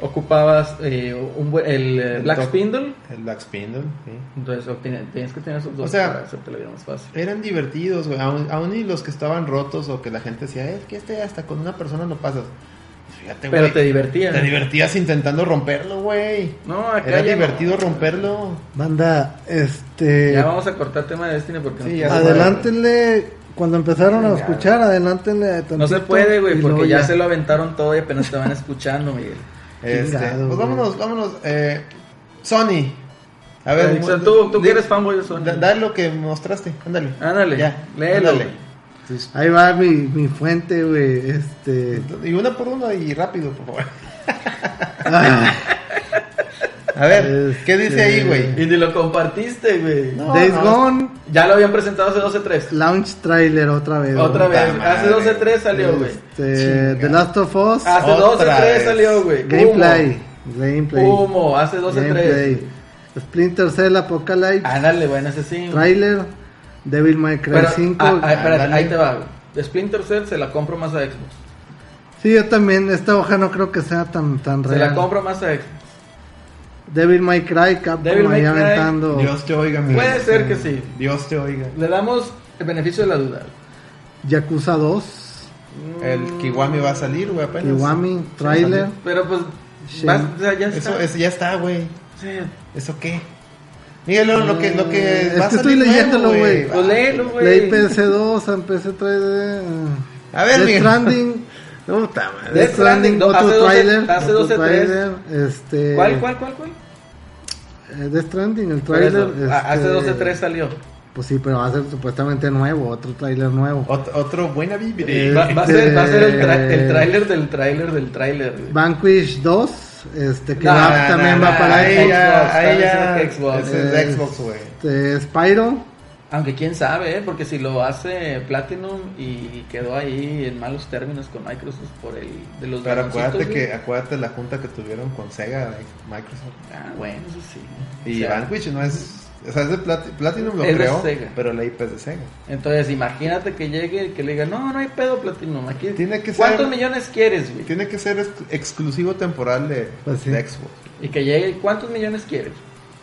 Speaker 3: Ocupabas eh, un buen- el, eh,
Speaker 5: El
Speaker 3: Black
Speaker 5: top.
Speaker 3: Spindle.
Speaker 5: El Black Spindle, sí.
Speaker 3: Entonces obtien- tenías que tener esos dos
Speaker 5: O sea,
Speaker 3: para hacerte la vida más fácil.
Speaker 5: Eran divertidos, güey. Aún, aún y los que estaban rotos o que la gente decía, es que este hasta con una persona lo pasas. Fíjate,
Speaker 3: Pero
Speaker 5: güey.
Speaker 3: te divertías.
Speaker 5: Te divertías intentando romperlo, güey.
Speaker 3: No, acá
Speaker 5: Era
Speaker 3: ya
Speaker 5: divertido
Speaker 3: no.
Speaker 5: romperlo.
Speaker 4: Banda, este.
Speaker 3: Ya vamos a cortar tema de Destiny porque
Speaker 5: Sí,
Speaker 3: nos-
Speaker 5: ya se puede.
Speaker 4: Adelántenle, cuando empezaron a escuchar, adelántenle.
Speaker 3: no se
Speaker 4: tantito
Speaker 3: puede,
Speaker 4: y
Speaker 3: güey,
Speaker 4: luego
Speaker 3: porque ya se lo aventaron todo y apenas estaban escuchando, Miguel.
Speaker 5: Este,
Speaker 4: Chingado,
Speaker 5: pues
Speaker 4: güey.
Speaker 5: vámonos, vámonos. Eh, Sony. A ver,
Speaker 3: Eh, o sea,
Speaker 5: mu-
Speaker 3: tú, tú
Speaker 5: di-
Speaker 3: que eres fanboy de Sony.
Speaker 5: da- da lo que mostraste, ándale.
Speaker 3: Ándale,
Speaker 5: Ya,
Speaker 3: léelo,
Speaker 5: ándale.
Speaker 3: güey.
Speaker 4: Ahí va mi, mi fuente, güey. Este.
Speaker 5: Y una por una y rápido, por favor.
Speaker 4: ah,
Speaker 5: A ver, ¿qué dice
Speaker 4: Este-
Speaker 5: ahí, güey?
Speaker 3: Y ni lo compartiste, güey.
Speaker 5: No,
Speaker 4: Days
Speaker 5: no,
Speaker 4: Gone,
Speaker 3: Ya lo habían presentado hace 12 3.
Speaker 4: launch trailer otra vez.
Speaker 3: Otra
Speaker 4: güey.
Speaker 3: vez,
Speaker 5: madre.
Speaker 3: hace 12 3 salió, güey.
Speaker 4: Este, The
Speaker 5: Chinga.
Speaker 4: Last of Us,
Speaker 3: Hace
Speaker 5: Otra
Speaker 3: 12 3
Speaker 5: vez.
Speaker 3: salió, güey.
Speaker 4: gameplay. Gameplay.
Speaker 3: Humo, humo, hace 12 3.
Speaker 4: gameplay. Splinter Cell Apocalypse,
Speaker 3: Ándale, güey, no sé si.
Speaker 4: trailer. Devil May Cry
Speaker 3: Ah, Pero,
Speaker 4: 5.
Speaker 3: ah, ah, espérate,
Speaker 5: Ándale.
Speaker 3: ahí te va, güey. De Splinter Cell se la compro más a Xbox.
Speaker 4: Sí, yo también. Esta hoja no creo que sea tan, tan
Speaker 3: Se
Speaker 4: real.
Speaker 3: la compro más a Xbox.
Speaker 4: Devil May Cry, Capcom
Speaker 3: Devil May
Speaker 4: ahí
Speaker 3: Cry,
Speaker 4: aventando.
Speaker 5: Dios te oiga, mi
Speaker 3: Puede
Speaker 5: Dios.
Speaker 3: ser que sí.
Speaker 5: Dios te oiga.
Speaker 3: Le damos el beneficio de la duda.
Speaker 4: Yakuza 2,
Speaker 5: El Kiwami va a salir, güey, apenas.
Speaker 4: Kiwami, trailer.
Speaker 3: Pero pues.
Speaker 4: Sí.
Speaker 3: vas- o sea, ya está.
Speaker 5: Eso, eso ya está, güey.
Speaker 3: Sí.
Speaker 5: ¿Eso qué? Miguel, lo que, lo que
Speaker 4: Eh,
Speaker 5: va
Speaker 4: es que
Speaker 5: a salir
Speaker 4: estoy leyéndolo,
Speaker 5: nuevo, Ah,
Speaker 4: güey.
Speaker 5: Va.
Speaker 3: Pues léelo, güey.
Speaker 4: Play PS2, en PS3.
Speaker 5: A ver,
Speaker 4: eh, Death
Speaker 5: Miguel.
Speaker 4: Stranding. Puta madre.
Speaker 3: Death Stranding,
Speaker 4: Death Stranding,
Speaker 3: do- hace
Speaker 4: otro
Speaker 3: doce-
Speaker 4: trailer.
Speaker 3: hace
Speaker 4: otro
Speaker 3: 12-3.
Speaker 4: tráiler, Este,
Speaker 3: ¿Cuál, cuál, cuál, cuál?
Speaker 4: eh, Death Stranding, el
Speaker 3: Por eso,
Speaker 4: trailer. este,
Speaker 3: a- Hace 12 3 salió.
Speaker 4: Pues sí, pero va a ser supuestamente nuevo, otro trailer nuevo.
Speaker 5: Ot- otro buena vibra.
Speaker 4: Eh,
Speaker 3: Va, va a ser, va a ser el, tra-
Speaker 4: Este-
Speaker 3: el tráiler del tráiler del tráiler. güey.
Speaker 4: Vanquish 2, este, que
Speaker 3: No,
Speaker 4: va-
Speaker 3: no,
Speaker 4: también
Speaker 3: no,
Speaker 4: va
Speaker 3: no,
Speaker 4: para
Speaker 3: ahí
Speaker 4: Xbox.
Speaker 3: Xbox,
Speaker 5: ella, a
Speaker 3: estaba
Speaker 5: ella,
Speaker 3: diciendo que Xbox.
Speaker 5: Xbox. Es
Speaker 4: Eh,
Speaker 5: de Xbox, güey.
Speaker 4: Este, Spyro,
Speaker 3: Aunque quién sabe, ¿eh? porque si lo hace Platinum y quedó ahí en malos términos con Microsoft por el de los
Speaker 5: Pero
Speaker 3: dragoncitos,
Speaker 5: acuérdate
Speaker 3: güey.
Speaker 5: que, acuérdate la junta que tuvieron con Sega, güey, Microsoft.
Speaker 3: Ah, bueno, eso sí.
Speaker 5: Y
Speaker 3: O sea,
Speaker 5: Vanquish no es. O sea, es de Plat- Platinum lo
Speaker 3: Es de
Speaker 5: creó,
Speaker 3: Sega.
Speaker 5: pero la IP es de Sega.
Speaker 3: Entonces, imagínate que llegue y que le diga, no, no hay pedo Platinum. Aquí,
Speaker 5: Tiene que ser-
Speaker 3: ¿Cuántos millones quieres, güey?
Speaker 5: Tiene que ser ex- exclusivo temporal de,
Speaker 4: Pues sí.
Speaker 5: de Xbox.
Speaker 3: Y que llegue, ¿cuántos millones quieres?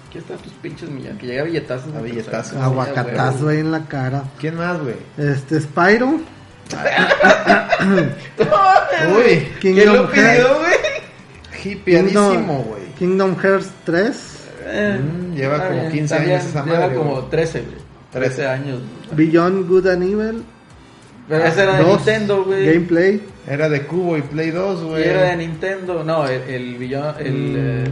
Speaker 3: Aquí están tus pinches millones. Que llegue a billetazos.
Speaker 5: A
Speaker 3: güey, pues,
Speaker 5: billetazos.
Speaker 3: o sea,
Speaker 4: aguacatazo ahí en la cara.
Speaker 5: ¿Quién más, güey?
Speaker 4: Este, Spyro,
Speaker 5: Uy,
Speaker 3: ¿Quién lo
Speaker 4: Kingdom Hearts.
Speaker 3: pidió, güey?
Speaker 5: hipiadísimo, güey.
Speaker 4: Kingdom Hearts 3.
Speaker 3: Eh,
Speaker 5: Mm, lleva
Speaker 3: está
Speaker 5: como 15
Speaker 3: está
Speaker 5: años esa
Speaker 3: Lleva
Speaker 5: madre,
Speaker 3: como
Speaker 5: güey.
Speaker 3: 13, güey. 13
Speaker 5: 13.
Speaker 3: años. güey.
Speaker 4: Beyond Good and Evil.
Speaker 5: Ah,
Speaker 3: Pero ese era de
Speaker 4: Dos,
Speaker 3: Nintendo, güey.
Speaker 4: Gameplay.
Speaker 5: Era de Cubo y Play 2,
Speaker 3: Y
Speaker 5: güey.
Speaker 3: era de Nintendo. No, el, el billón- el,
Speaker 5: Mm.
Speaker 3: eh,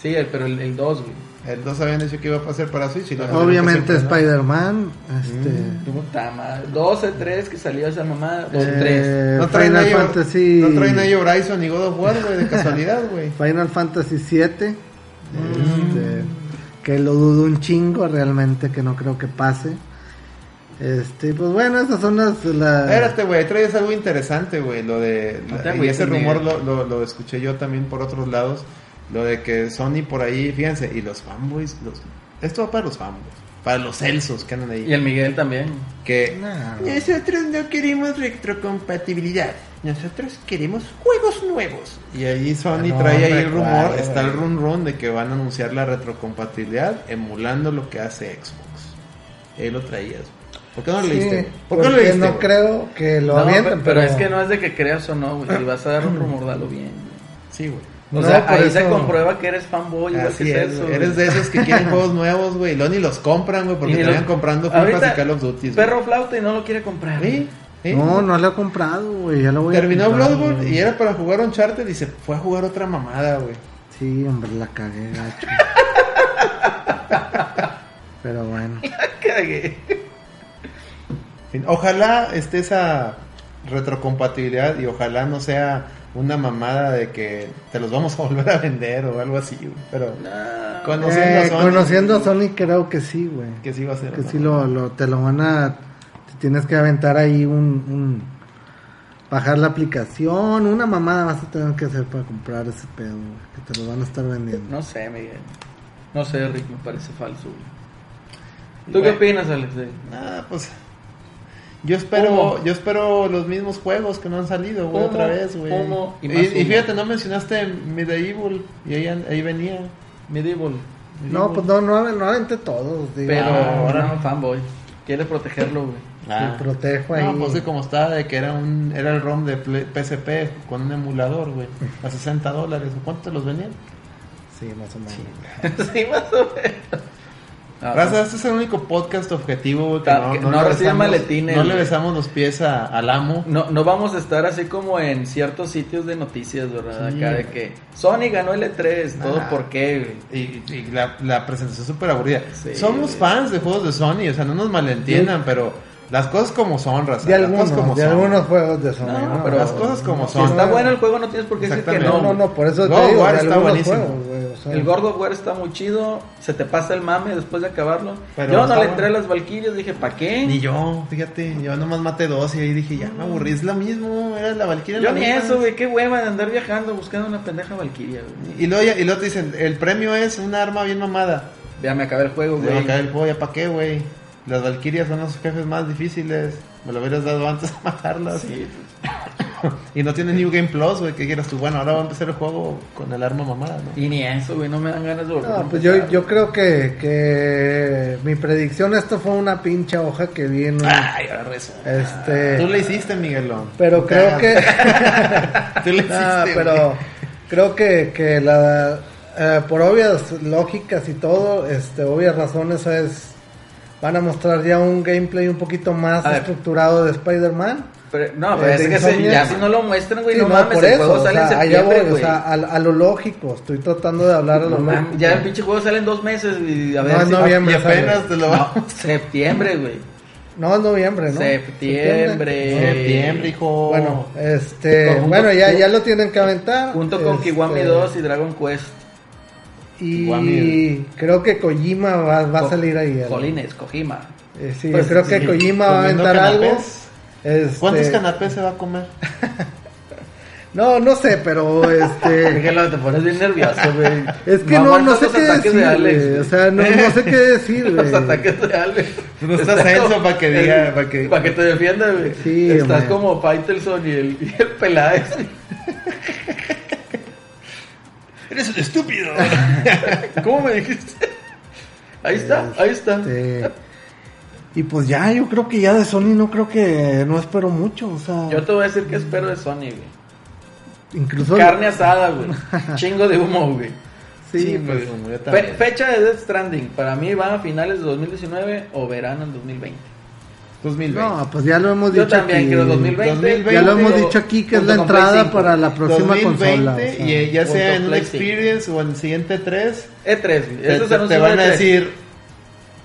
Speaker 3: sí, el, pero el, el 2, güey.
Speaker 5: El 2 habían dicho que iba a pasar para Switch. Y lo
Speaker 4: Obviamente
Speaker 5: siempre, ¿no?
Speaker 4: Spider-Man.
Speaker 5: Mm.
Speaker 4: Este,
Speaker 3: Puta madre. 12, 3 que salió esa mamá. 2,
Speaker 4: eh,
Speaker 3: 3.
Speaker 5: No traen,
Speaker 4: Final
Speaker 5: ahí,
Speaker 4: Fantasy.
Speaker 5: no traen ahí Horizon ni God of War, güey, de casualidad, güey.
Speaker 4: Final Fantasy 7. Este,
Speaker 5: Mm.
Speaker 4: que lo dudo un chingo realmente, que no creo que pase. Este, pues bueno, esas son las. la-
Speaker 5: Espérate, güey, traes algo interesante, güey, lo de...
Speaker 3: No te
Speaker 5: la- y
Speaker 3: agüites,
Speaker 5: ese rumor lo,
Speaker 3: Miguel.
Speaker 5: lo, lo escuché yo también por otros lados, lo de que Sony por ahí, fíjense, y los fanboys, los, esto va para los fanboys, para los celsos que andan ahí,
Speaker 3: Y el Miguel también.
Speaker 5: que...
Speaker 4: Nah.
Speaker 5: Nosotros no queremos retrocompatibilidad, nosotros queremos juegos nuevos. Y ahí
Speaker 3: Ah,
Speaker 5: Sony
Speaker 4: No,
Speaker 5: trae ahí
Speaker 4: hombre,
Speaker 5: el rumor,
Speaker 4: claro,
Speaker 5: está el
Speaker 4: güey.
Speaker 5: run run de que van a anunciar la retrocompatibilidad emulando lo que hace Xbox. Ahí lo traías. ¿Por qué no lo
Speaker 4: Sí,
Speaker 5: leíste? ¿Por qué
Speaker 4: porque
Speaker 5: no lo leíste?
Speaker 4: no
Speaker 5: güey?
Speaker 4: creo que lo
Speaker 3: No,
Speaker 4: avienten,
Speaker 3: pero, pero es que no es de que creas o no, güey. Si vas a dar un rumor, dalo bien, güey.
Speaker 5: Sí, güey.
Speaker 3: O
Speaker 4: No,
Speaker 3: sea,
Speaker 4: por
Speaker 3: ahí se
Speaker 4: eso-
Speaker 3: comprueba que eres fanboy, igual
Speaker 5: Así
Speaker 3: que
Speaker 5: es,
Speaker 3: eso.
Speaker 5: güey. eres de esos que quieren juegos nuevos, güey. y Luego ni los compran, güey, porque estarían comprando FIFA
Speaker 3: Ahorita,
Speaker 5: y Call of Duty. güey.
Speaker 3: Perro flauta y no lo quiere comprar.
Speaker 5: Sí, sí.
Speaker 4: No, no lo he comprado, güey. Ya lo voy a
Speaker 5: Terminó
Speaker 4: comprar,
Speaker 5: Bloodborne
Speaker 4: güey.
Speaker 5: y era para jugar Uncharted y se fue a jugar otra mamada, güey.
Speaker 4: Sí, hombre, la cagué, gacho.
Speaker 3: Eh,
Speaker 4: Pero bueno.
Speaker 3: Cagué.
Speaker 5: fin, Ojalá esté esa retrocompatibilidad y ojalá no sea una mamada de que te los vamos a volver a vender o algo así, güey, pero conociendo a
Speaker 4: Eh,
Speaker 5: Sony,
Speaker 4: conociendo a Sony, creo que sí, güey.
Speaker 5: que sí va a ser.
Speaker 4: Que
Speaker 5: ¿no?
Speaker 4: sí lo, lo- te lo van a. Te tienes que aventar ahí un, un- Bajar la aplicación, una mamada vas a tener que hacer para comprar ese pedo, güey, que te lo van a estar vendiendo.
Speaker 3: No sé, Miguel. No sé, Rick, me parece falso. güey. ¿Tú
Speaker 5: Bueno.
Speaker 3: qué opinas, Alex? de-
Speaker 5: Ah, pues yo espero,
Speaker 3: Humo.
Speaker 5: yo espero los mismos juegos que no han salido, güey,
Speaker 3: Humo,
Speaker 5: otra vez, güey.
Speaker 3: humo y
Speaker 5: Y,
Speaker 3: más
Speaker 5: y
Speaker 3: humo.
Speaker 5: fíjate, no mencionaste Medieval y ahí, ahí venía.
Speaker 3: Medieval.
Speaker 4: No, pues no, no, no aventé todos, digo.
Speaker 3: Pero
Speaker 5: Ah, ahora.
Speaker 3: ahora no, fanboy. Quiere protegerlo, güey.
Speaker 5: Ah.
Speaker 4: Me protejo ahí.
Speaker 5: No, pues sí, como estaba de que era un era el ROM de Play- PSP con un emulador, güey, a 60 dólares. ¿O ¿Cuánto te los vendían?
Speaker 4: Sí, más o menos.
Speaker 3: sí, más o menos. Ah,
Speaker 5: Raza, este es el único podcast objetivo, güey, que
Speaker 3: Ta-
Speaker 5: no,
Speaker 3: que
Speaker 5: no
Speaker 3: no
Speaker 5: le
Speaker 3: recibe
Speaker 5: besamos-
Speaker 3: maletines,
Speaker 5: No le
Speaker 3: güey.
Speaker 5: besamos los pies a- al amo.
Speaker 3: pues, No, no vamos a estar así como en ciertos sitios de noticias, ¿verdad?
Speaker 5: Sí.
Speaker 3: Acá de que Sony ganó el E3, todo
Speaker 5: Ah.
Speaker 3: por qué, güey.
Speaker 5: Y, y la, la presentación súper aburrida.
Speaker 3: Sí.
Speaker 5: Somos fans de juegos de Sony, o sea, no nos malentiendan, pero las cosas como son, raza.
Speaker 4: De
Speaker 5: las
Speaker 4: algunos,
Speaker 5: cosas como
Speaker 4: de
Speaker 5: son.
Speaker 4: algunos juegos de Sony.
Speaker 3: No,
Speaker 4: ¿no?
Speaker 3: pero
Speaker 5: las cosas como
Speaker 3: Si
Speaker 5: son.
Speaker 3: está bueno el juego, no tienes por qué decir que
Speaker 5: Exactamente.
Speaker 3: no.
Speaker 4: No, no, no, pues, por eso
Speaker 5: God
Speaker 4: te digo,
Speaker 5: of War
Speaker 4: de
Speaker 5: está
Speaker 4: algunos
Speaker 5: buenísimo.
Speaker 4: juegos, güey, o sea,
Speaker 3: El God of War está muy chido, se te pasa el mame después de acabarlo.
Speaker 5: Pero
Speaker 3: yo no
Speaker 5: está
Speaker 3: le
Speaker 5: bueno.
Speaker 3: entré a las Valkyrias, dije, ¿para qué?
Speaker 5: Ni yo, fíjate, yo nomás maté dos y ahí dije, ya me aburrí, es la mismo, era la Valkyria.
Speaker 3: yo
Speaker 5: la
Speaker 3: ni
Speaker 5: misma.
Speaker 3: eso, güey, qué hueva de andar viajando buscando una pendeja Valkyria, güey.
Speaker 5: Y luego, ya- y luego te dicen, el premio es una arma bien mamada.
Speaker 3: Ya me acabé el juego,
Speaker 5: Se va
Speaker 3: Pues, güey.
Speaker 5: a caer el juego, ya pa' qué, güey. Las Valkyrias son los jefes más difíciles. Me lo hubieras dado antes de matarlas.
Speaker 3: Sí,
Speaker 5: Y no tiene New Game Plus, güey. ¿Qué quieras tú? Bueno, ahora va a empezar el juego con el arma mamada, ¿no?
Speaker 3: Y ni eso, güey, no me dan ganas de volver. a
Speaker 4: No, pues yo,
Speaker 3: empezar.
Speaker 4: yo creo que, que mi predicción, esto fue una pinche hoja que vi en un-
Speaker 5: Ay, ahora rezo.
Speaker 4: este,
Speaker 5: Ah. Tú le hiciste, Miguelón.
Speaker 4: pero
Speaker 5: Tú te
Speaker 4: creo
Speaker 5: hagas.
Speaker 4: que,
Speaker 5: Tú le
Speaker 4: no,
Speaker 5: hiciste,
Speaker 4: pero
Speaker 5: güey.
Speaker 4: creo que, que la, eh, por obvias lógicas y todo, este, obvias razones es, van a mostrar ya un gameplay un poquito más
Speaker 3: A ver.
Speaker 4: estructurado de Spider-Man.
Speaker 3: Pero- no,
Speaker 4: Eh,
Speaker 3: pero es
Speaker 4: de
Speaker 3: que se-
Speaker 4: Insomniac.
Speaker 3: ya, si no lo muestran, güey,
Speaker 4: Sí,
Speaker 3: no,
Speaker 4: no,
Speaker 3: mames,
Speaker 4: por
Speaker 3: el
Speaker 4: eso,
Speaker 3: juego
Speaker 4: o
Speaker 3: sale
Speaker 4: sea,
Speaker 3: en
Speaker 4: allá
Speaker 3: septiembre,
Speaker 4: voy, o
Speaker 3: güey.
Speaker 4: sea, a, a lo lógico, estoy tratando de hablar a lo
Speaker 3: No
Speaker 4: lógico.
Speaker 3: mames, ya el pinche juego sale en dos meses y a
Speaker 4: No,
Speaker 3: ver
Speaker 4: en
Speaker 3: si-
Speaker 4: noviembre
Speaker 5: Y apenas te lo va.
Speaker 3: No, septiembre, güey.
Speaker 4: No, es noviembre, ¿no?
Speaker 3: Septiembre. Oh.
Speaker 5: Septiembre, hijo.
Speaker 4: Bueno, este,
Speaker 3: Con-
Speaker 4: bueno, ya,
Speaker 3: con-
Speaker 4: ya lo tienen que aventar.
Speaker 3: Junto con
Speaker 4: este,
Speaker 3: Kiwami 2 y Dragon Quest.
Speaker 4: Y
Speaker 5: Kiwami.
Speaker 4: creo que Kojima va, va a
Speaker 3: Co-
Speaker 4: salir ahí. algo.
Speaker 3: Colines, Kojima.
Speaker 4: Eh, sí,
Speaker 3: Pues,
Speaker 4: yo creo que
Speaker 5: sí,
Speaker 4: Kojima va a
Speaker 5: comiendo
Speaker 4: aventar algo.
Speaker 5: canapés.
Speaker 4: Este,
Speaker 5: ¿Cuántos canapés se va a comer?
Speaker 4: No, no sé, pero este.
Speaker 3: Miguel, te pones bien nervioso, güey.
Speaker 4: es que
Speaker 3: Me
Speaker 4: no, no
Speaker 3: aguantas
Speaker 4: sé
Speaker 3: los
Speaker 4: qué
Speaker 3: ataques
Speaker 4: decir.
Speaker 3: de Alex,
Speaker 4: güey,
Speaker 3: güey.
Speaker 4: o sea, no, no sé qué decir.
Speaker 3: los
Speaker 4: güey.
Speaker 3: ataques de Alex.
Speaker 5: No estás Enzo pa' que diga, pa' que-
Speaker 3: pa' te defienda, güey.
Speaker 4: Sí,
Speaker 3: estás
Speaker 4: hombre.
Speaker 3: como Faitelson y el, y el Peláez.
Speaker 5: Eres un estúpido.
Speaker 3: ¿Cómo me dijiste? Ahí está, ahí está.
Speaker 4: Este, y pues ya, yo creo que ya de Sony no creo que no espero mucho. O sea,
Speaker 3: Yo te voy a decir que espero de Sony, güey.
Speaker 4: incluso.
Speaker 3: Carne asada, güey. Chingo de humo, güey.
Speaker 4: Sí,
Speaker 5: pues, como yo
Speaker 3: Fe-
Speaker 5: también.
Speaker 3: fecha de Death Stranding. Para mí va a finales de 2019 o verano del 2020.
Speaker 5: 2020.
Speaker 4: No, pues ya lo hemos
Speaker 3: Yo
Speaker 4: dicho.
Speaker 3: también
Speaker 4: aquí.
Speaker 3: quiero 2020.
Speaker 5: 2020.
Speaker 4: Ya lo hemos
Speaker 3: Digo,
Speaker 4: dicho aquí que es
Speaker 3: junto
Speaker 4: la
Speaker 3: con
Speaker 4: entrada
Speaker 3: Play
Speaker 4: para la próxima
Speaker 5: 2020,
Speaker 4: consola. o sea.
Speaker 5: y ya sea
Speaker 3: Junto
Speaker 5: en un
Speaker 3: Play cinco.
Speaker 5: Experience o en el siguiente 3,
Speaker 3: E3, E güey.
Speaker 5: te,
Speaker 3: Esos
Speaker 5: te-
Speaker 3: anuncios
Speaker 5: te van
Speaker 3: de E
Speaker 5: a
Speaker 3: E3.
Speaker 5: decir,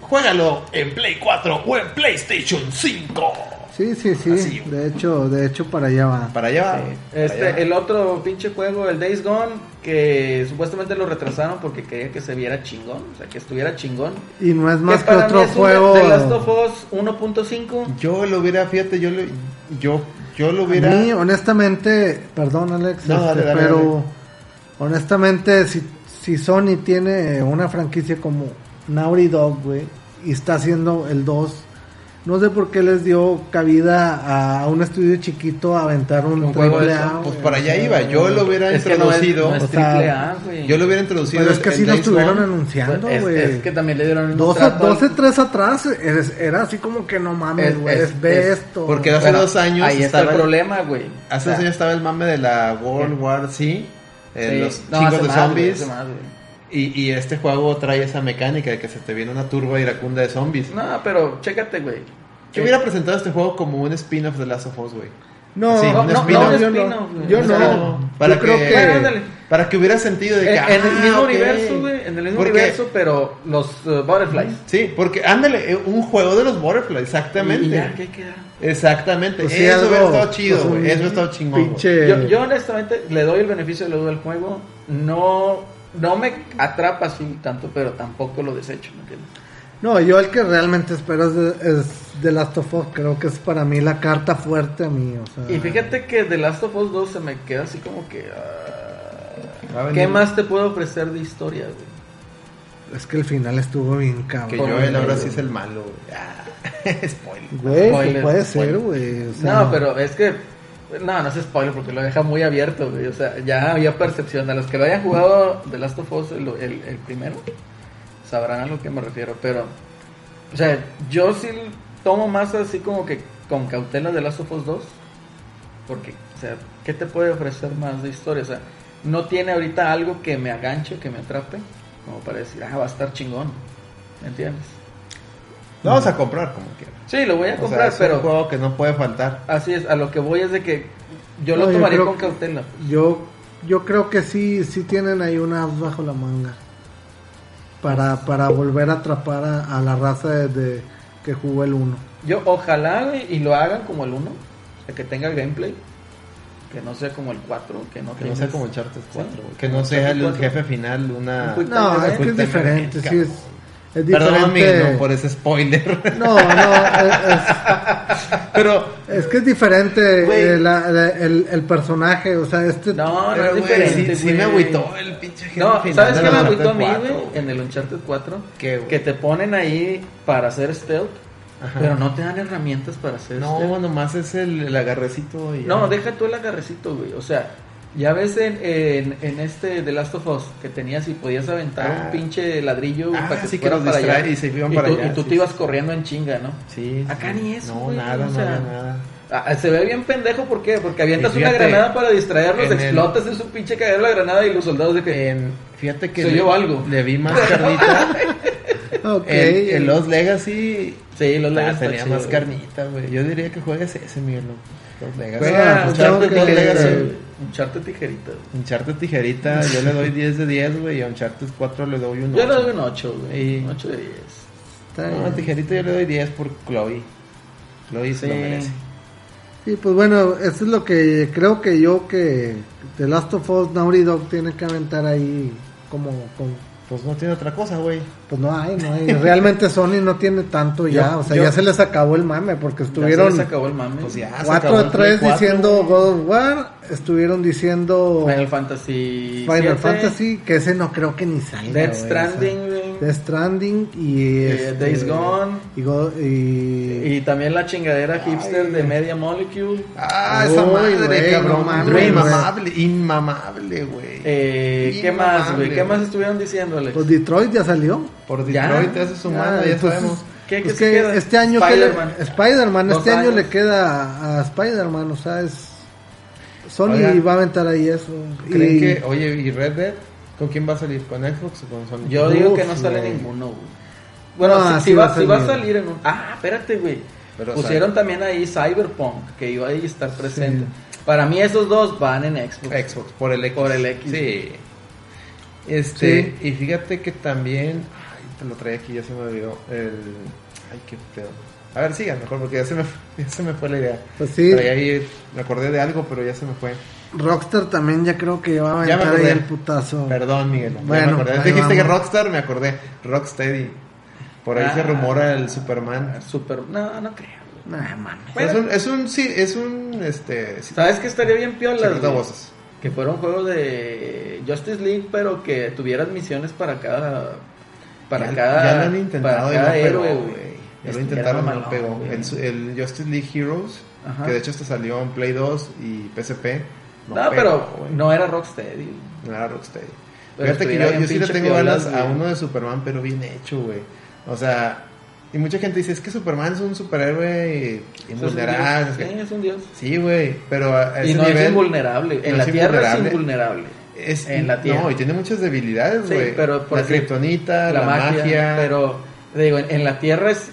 Speaker 6: Juégalo en Play 4 o en PlayStation 5.
Speaker 4: Sí, sí,
Speaker 3: Ah,
Speaker 4: sí.
Speaker 6: Así.
Speaker 4: De hecho, de hecho para allá va.
Speaker 5: para allá va. para allá va.
Speaker 3: Este, el otro pinche juego, el Days Gone, que supuestamente lo retrasaron porque quería que se viera chingón, o sea, que estuviera chingón.
Speaker 4: Y no es más que,
Speaker 3: para mí
Speaker 4: otro
Speaker 3: es un
Speaker 4: juego.
Speaker 3: The Last of Us 1.5.
Speaker 5: Yo lo hubiera, fíjate, yo lo, yo, yo lo
Speaker 4: A
Speaker 5: hubiera.
Speaker 4: mí, honestamente, perdón Alex,
Speaker 5: No,
Speaker 4: este,
Speaker 5: dale, dale,
Speaker 4: pero
Speaker 5: dale.
Speaker 4: honestamente, si, si Sony tiene una franquicia como Naughty Dog, güey, y está haciendo el 2, no sé por qué les dio cabida a un estudio chiquito a aventar un,
Speaker 3: Un juego de
Speaker 4: triple
Speaker 3: eso,
Speaker 4: A,
Speaker 5: pues
Speaker 4: güey,
Speaker 5: para
Speaker 4: o
Speaker 5: allá
Speaker 4: sea,
Speaker 5: iba, yo lo hubiera
Speaker 3: Es que no es-
Speaker 5: introducido.
Speaker 3: no es
Speaker 4: o sea,
Speaker 3: triple A, güey.
Speaker 5: yo lo hubiera introducido.
Speaker 4: Pero es que
Speaker 5: el- pues,
Speaker 4: sí
Speaker 5: el
Speaker 4: lo
Speaker 5: Days
Speaker 4: estuvieron
Speaker 5: Gone.
Speaker 4: anunciando,
Speaker 3: Es-
Speaker 4: güey.
Speaker 3: es, que también le dieron un
Speaker 4: 12,
Speaker 3: trato al-
Speaker 4: 12, 3 atrás, eres- era así como que no mames,
Speaker 3: Es-
Speaker 4: güey,
Speaker 3: es-
Speaker 4: ve
Speaker 3: es-
Speaker 4: esto.
Speaker 5: porque
Speaker 4: güey.
Speaker 5: hace dos años
Speaker 3: Ahí está el
Speaker 5: estaba-
Speaker 3: problema, güey.
Speaker 5: Hace
Speaker 3: O
Speaker 5: dos
Speaker 4: Ah.
Speaker 3: sea,
Speaker 5: años estaba el mame de la World War C, eh,
Speaker 3: sí.
Speaker 5: los
Speaker 3: No, hace
Speaker 5: chingos de
Speaker 3: más, güey,
Speaker 5: zombies.
Speaker 3: hace más, güey.
Speaker 5: Y, y este juego trae esa mecánica de que se te viene una turba iracunda de zombies.
Speaker 3: No, pero chécate, güey.
Speaker 5: Yo hubiera presentado este juego como un spin-off de Last of Us, güey.
Speaker 4: No,
Speaker 5: Sí,
Speaker 4: no,
Speaker 5: un
Speaker 4: no,
Speaker 5: spin-off.
Speaker 4: yo
Speaker 3: No,
Speaker 4: no.
Speaker 3: no,
Speaker 4: Yo
Speaker 3: un
Speaker 4: no.
Speaker 5: spin-off. Para
Speaker 4: yo creo
Speaker 5: que-
Speaker 4: que
Speaker 3: Bueno, ándale.
Speaker 5: Para que hubiera sentido de que.
Speaker 3: En, en el
Speaker 5: ah,
Speaker 3: mismo
Speaker 5: ok.
Speaker 3: universo, güey. En el mismo
Speaker 5: Porque-
Speaker 3: universo, pero los eh, Butterflies.
Speaker 5: Sí, porque ándale, eh, un juego de los Butterflies, exactamente.
Speaker 3: Y ya, ¿qué queda?
Speaker 5: Exactamente,
Speaker 4: Pues sí,
Speaker 5: eso
Speaker 4: algo,
Speaker 5: hubiera estado chido,
Speaker 4: pues,
Speaker 5: güey.
Speaker 4: un
Speaker 5: eso hubiera estado chingón. güey.
Speaker 4: Pinche.
Speaker 3: Yo, yo honestamente le doy el beneficio de la duda al juego. No, no me atrapa así tanto, pero tampoco lo desecho, ¿me entiendes?
Speaker 4: No, yo el que realmente espero es, de- es The Last of Us. Creo que es para mí la carta fuerte a mí. O sea,
Speaker 5: Ah.
Speaker 3: Y fíjate que The Last of Us 2 se me queda así como que... ah,
Speaker 5: Va a venir-
Speaker 3: ¿Qué más te puedo ofrecer de historia, güey?
Speaker 4: Es que el final estuvo bien cabrón.
Speaker 5: Que
Speaker 3: Por
Speaker 5: yo,
Speaker 3: lo
Speaker 5: él ahora
Speaker 3: menos,
Speaker 5: sí es
Speaker 3: güey.
Speaker 5: el malo, güey. Ah, spoiler.
Speaker 4: Güey,
Speaker 3: Spoiler,
Speaker 4: que puede ser,
Speaker 3: spoiler.
Speaker 4: güey. o sea,
Speaker 3: No, pero es que... No, no es spoiler porque lo deja muy abierto, güey. O sea, ya había percepción. A los que lo hayan jugado The Last of Us, el, el- el primero, sabrán a lo que me refiero. Pero, o sea, yo sí tomo más así como que con cautela The Last of Us 2. Porque, o sea, ¿qué te puede ofrecer más de historia? O sea, no tiene ahorita algo que me aganche, que me atrape, como para decir, ah, va a estar chingón. ¿Me entiendes?
Speaker 5: Lo vamos a comprar como quiera.
Speaker 3: Sí, lo voy a
Speaker 5: O sea,
Speaker 3: comprar,
Speaker 5: es
Speaker 3: pero
Speaker 5: un juego que no puede faltar.
Speaker 3: así es, a lo que voy es de que yo lo
Speaker 4: No, yo
Speaker 3: tomaría
Speaker 4: creo
Speaker 3: con
Speaker 4: que-
Speaker 3: cautela.
Speaker 4: Yo, yo creo que sí, sí tienen ahí una as bajo la manga. Para, para volver a atrapar a, a la raza de, de- que jugó el 1.
Speaker 3: Yo ojalá güey, y lo hagan como el 1, o sea, que tenga gameplay, que no sea como el 4, que no,
Speaker 5: Que no
Speaker 3: tienes-
Speaker 5: sea como Uncharted 4,
Speaker 3: Sí.
Speaker 5: güey. Que no sea el
Speaker 3: Uncharted
Speaker 5: jefe final una...
Speaker 3: Un quick-
Speaker 4: No, es que es
Speaker 5: Ocultamente,
Speaker 4: diferente, sí, es, es
Speaker 5: Perdón,
Speaker 4: diferente.
Speaker 5: amigo, no, por ese spoiler.
Speaker 4: No, no, eh, es,
Speaker 5: pero...
Speaker 4: es- es que es diferente
Speaker 5: Güey.
Speaker 4: eh, la- la- el, el personaje, o sea, este...
Speaker 3: No, no
Speaker 5: pero,
Speaker 3: es
Speaker 5: güey,
Speaker 3: diferente,
Speaker 5: sí, sí me
Speaker 3: güey.
Speaker 5: agüitó el pinche jefe
Speaker 3: No,
Speaker 5: final.
Speaker 3: ¿sabes
Speaker 5: de
Speaker 3: qué me
Speaker 5: Uncharted
Speaker 3: agüitó a mí,
Speaker 5: 4,
Speaker 3: güey? En el Uncharted 4,
Speaker 5: ¿Qué, güey?
Speaker 3: que te ponen ahí para hacer stealth,
Speaker 5: Ajá.
Speaker 3: pero no te dan herramientas para hacer
Speaker 5: No,
Speaker 3: stealth.
Speaker 5: nomás es el, el agarrecito y... ya.
Speaker 3: Este. No, deja tú el agarrecito, güey. O sea, ya ves en, en, en este The Last of Us que tenías y podías aventar
Speaker 5: Ah.
Speaker 3: un pinche ladrillo
Speaker 5: Ah,
Speaker 3: para que
Speaker 5: sí,
Speaker 3: se
Speaker 5: que
Speaker 3: fuera
Speaker 5: los
Speaker 3: para allá.
Speaker 5: distrae y se iban para
Speaker 3: tú,
Speaker 5: allá,
Speaker 3: Y tú
Speaker 5: sí,
Speaker 3: te ibas
Speaker 5: sí.
Speaker 3: corriendo en chinga, ¿no?
Speaker 5: Sí, sí.
Speaker 3: Acá ni eso,
Speaker 5: No,
Speaker 3: güey,
Speaker 5: nada,
Speaker 3: o
Speaker 5: no había
Speaker 3: sea,
Speaker 5: nada.
Speaker 3: Ah, se ve bien pendejo, ¿por qué? Porque avientas
Speaker 5: Y
Speaker 3: una
Speaker 5: fíjate,
Speaker 3: granada para distraerlos,
Speaker 5: en el- Eh,
Speaker 3: explotas en su pinche caer la granada y los soldados de que...
Speaker 5: En- fíjate que
Speaker 3: Se
Speaker 5: le,
Speaker 3: oyó algo.
Speaker 5: le vi más carnita.
Speaker 4: ok,
Speaker 5: el, el Lost Legacy
Speaker 3: Sí, los
Speaker 5: ah,
Speaker 3: lagas
Speaker 5: tenía más carnita, güey. Yo diría que juegues ese, Miguel. Lost Legacy.
Speaker 4: Juega,
Speaker 5: Ah,
Speaker 4: pues,
Speaker 5: Uncharted
Speaker 4: tengo que-
Speaker 5: Lost Legacy.
Speaker 4: eh,
Speaker 3: Un charte tijerita. güey.
Speaker 5: Uncharted tijerita, yo le doy 10 de 10, güey. Y a Uncharted 4 le doy un
Speaker 3: Yo le
Speaker 5: ocho.
Speaker 3: doy un 8, güey.
Speaker 5: Y-
Speaker 3: Un 8 de 10.
Speaker 4: está
Speaker 5: No,
Speaker 4: bien.
Speaker 5: a tijerita yo le doy 10 por Chloe. Chloe se lo merece.
Speaker 4: Sí, pues bueno, eso es lo que creo que yo que The Last of Us, Naughty Dog tiene que aventar ahí como, como-
Speaker 5: Pues no tiene otra cosa, güey.
Speaker 4: pues no hay, no hay. Realmente Sony no tiene tanto ya,
Speaker 3: Yo-
Speaker 4: o sea,
Speaker 3: yo-
Speaker 4: ya se les acabó el mame porque
Speaker 3: Ya
Speaker 4: estuvieron
Speaker 3: se les acabó el mame.
Speaker 5: Pues ya, se acabó
Speaker 4: cuatro
Speaker 5: el
Speaker 4: o tres
Speaker 5: Play 4,
Speaker 4: diciendo
Speaker 5: güey.
Speaker 4: God of War, estuvieron diciendo
Speaker 3: Final Fantasy
Speaker 4: Final
Speaker 3: siete,
Speaker 4: Fantasy, que ese no creo que ni salga.
Speaker 3: Death
Speaker 4: güey,
Speaker 3: Stranding,
Speaker 4: o sea,
Speaker 3: güey.
Speaker 4: Death Stranding y este,
Speaker 3: Eh, Days Gone.
Speaker 4: y, God- y-
Speaker 3: Y también la chingadera hipster de Media Molecule.
Speaker 5: Ah, esa
Speaker 4: Uy,
Speaker 5: madre,
Speaker 4: güey,
Speaker 5: cabrón.
Speaker 4: no mames,
Speaker 5: güey,
Speaker 4: güey.
Speaker 5: inmamable, inmamable, güey.
Speaker 3: Eh, ¿Qué más, güey?
Speaker 5: Inmamable,
Speaker 3: ¿Qué más
Speaker 5: güey.
Speaker 3: estuvieron diciendo, Alex?
Speaker 4: pues Detroit ya salió.
Speaker 5: Por
Speaker 3: Ya.
Speaker 5: Detroit, eso es humano,
Speaker 4: Ah,
Speaker 5: ya
Speaker 4: entonces,
Speaker 5: sabemos.
Speaker 3: ¿Qué- qué
Speaker 4: pues
Speaker 3: se
Speaker 4: que
Speaker 3: queda?
Speaker 4: este año que le-
Speaker 3: Spider-Man.
Speaker 4: Spider-Man, este
Speaker 3: Dos
Speaker 4: año
Speaker 3: años.
Speaker 4: le queda a, a Spider-Man, o sea, es Sony
Speaker 5: Oigan,
Speaker 4: va a aventar ahí eso.
Speaker 5: ¿Creen
Speaker 4: Y-
Speaker 5: que, oye, y Red Dead? ¿Con quién va a salir? ¿Con Xbox o con Sony?
Speaker 3: Yo digo que no
Speaker 4: Uf,
Speaker 3: sale
Speaker 4: güey.
Speaker 3: ninguno, güey. Bueno,
Speaker 4: No,
Speaker 3: si,
Speaker 4: sí
Speaker 3: si
Speaker 4: va
Speaker 3: va,
Speaker 4: a
Speaker 3: si va a
Speaker 4: salir.
Speaker 3: salir en un... Ah, espérate, güey.
Speaker 5: Pero
Speaker 3: Pusieron
Speaker 5: sale.
Speaker 3: también ahí Cyberpunk, que iba a estar presente. Para mí esos dos van en Xbox.
Speaker 5: Xbox, por el X.
Speaker 3: Por el X.
Speaker 5: Sí. Este, y fíjate que también. Ay, te lo traía aquí, ya se me olvidó. El. Ay, qué pedo. A ver, sigan mejor, porque ya se me, ya se me fue la idea.
Speaker 4: Pues sí.
Speaker 5: Traía ahí, me acordé de algo, pero ya se me fue.
Speaker 4: Rockstar también ya creo que va a
Speaker 5: Ya me
Speaker 4: aventar ahí
Speaker 5: acordé.
Speaker 4: el putazo.
Speaker 5: Perdón, Miguel. ya
Speaker 4: Bueno,
Speaker 5: me acordé.
Speaker 4: ahí
Speaker 5: Dijiste que
Speaker 4: vamos.
Speaker 5: Rockstar, me acordé. Rocksteady. Por ahí
Speaker 3: Ah.
Speaker 5: se rumora el Superman.
Speaker 3: Super... No, no creo. güey.
Speaker 4: Nah, mames.
Speaker 3: Bueno.
Speaker 5: es un, es un, sí, es un, este, sí,
Speaker 3: ¿Sabes qué estaría bien piola?
Speaker 5: secreto a
Speaker 3: güey?
Speaker 5: voces.
Speaker 3: Que fuera un juego de Justice League, pero que tuvieras misiones para cada... Para
Speaker 5: ya,
Speaker 3: cada...
Speaker 5: ya lo han intentado
Speaker 3: para
Speaker 5: y no
Speaker 3: cada
Speaker 5: pegó,
Speaker 3: héroe,
Speaker 5: güey. Ya lo
Speaker 3: Estuviera
Speaker 5: intentaron y no
Speaker 3: mamalón,
Speaker 5: pegó.
Speaker 3: güey.
Speaker 5: El, su- el Justice League Heroes,
Speaker 3: Ajá.
Speaker 5: que de hecho hasta salió en Play 2 y PSP.
Speaker 3: No,
Speaker 5: pegó,
Speaker 3: Ah, pero
Speaker 5: güey.
Speaker 3: no era Rocksteady. güey.
Speaker 5: No era Rocksteady.
Speaker 3: Pero
Speaker 5: Fíjate que
Speaker 3: estuviera
Speaker 5: yo,
Speaker 3: bien
Speaker 5: yo sí le
Speaker 3: pinche
Speaker 5: tengo ganas
Speaker 3: piolas,
Speaker 5: a
Speaker 3: güey.
Speaker 5: uno de Superman, pero bien hecho, güey. O sea, y mucha gente dice, es que Superman es un superhéroe invulnerable.
Speaker 3: Es un dios. Sí, es un dios.
Speaker 5: Sí, güey, pero a a ese
Speaker 3: Y no es
Speaker 5: nivel
Speaker 3: invulnerable. En
Speaker 5: no
Speaker 3: la
Speaker 5: es
Speaker 3: Tierra
Speaker 5: invulnerable.
Speaker 3: es invulnerable.
Speaker 5: es-
Speaker 3: en la Tierra.
Speaker 5: No, y tiene muchas debilidades,
Speaker 3: Sí,
Speaker 5: güey.
Speaker 3: pero por
Speaker 5: Ah, la
Speaker 3: decir,
Speaker 5: kriptonita, la,
Speaker 3: la magia,
Speaker 5: magia.
Speaker 3: Pero, digo, en, en la Tierra es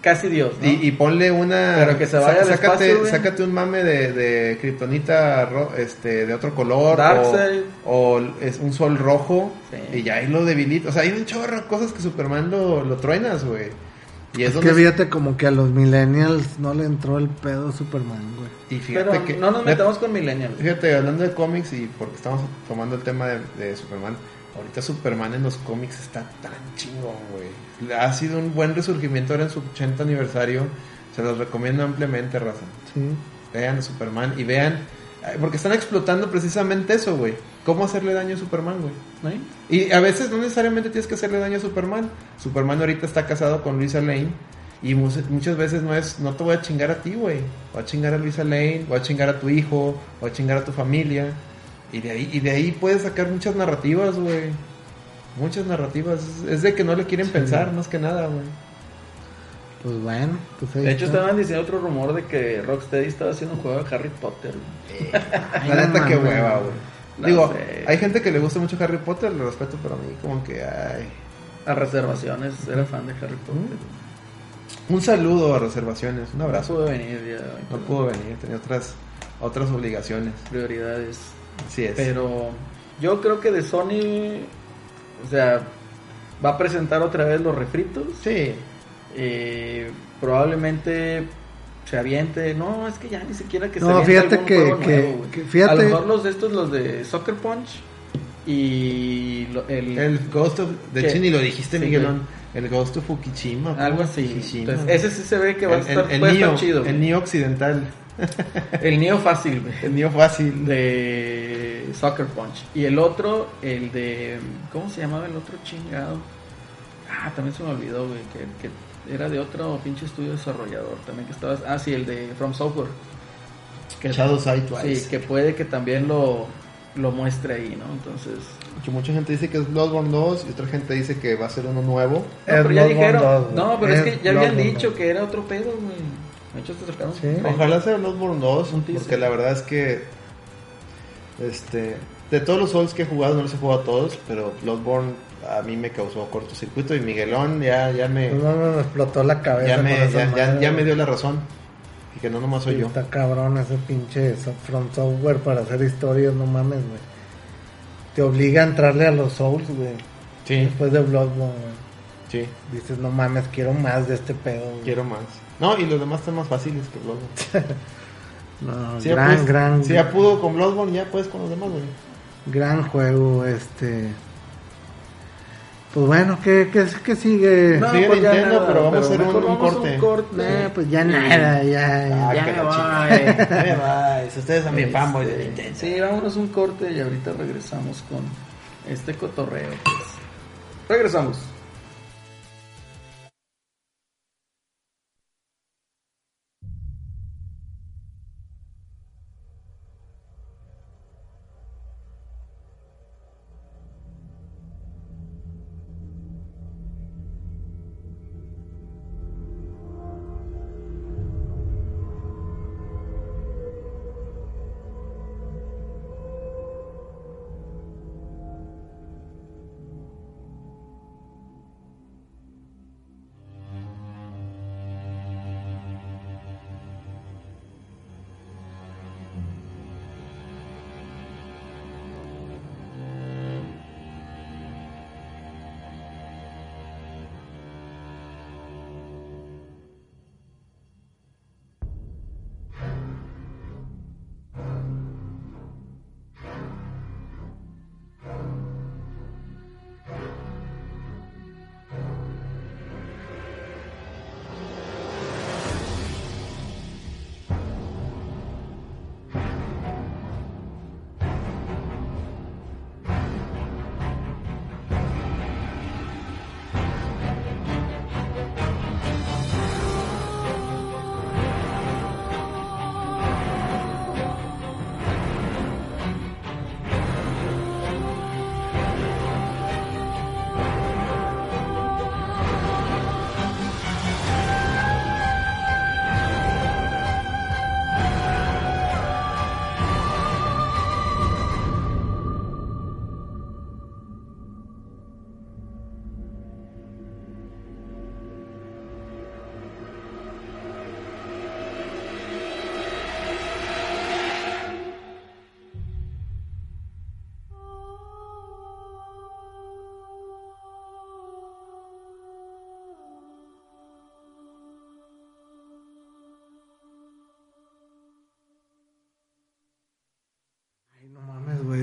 Speaker 3: casi Dios. ¿no?
Speaker 5: Y, y ponle una.
Speaker 3: Pero que se vaya al
Speaker 5: sácate,
Speaker 3: espacio, güey.
Speaker 5: sácate un mame de, de kriptonita ro- este, de otro color.
Speaker 3: Darkseid.
Speaker 5: O, o es un sol rojo.
Speaker 3: Sí.
Speaker 5: Y ya ahí lo debilita. O sea, hay un chorro de cosas que Superman lo, lo truenas, güey. Y es,
Speaker 4: Es que
Speaker 5: donde.
Speaker 4: fíjate como que a los millennials no le entró el pedo a Superman, güey.
Speaker 5: y fíjate
Speaker 3: Pero
Speaker 5: que.
Speaker 3: no nos
Speaker 5: me-
Speaker 3: metamos con Millennials.
Speaker 5: Fíjate, hablando de cómics y porque estamos tomando el tema de, de Superman, ahorita Superman en los cómics está tan chingón, güey. Ha sido un buen resurgimiento ahora en su 80 aniversario. Se los recomiendo ampliamente, raza.
Speaker 4: Sí.
Speaker 5: Vean a Superman y vean, eh, porque están explotando precisamente eso, güey. ¿Cómo hacerle daño a Superman, güey?
Speaker 3: ¿no?
Speaker 5: Y a veces no necesariamente tienes que hacerle daño a Superman. Superman ahorita está casado con Luisa Lane. Y mu- muchas veces no es, no te voy a chingar a ti, güey. Voy a chingar a Luisa Lane, voy a chingar a tu hijo, voy a chingar a tu familia. Y de ahí, y de ahí puedes sacar muchas narrativas, güey. Muchas narrativas. Es- Es de que no le quieren pensar, más que nada, güey.
Speaker 4: Pues bueno, pues ahí
Speaker 3: De hecho,
Speaker 4: está.
Speaker 3: estaban diciendo otro rumor de que Rocksteady estaba haciendo un juego de Harry Potter. güey.
Speaker 4: Ay,
Speaker 5: La neta,
Speaker 4: no
Speaker 5: que
Speaker 4: mames.
Speaker 5: hueva, güey.
Speaker 3: No
Speaker 5: Digo,
Speaker 3: sé.
Speaker 5: hay gente que le gusta mucho Harry Potter, lo respeto, pero a mí como que, ay.
Speaker 3: A reservaciones, era fan de Harry Potter.
Speaker 5: Un saludo a reservaciones, Mm, un
Speaker 3: No
Speaker 5: abrazo.
Speaker 3: pudo venir ya. güey,
Speaker 5: No
Speaker 3: con
Speaker 5: pudo venir, tenía otras, otras obligaciones.
Speaker 3: Prioridades.
Speaker 5: Así es.
Speaker 3: Pero yo creo que de Sony, o sea, va a presentar otra vez los refritos.
Speaker 5: Sí,
Speaker 3: Eh, probablemente se aviente. No, es que ya ni siquiera que se
Speaker 4: No,
Speaker 3: aviente
Speaker 4: fíjate
Speaker 3: algún
Speaker 4: que-
Speaker 3: juego
Speaker 4: que-
Speaker 3: nuevo, güey.
Speaker 4: que fíjate-
Speaker 3: A lo mejor los de estos, los de Soccer Punch y lo- el,
Speaker 5: el Ghost of. De
Speaker 3: ¿Qué?
Speaker 5: hecho, ni lo dijiste,
Speaker 3: Sí,
Speaker 5: Miguelón. El Ghost of Fukushima.
Speaker 3: algo
Speaker 5: ¿cómo?
Speaker 3: así.
Speaker 5: Fukushima.
Speaker 3: Entonces, ese sí se ve que va a
Speaker 5: El- el-
Speaker 3: estar,
Speaker 5: el
Speaker 3: puede estar
Speaker 5: Neo,
Speaker 3: chido. güey.
Speaker 5: El Neo Occidental.
Speaker 3: El Neo fácil, güey.
Speaker 5: El Neo Fácil.
Speaker 3: de Soccer Punch. Y el otro, el de. ¿Cómo se llamaba el otro chingado? Ah, también se me olvidó, güey. Que, que era de otro pinche estudio desarrollador. También que estaba. Ah, sí, el de From Software. Que,
Speaker 5: Shadow Side
Speaker 3: sí,
Speaker 5: Twice.
Speaker 3: que puede que también lo, lo muestre ahí, ¿no? Entonces.
Speaker 5: Que mucha gente dice que es Bloodborne 2 y otra gente dice que va a ser uno nuevo.
Speaker 3: No, pero ya
Speaker 4: Bloodborne
Speaker 3: dijeron.
Speaker 4: 2, güey.
Speaker 3: no, pero es, que ya habían
Speaker 4: Bloodborne
Speaker 3: dicho
Speaker 4: 2.
Speaker 3: que era otro pedo, güey. De hecho, te sacaron.
Speaker 4: Sí.
Speaker 3: un-
Speaker 5: Ojalá sea Bloodborne 2,
Speaker 3: Un teaser.
Speaker 5: porque la verdad es que este de todos los Souls que he jugado, no los he jugado a todos, pero Bloodborne a mí me causó cortocircuito y Miguelón ya ya me
Speaker 4: No, no, me explotó la cabeza.
Speaker 5: ya me
Speaker 4: con esa
Speaker 5: ya, ya-
Speaker 4: madre,
Speaker 5: ya me
Speaker 4: güey.
Speaker 5: dio la razón. Y que no nomás soy yo.
Speaker 4: Está cabrón ese pinche so- From Software para hacer historias, no mames, güey. Te obliga a entrarle a los Souls, güey.
Speaker 5: Sí,
Speaker 4: Después de Bloodborne, güey.
Speaker 5: sí,
Speaker 4: Dices, no mames, quiero más de este pedo, güey.
Speaker 5: quiero más. No, y los demás están más fáciles que Bloodborne.
Speaker 4: No,
Speaker 5: Si ya
Speaker 4: gran,
Speaker 5: puedes-
Speaker 4: gran,
Speaker 5: si ya pudo con Bloodborne, ya puedes con los demás, güey.
Speaker 4: gran juego, este. Pues bueno, ¿qué, qué, qué sigue?
Speaker 3: No,
Speaker 5: Sigue
Speaker 3: pues ya
Speaker 5: Nintendo,
Speaker 3: nada,
Speaker 5: pero vamos a hacer
Speaker 3: mejor
Speaker 5: un- un
Speaker 3: vamos a
Speaker 5: corte.
Speaker 4: Nah, pues ya nada, ya.
Speaker 5: Ah,
Speaker 4: ya.
Speaker 5: que la
Speaker 3: voy.
Speaker 5: chingada. Ya me vais, ustedes son bien fanboys de
Speaker 3: Este,
Speaker 5: Nintendo.
Speaker 3: Sí, vámonos un corte y ahorita regresamos con este cotorreo. pues. Regresamos.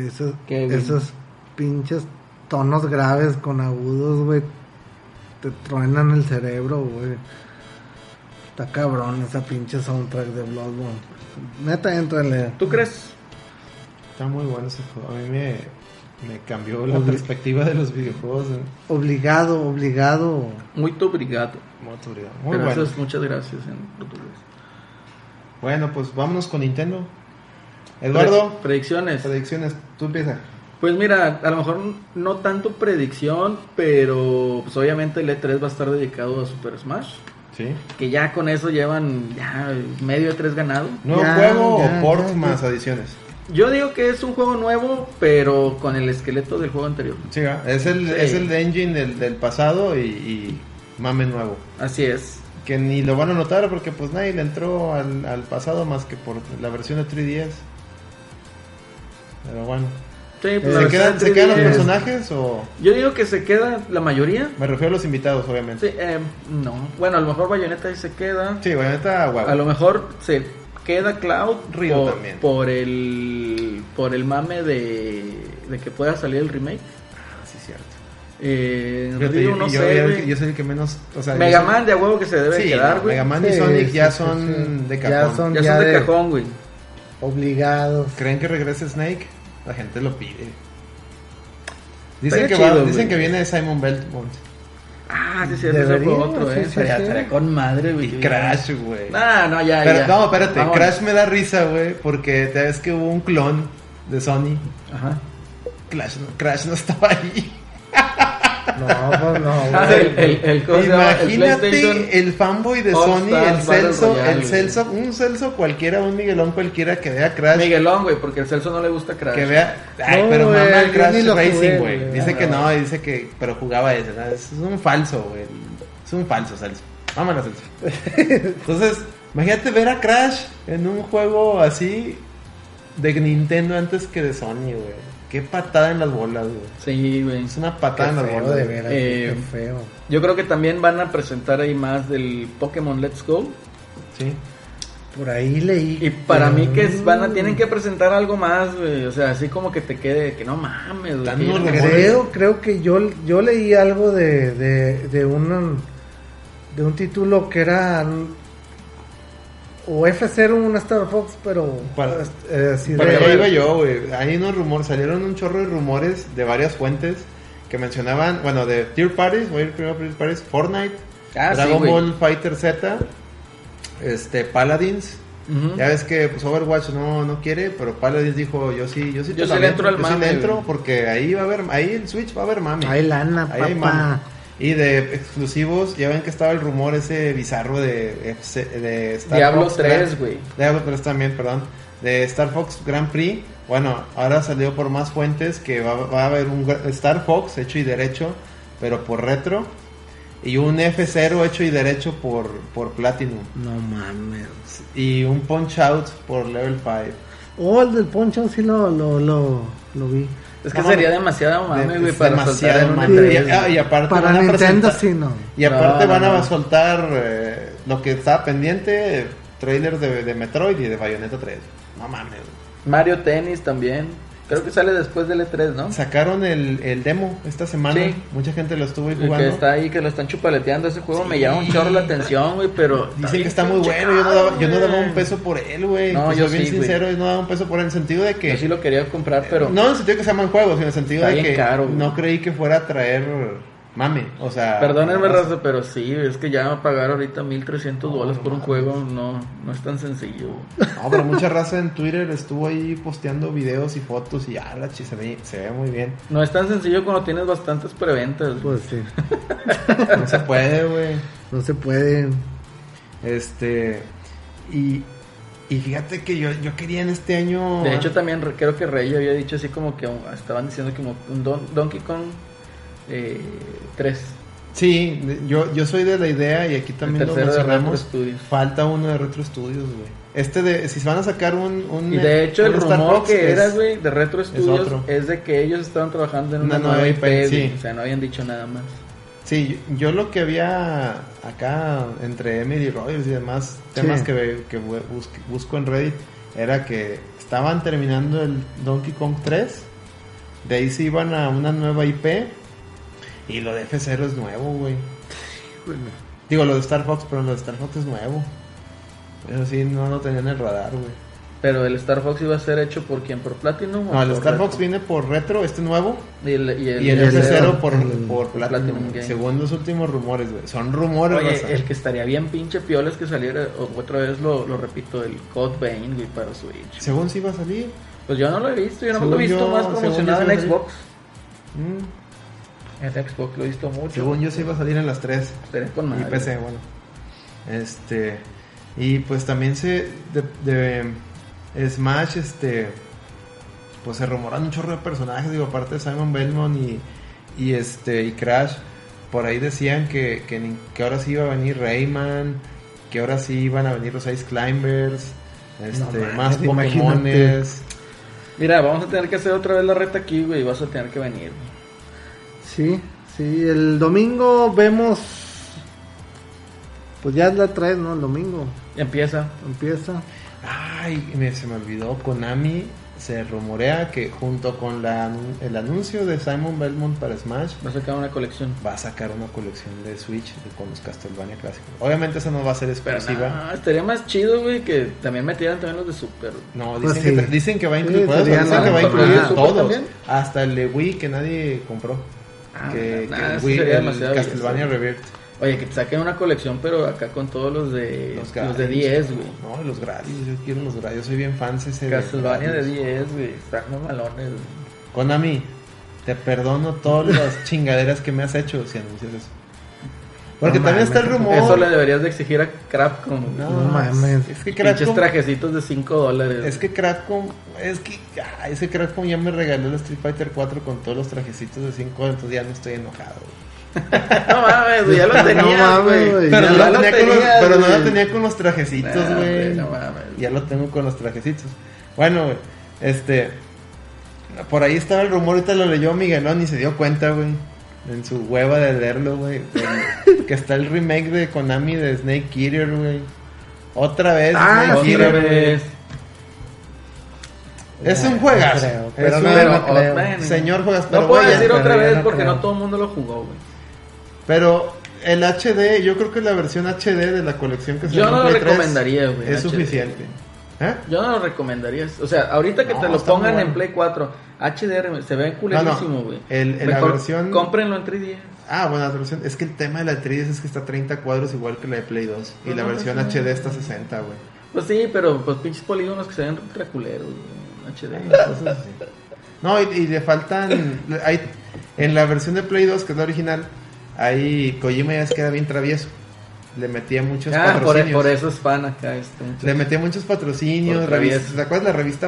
Speaker 4: Esos,
Speaker 3: Qué bien.
Speaker 4: esos pinches tonos graves con agudos, güey. Te truenan el cerebro, güey. Está cabrón esa pinche soundtrack de Bloodborne. Neta, entrale.
Speaker 3: ¿Tú crees?
Speaker 5: Está muy bueno ese juego. A mí me, me cambió la
Speaker 4: Obli-
Speaker 5: perspectiva de los videojuegos. eh.
Speaker 4: Obligado, obligado.
Speaker 3: Muy obrigado.
Speaker 5: Muy autoridad. Muy bueno.
Speaker 3: gracias, muchas gracias en portugués.
Speaker 5: Bueno, pues vámonos con Nintendo. Eduardo,
Speaker 3: Pre- predicciones.
Speaker 5: predicciones. Tú empieza.
Speaker 3: Pues mira, a lo mejor no tanto predicción, pero pues obviamente el E3 va a estar dedicado a Super Smash.
Speaker 5: Sí.
Speaker 3: Que ya con eso llevan ya medio E3 ganado.
Speaker 5: Nuevo
Speaker 4: Ya,
Speaker 5: juego
Speaker 4: ya,
Speaker 5: o port
Speaker 4: ya,
Speaker 5: más
Speaker 4: ya.
Speaker 5: adiciones.
Speaker 3: Yo digo que es un juego nuevo, pero con el esqueleto del juego anterior.
Speaker 5: Sí, ¿verdad? es el,
Speaker 3: Sí.
Speaker 5: es el engine del, del pasado y, y mame nuevo.
Speaker 3: Así es.
Speaker 5: Que ni lo van a notar porque pues nadie le entró al, al pasado más que por la versión de 3DS. Pero bueno.
Speaker 3: Sí, pues, la
Speaker 5: ¿Se
Speaker 4: versión
Speaker 5: quedan,
Speaker 3: verdad,
Speaker 5: ¿se quedan los
Speaker 3: 3DS.
Speaker 5: personajes o...?
Speaker 3: Yo digo que se queda la mayoría.
Speaker 5: Me refiero a los invitados,
Speaker 3: Sí,
Speaker 5: obviamente.
Speaker 3: eh, no. Bueno, a lo mejor Bayonetta ahí se queda.
Speaker 5: Sí, bueno, neta, guau.
Speaker 3: A lo mejor se queda Cloud
Speaker 5: Ryu
Speaker 3: por,
Speaker 5: también.
Speaker 3: por el por el mame de, de que pueda salir el remake.
Speaker 5: Sí, cierto.
Speaker 3: Eh,
Speaker 5: Fíjate,
Speaker 3: Ryu
Speaker 5: yo,
Speaker 3: no
Speaker 5: yo-
Speaker 3: sé,
Speaker 5: yo-
Speaker 3: güey.
Speaker 5: yo soy el que menos... O sea, yo
Speaker 3: Mega
Speaker 5: soy-
Speaker 3: Man de a huevo que se debe
Speaker 5: Sí,
Speaker 3: quedar,
Speaker 5: no,
Speaker 3: güey.
Speaker 5: Mega Man y
Speaker 4: Sí,
Speaker 5: Sonic
Speaker 4: sí,
Speaker 5: ya
Speaker 4: sí,
Speaker 5: son
Speaker 4: sí.
Speaker 5: de
Speaker 4: Ya
Speaker 5: cajón.
Speaker 4: son-
Speaker 3: Ya
Speaker 4: ya
Speaker 3: son de
Speaker 4: de-
Speaker 3: cajón, güey.
Speaker 4: Obligados.
Speaker 5: ¿Creen que regrese Snake? La gente lo pide. Dicen,
Speaker 3: Estaría
Speaker 5: que, va-
Speaker 3: chido,
Speaker 5: dicen
Speaker 3: güey.
Speaker 5: que viene Simon Belmont.
Speaker 3: Ah, sí, sí, ese
Speaker 4: Debería,
Speaker 3: fue otro,
Speaker 4: sí,
Speaker 3: eh.
Speaker 4: sí,
Speaker 3: Estaría-
Speaker 4: sí.
Speaker 3: estaría con madre, güey.
Speaker 5: Y Crash, güey.
Speaker 3: Ah, no, ya,
Speaker 5: Pero,
Speaker 3: ya.
Speaker 5: no, espérate,
Speaker 3: Vámonos.
Speaker 5: Crash me da risa, güey, porque te ves que hubo un clon de Sony.
Speaker 3: Ajá.
Speaker 5: Crash no, Crash no estaba ahí.
Speaker 4: No, pues no,
Speaker 3: Ah,
Speaker 4: güey.
Speaker 3: el, el, el, ¿cómo se llama? El PlayStation.
Speaker 5: Imagínate el fanboy de
Speaker 3: All
Speaker 5: Sony, el
Speaker 3: Stars Battle
Speaker 5: Celso,
Speaker 3: Royale,
Speaker 5: el
Speaker 3: güey.
Speaker 5: Celso, un Celso cualquiera, un Miguelón cualquiera que vea Crash.
Speaker 3: Miguelón, güey, porque el Celso no le gusta Crash.
Speaker 5: Que vea. Ay,
Speaker 4: No,
Speaker 5: pero
Speaker 4: güey,
Speaker 5: mamá el
Speaker 4: yo
Speaker 5: Crash
Speaker 4: ni lo jugué,
Speaker 5: Racing, güey.
Speaker 4: güey.
Speaker 5: Dice
Speaker 4: Ah,
Speaker 5: que
Speaker 4: no.
Speaker 5: no, dice que. Pero jugaba ese, ¿no? Es un falso, güey. Es un falso, Celso. Vámonos, Celso. Entonces, imagínate ver a Crash en un juego así de Nintendo antes que de Sony, güey. Qué patada en las bolas, güey.
Speaker 3: Sí, güey.
Speaker 5: Es una
Speaker 4: Qué
Speaker 5: patada en las
Speaker 4: feo,
Speaker 5: bolas.
Speaker 4: de
Speaker 5: güey.
Speaker 4: veras,
Speaker 3: Eh,
Speaker 4: qué feo.
Speaker 3: Yo creo que también van a presentar ahí más del Pokémon Let's Go.
Speaker 5: Sí.
Speaker 4: Por ahí leí.
Speaker 3: Y para mí que es- van a,
Speaker 4: Mm.
Speaker 3: tienen que presentar algo más, güey. O sea, así como que te quede, que no mames, güey.
Speaker 5: Tan
Speaker 3: que yo no-
Speaker 5: orgulloso.
Speaker 4: Creo, creo que yo, yo leí algo de, de, de un de un título que era o F0 un Star Fox, pero
Speaker 5: Para-
Speaker 4: eh, así
Speaker 5: Para
Speaker 4: de-
Speaker 5: allá iba yo, güey. Hay unos rumores, salieron un chorro de rumores de varias fuentes que mencionaban, bueno, de Tier Parties, voy a ir primero a Tier Parties, Fortnite,
Speaker 3: Ah, sí,
Speaker 5: Dragon
Speaker 3: güey.
Speaker 5: Ball Fighter Z, este, Paladins.
Speaker 3: Ujú.
Speaker 5: Ya ves que pues Overwatch no, no quiere, pero Paladins dijo, yo sí, yo sí
Speaker 3: Yo sí le entro al
Speaker 5: yo
Speaker 3: mame,
Speaker 5: sí le entro
Speaker 3: güey.
Speaker 5: porque ahí va a haber, ahí en Switch va a haber mame.
Speaker 4: Hay lana,
Speaker 5: Ahí hay mame.
Speaker 4: papá.
Speaker 5: Y de exclusivos, ya ven que estaba el rumor ese bizarro de, FC de Star
Speaker 3: Diablo
Speaker 5: Fox, ¿verdad?
Speaker 3: 3, güey.
Speaker 5: Diablo 3 también, perdón. De Star Fox Grand Prix. Bueno, ahora salió por más fuentes que va, va a haber un gra- Star Fox hecho y derecho, pero por retro. Y un F0 hecho y derecho por, por Platinum.
Speaker 4: No mames.
Speaker 5: Y un Punch Out por Level 5.
Speaker 4: Oh, el del Poncho sí lo, lo, lo, lo vi.
Speaker 3: Es que
Speaker 5: No,
Speaker 3: sería demasiado mame,
Speaker 5: de-
Speaker 3: güey,
Speaker 5: es
Speaker 3: para soltar en
Speaker 5: demasiado
Speaker 3: una
Speaker 5: mame.
Speaker 4: entrega.
Speaker 5: Y, ah, y aparte
Speaker 4: Para
Speaker 5: van a
Speaker 4: Nintendo
Speaker 5: presentar-
Speaker 4: sí no.
Speaker 5: Y aparte
Speaker 3: No,
Speaker 5: van
Speaker 3: no,
Speaker 5: a
Speaker 3: no.
Speaker 5: soltar eh, lo que estaba pendiente, eh, trailer de, de Metroid y de Bayonetta 3. No mames.
Speaker 3: Mario Tennis también. Creo que sale después del E3, ¿no?
Speaker 5: Sacaron el, el demo esta semana.
Speaker 3: Sí.
Speaker 5: Mucha gente lo estuvo ahí
Speaker 3: El que
Speaker 5: jugando.
Speaker 3: está ahí, que lo están chupaleteando. Ese juego me llama un chorro la atención, güey, pero...
Speaker 5: Dicen que está muy bueno. Yo no daba, yo no daba un peso por él, güey.
Speaker 3: No,
Speaker 5: No,
Speaker 3: yo
Speaker 5: yo soy bien
Speaker 3: sí, güey.
Speaker 5: sincero. Yo no daba un peso por él. En el sentido de que.
Speaker 3: Yo sí lo quería comprar, pero...
Speaker 5: No en el sentido que se llaman juegos, sino en el sentido
Speaker 3: Está
Speaker 5: de
Speaker 3: bien
Speaker 5: que
Speaker 3: caro, güey.
Speaker 5: no creí que fuera a traer mame. O sea.
Speaker 3: Perdónenme,
Speaker 5: no,
Speaker 3: raza, pero sí, es que ya pagar ahorita 1300 dólares por un juego no, no es tan sencillo.
Speaker 5: No, pero mucha raza en Twitter estuvo ahí posteando videos y fotos y ah, la chi, se ve, se ve muy bien.
Speaker 3: No es tan sencillo cuando tienes bastantes preventas.
Speaker 4: Pues sí.
Speaker 5: No se puede, güey.
Speaker 4: No se puede.
Speaker 5: Este. Y, y fíjate que yo, yo quería en este año.
Speaker 3: De hecho, también re- creo que Rey había dicho así como que un- estaban diciendo como un Don- Donkey Kong eh, 3.
Speaker 5: Sí, de- yo, yo soy de la idea y aquí también
Speaker 3: el
Speaker 5: lo
Speaker 3: tercero de Retro
Speaker 5: mencionamos.
Speaker 3: Studios.
Speaker 5: Falta uno de Retro Studios, güey. Este de. Si van a sacar un. un
Speaker 3: Y de hecho, el
Speaker 5: un Mm, Star
Speaker 3: rumor
Speaker 5: Fox
Speaker 3: que
Speaker 5: es-
Speaker 3: era, güey, de Retro Studios
Speaker 5: otro.
Speaker 3: es de que ellos estaban trabajando en
Speaker 5: Una
Speaker 3: una, nueva
Speaker 5: nueva
Speaker 3: IP.
Speaker 5: IP,
Speaker 3: güey.
Speaker 5: sí.
Speaker 3: O sea, no habían dicho nada más.
Speaker 5: Sí, yo, yo lo que había acá entre Emily Rogers y demás temas
Speaker 4: Sí.
Speaker 5: que, ve- que bu- busque- busco en Reddit era que estaban terminando el Donkey Kong 3 De ahí se iban a una nueva IP. Y lo de F0 es nuevo, güey. Digo, lo de Star Fox, pero lo de Star Fox es nuevo. Eso sí, no lo tenían en el radar, güey.
Speaker 3: Pero el Star Fox iba a ser hecho por quién, por Platinum. o
Speaker 5: No, el
Speaker 3: por
Speaker 5: Star
Speaker 3: Retro?
Speaker 5: Fox viene por retro, este nuevo.
Speaker 3: Y el, y el,
Speaker 5: Y el,
Speaker 4: y el
Speaker 5: F0
Speaker 4: F0
Speaker 5: por,
Speaker 4: el-
Speaker 5: por Platinum,
Speaker 3: Platinum
Speaker 5: güey.
Speaker 3: Game.
Speaker 5: Según los últimos rumores, güey. Son rumores,
Speaker 3: Oye,
Speaker 5: raza.
Speaker 3: el que estaría bien pinche piola es que saliera, o- otra vez lo, lo repito, el Code Vein, güey, para Switch.
Speaker 5: Según sí va a salir.
Speaker 3: Pues yo no lo he visto, yo no lo
Speaker 5: Según
Speaker 3: he visto
Speaker 5: yo-
Speaker 3: más
Speaker 5: según
Speaker 3: promocionado
Speaker 5: yo sí va
Speaker 3: en
Speaker 5: a
Speaker 3: Xbox.
Speaker 5: Mm.
Speaker 3: En Xbox lo he visto mucho.
Speaker 5: Según yo sí va a salir en las tres.
Speaker 3: Estaría con
Speaker 5: Y
Speaker 3: madre.
Speaker 5: PC, bueno. Este. Y pues también se. De, de Smash, este. Pues se rumoran un chorro de personajes, digo, aparte de Simon Belmont y, y este y Crash. Por ahí decían que, que, ni- que ahora sí iba a venir Rayman, que ahora sí iban a venir los Ice Climbers, este,
Speaker 4: mames,
Speaker 5: más
Speaker 4: imagínate.
Speaker 5: Pokémones.
Speaker 3: Mira, vamos a tener que hacer otra vez la reta aquí, güey, y vas a tener que venir. güey.
Speaker 4: Sí, sí, el domingo vemos. Pues ya es la 3, ¿no? El domingo
Speaker 3: Empieza.
Speaker 4: empieza.
Speaker 5: Ay, me- se me olvidó, Konami se rumorea que junto con la, anun- el anuncio de Simon Belmont para Smash,
Speaker 3: Va a sacar una colección.
Speaker 5: va a sacar una colección de Switch de- con los Castlevania clásicos. Obviamente esa no Pues va a ser
Speaker 3: Pero
Speaker 5: exclusiva.
Speaker 3: nah, estaría más chido, güey, que también metieran también los de Super. güey.
Speaker 5: No,
Speaker 4: Pues
Speaker 5: dicen, que,
Speaker 4: sí.
Speaker 5: dicen que va a
Speaker 4: Sí, Ah,
Speaker 5: incluir, por eso
Speaker 4: sería
Speaker 5: dicen
Speaker 4: la-
Speaker 5: que va a
Speaker 4: ¿Pero
Speaker 5: incluir
Speaker 4: el
Speaker 3: Super
Speaker 5: todos,
Speaker 3: también?
Speaker 5: hasta el de Wii que nadie compró.
Speaker 3: Ah,
Speaker 5: que
Speaker 3: nah,
Speaker 5: que el
Speaker 3: eso
Speaker 5: Wii,
Speaker 3: sería
Speaker 5: el
Speaker 3: demasiado
Speaker 5: Castlevania
Speaker 3: belleza.
Speaker 5: Revert.
Speaker 3: Oye, que te saquen una colección, pero acá con todos los de los,
Speaker 5: gratis.
Speaker 3: de 10, güey.
Speaker 5: No, los gratis, yo quiero los gratis, yo soy bien fan ese de
Speaker 3: Castlevania de
Speaker 5: gratis.
Speaker 3: 10, güey. Están mamalones, güey.
Speaker 5: Konami, te perdono todas las chingaderas que me has hecho si anuncias eso. Porque
Speaker 4: No
Speaker 5: también
Speaker 4: mames,
Speaker 5: está el rumor.
Speaker 3: Eso le deberías de exigir a Crapcom, güey.
Speaker 5: No,
Speaker 4: No mames.
Speaker 5: Es que
Speaker 3: Pinches
Speaker 5: Crapcom,
Speaker 3: trajecitos de 5 dólares.
Speaker 5: es que Crapcom, es que, ah, es que Crapcom ya me regaló el Street Fighter 4 con todos los trajecitos de 5, entonces ya no estoy enojado. güey.
Speaker 3: No mames, güey, ya lo
Speaker 4: No
Speaker 3: tenía,
Speaker 4: mames,
Speaker 3: güey.
Speaker 4: güey.
Speaker 5: Pero,
Speaker 4: ya
Speaker 5: no, la
Speaker 3: lo
Speaker 5: tenía con los-
Speaker 3: tenías,
Speaker 5: pero no la
Speaker 3: güey.
Speaker 5: tenía con los trajecitos,
Speaker 3: Nah,
Speaker 5: güey.
Speaker 3: No mames.
Speaker 5: Ya lo tengo con los trajecitos. Bueno, güey, este. Por ahí estaba el rumor, ahorita lo leyó Miguelón y se dio cuenta, güey. En su hueva de leerlo, güey. güey, que está el remake de Konami de Snake Eater, güey. Otra vez,
Speaker 4: Ah,
Speaker 5: Snake
Speaker 4: sí,
Speaker 5: Eater,
Speaker 3: Otra
Speaker 5: güey.
Speaker 3: vez.
Speaker 5: Es un
Speaker 4: No
Speaker 5: juegazo.
Speaker 4: creo,
Speaker 5: es
Speaker 4: pero
Speaker 5: un
Speaker 4: no,
Speaker 3: Pero,
Speaker 4: no creo.
Speaker 3: bueno.
Speaker 5: señor juegas, pero
Speaker 3: No puedo
Speaker 5: güey, ya-
Speaker 3: decir
Speaker 4: pero
Speaker 3: otra
Speaker 4: ya
Speaker 3: vez
Speaker 4: no
Speaker 3: porque
Speaker 4: creo.
Speaker 3: no todo el mundo lo jugó, güey.
Speaker 5: Pero el HD, yo creo que la versión HD de la colección que se
Speaker 3: Yo
Speaker 5: llama
Speaker 3: no lo
Speaker 5: Play 3
Speaker 3: recomendaría, güey.
Speaker 5: Es
Speaker 3: HD.
Speaker 5: suficiente. ¿Eh?
Speaker 3: Yo no lo recomendaría. O sea, ahorita que
Speaker 5: No,
Speaker 3: te lo
Speaker 5: está muy
Speaker 3: pongan
Speaker 5: bueno. Ah,
Speaker 3: en Play 4, HDR, se ve culerísimo, güey.
Speaker 5: el- el- la
Speaker 3: Mejor
Speaker 5: versión-
Speaker 3: Cómprenlo en 3D.
Speaker 5: Ah, bueno, la versión. Es que el tema de la 3 es que está a 30 cuadros igual que la de Play 2. Y
Speaker 3: No,
Speaker 5: la
Speaker 3: no,
Speaker 5: versión
Speaker 3: no.
Speaker 5: HD está a 60, güey.
Speaker 3: Pues sí, pero pues pinches polígonos que se ven reculeros, güey. en HD.
Speaker 5: Entonces, sí. No, y, y le faltan. Hay, en la versión de Play 2, que es la original, ahí Kojima ya se queda bien travieso. Le metía muchos
Speaker 3: Ah, por,
Speaker 5: patrocinios.
Speaker 3: por eso es fan acá este. muchacho.
Speaker 5: Le metía muchos patrocinios.
Speaker 3: Por travieso.
Speaker 5: revistas- ¿Te acuerdas la revista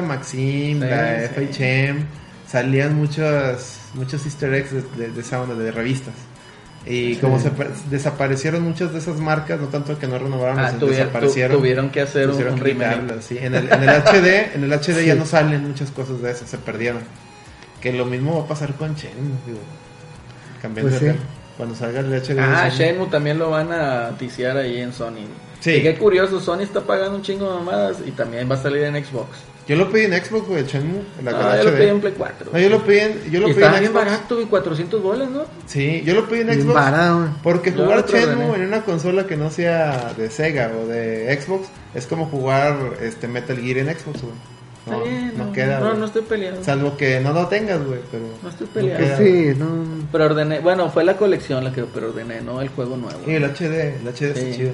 Speaker 3: Sí,
Speaker 5: Maxim? la
Speaker 3: sí.
Speaker 5: FHM. Salían muchos, muchos easter eggs de, de, de esa onda, de revistas. Y como se pa- desaparecieron muchas de esas marcas, no tanto que no renovaron,
Speaker 3: Ah, tuvieron,
Speaker 5: sino
Speaker 3: tu-
Speaker 5: desaparecieron.
Speaker 3: tuvieron que hacer un-
Speaker 5: Pusieron
Speaker 3: un
Speaker 5: que
Speaker 3: remake.
Speaker 5: quitarlas, sí. En el, en el HD, en el HD ya no salen muchas cosas de esas, se perdieron. Que lo mismo va a pasar con Shenmue, digo. Cambiando
Speaker 4: Pues
Speaker 5: de
Speaker 4: sí.
Speaker 5: tema. Cuando salga el HD.
Speaker 3: Ah,
Speaker 5: de Shenmue.
Speaker 3: Shenmue también lo van a ticiar ahí en Sony.
Speaker 5: Sí.
Speaker 3: Y qué curioso, Sony está pagando un chingo de mamadas y también va a salir en Xbox.
Speaker 5: Yo lo pedí en Xbox, güey, el Shenmue. en La
Speaker 3: No,
Speaker 5: con
Speaker 3: Ah, yo lo
Speaker 5: HD.
Speaker 3: pedí en Play 4.
Speaker 5: No, yo lo pedí en, yo lo
Speaker 3: y
Speaker 5: pedí
Speaker 3: estaba
Speaker 5: en
Speaker 3: bien
Speaker 5: Xbox.
Speaker 3: barato, güey, 400 bolas, ¿no?
Speaker 5: Sí, yo lo pedí en
Speaker 4: Bien
Speaker 5: Xbox.
Speaker 4: parado, güey.
Speaker 5: Porque
Speaker 3: Yo
Speaker 5: jugar
Speaker 3: lo
Speaker 5: Shenmue
Speaker 3: ordené.
Speaker 5: en una consola que no sea de Sega o de Xbox es como jugar este Metal Gear en Xbox, güey. No,
Speaker 3: Está bien,
Speaker 5: no, queda.
Speaker 3: No,
Speaker 5: güey.
Speaker 3: no estoy peleado.
Speaker 5: Salvo que no lo tengas, güey, pero.
Speaker 3: No estoy peleado.
Speaker 5: queda.
Speaker 4: Sí, no.
Speaker 3: Pero ordené, bueno, fue la colección la que pero ordené, no el juego nuevo.
Speaker 5: Y el HD, el HD está
Speaker 3: Sí.
Speaker 5: chido.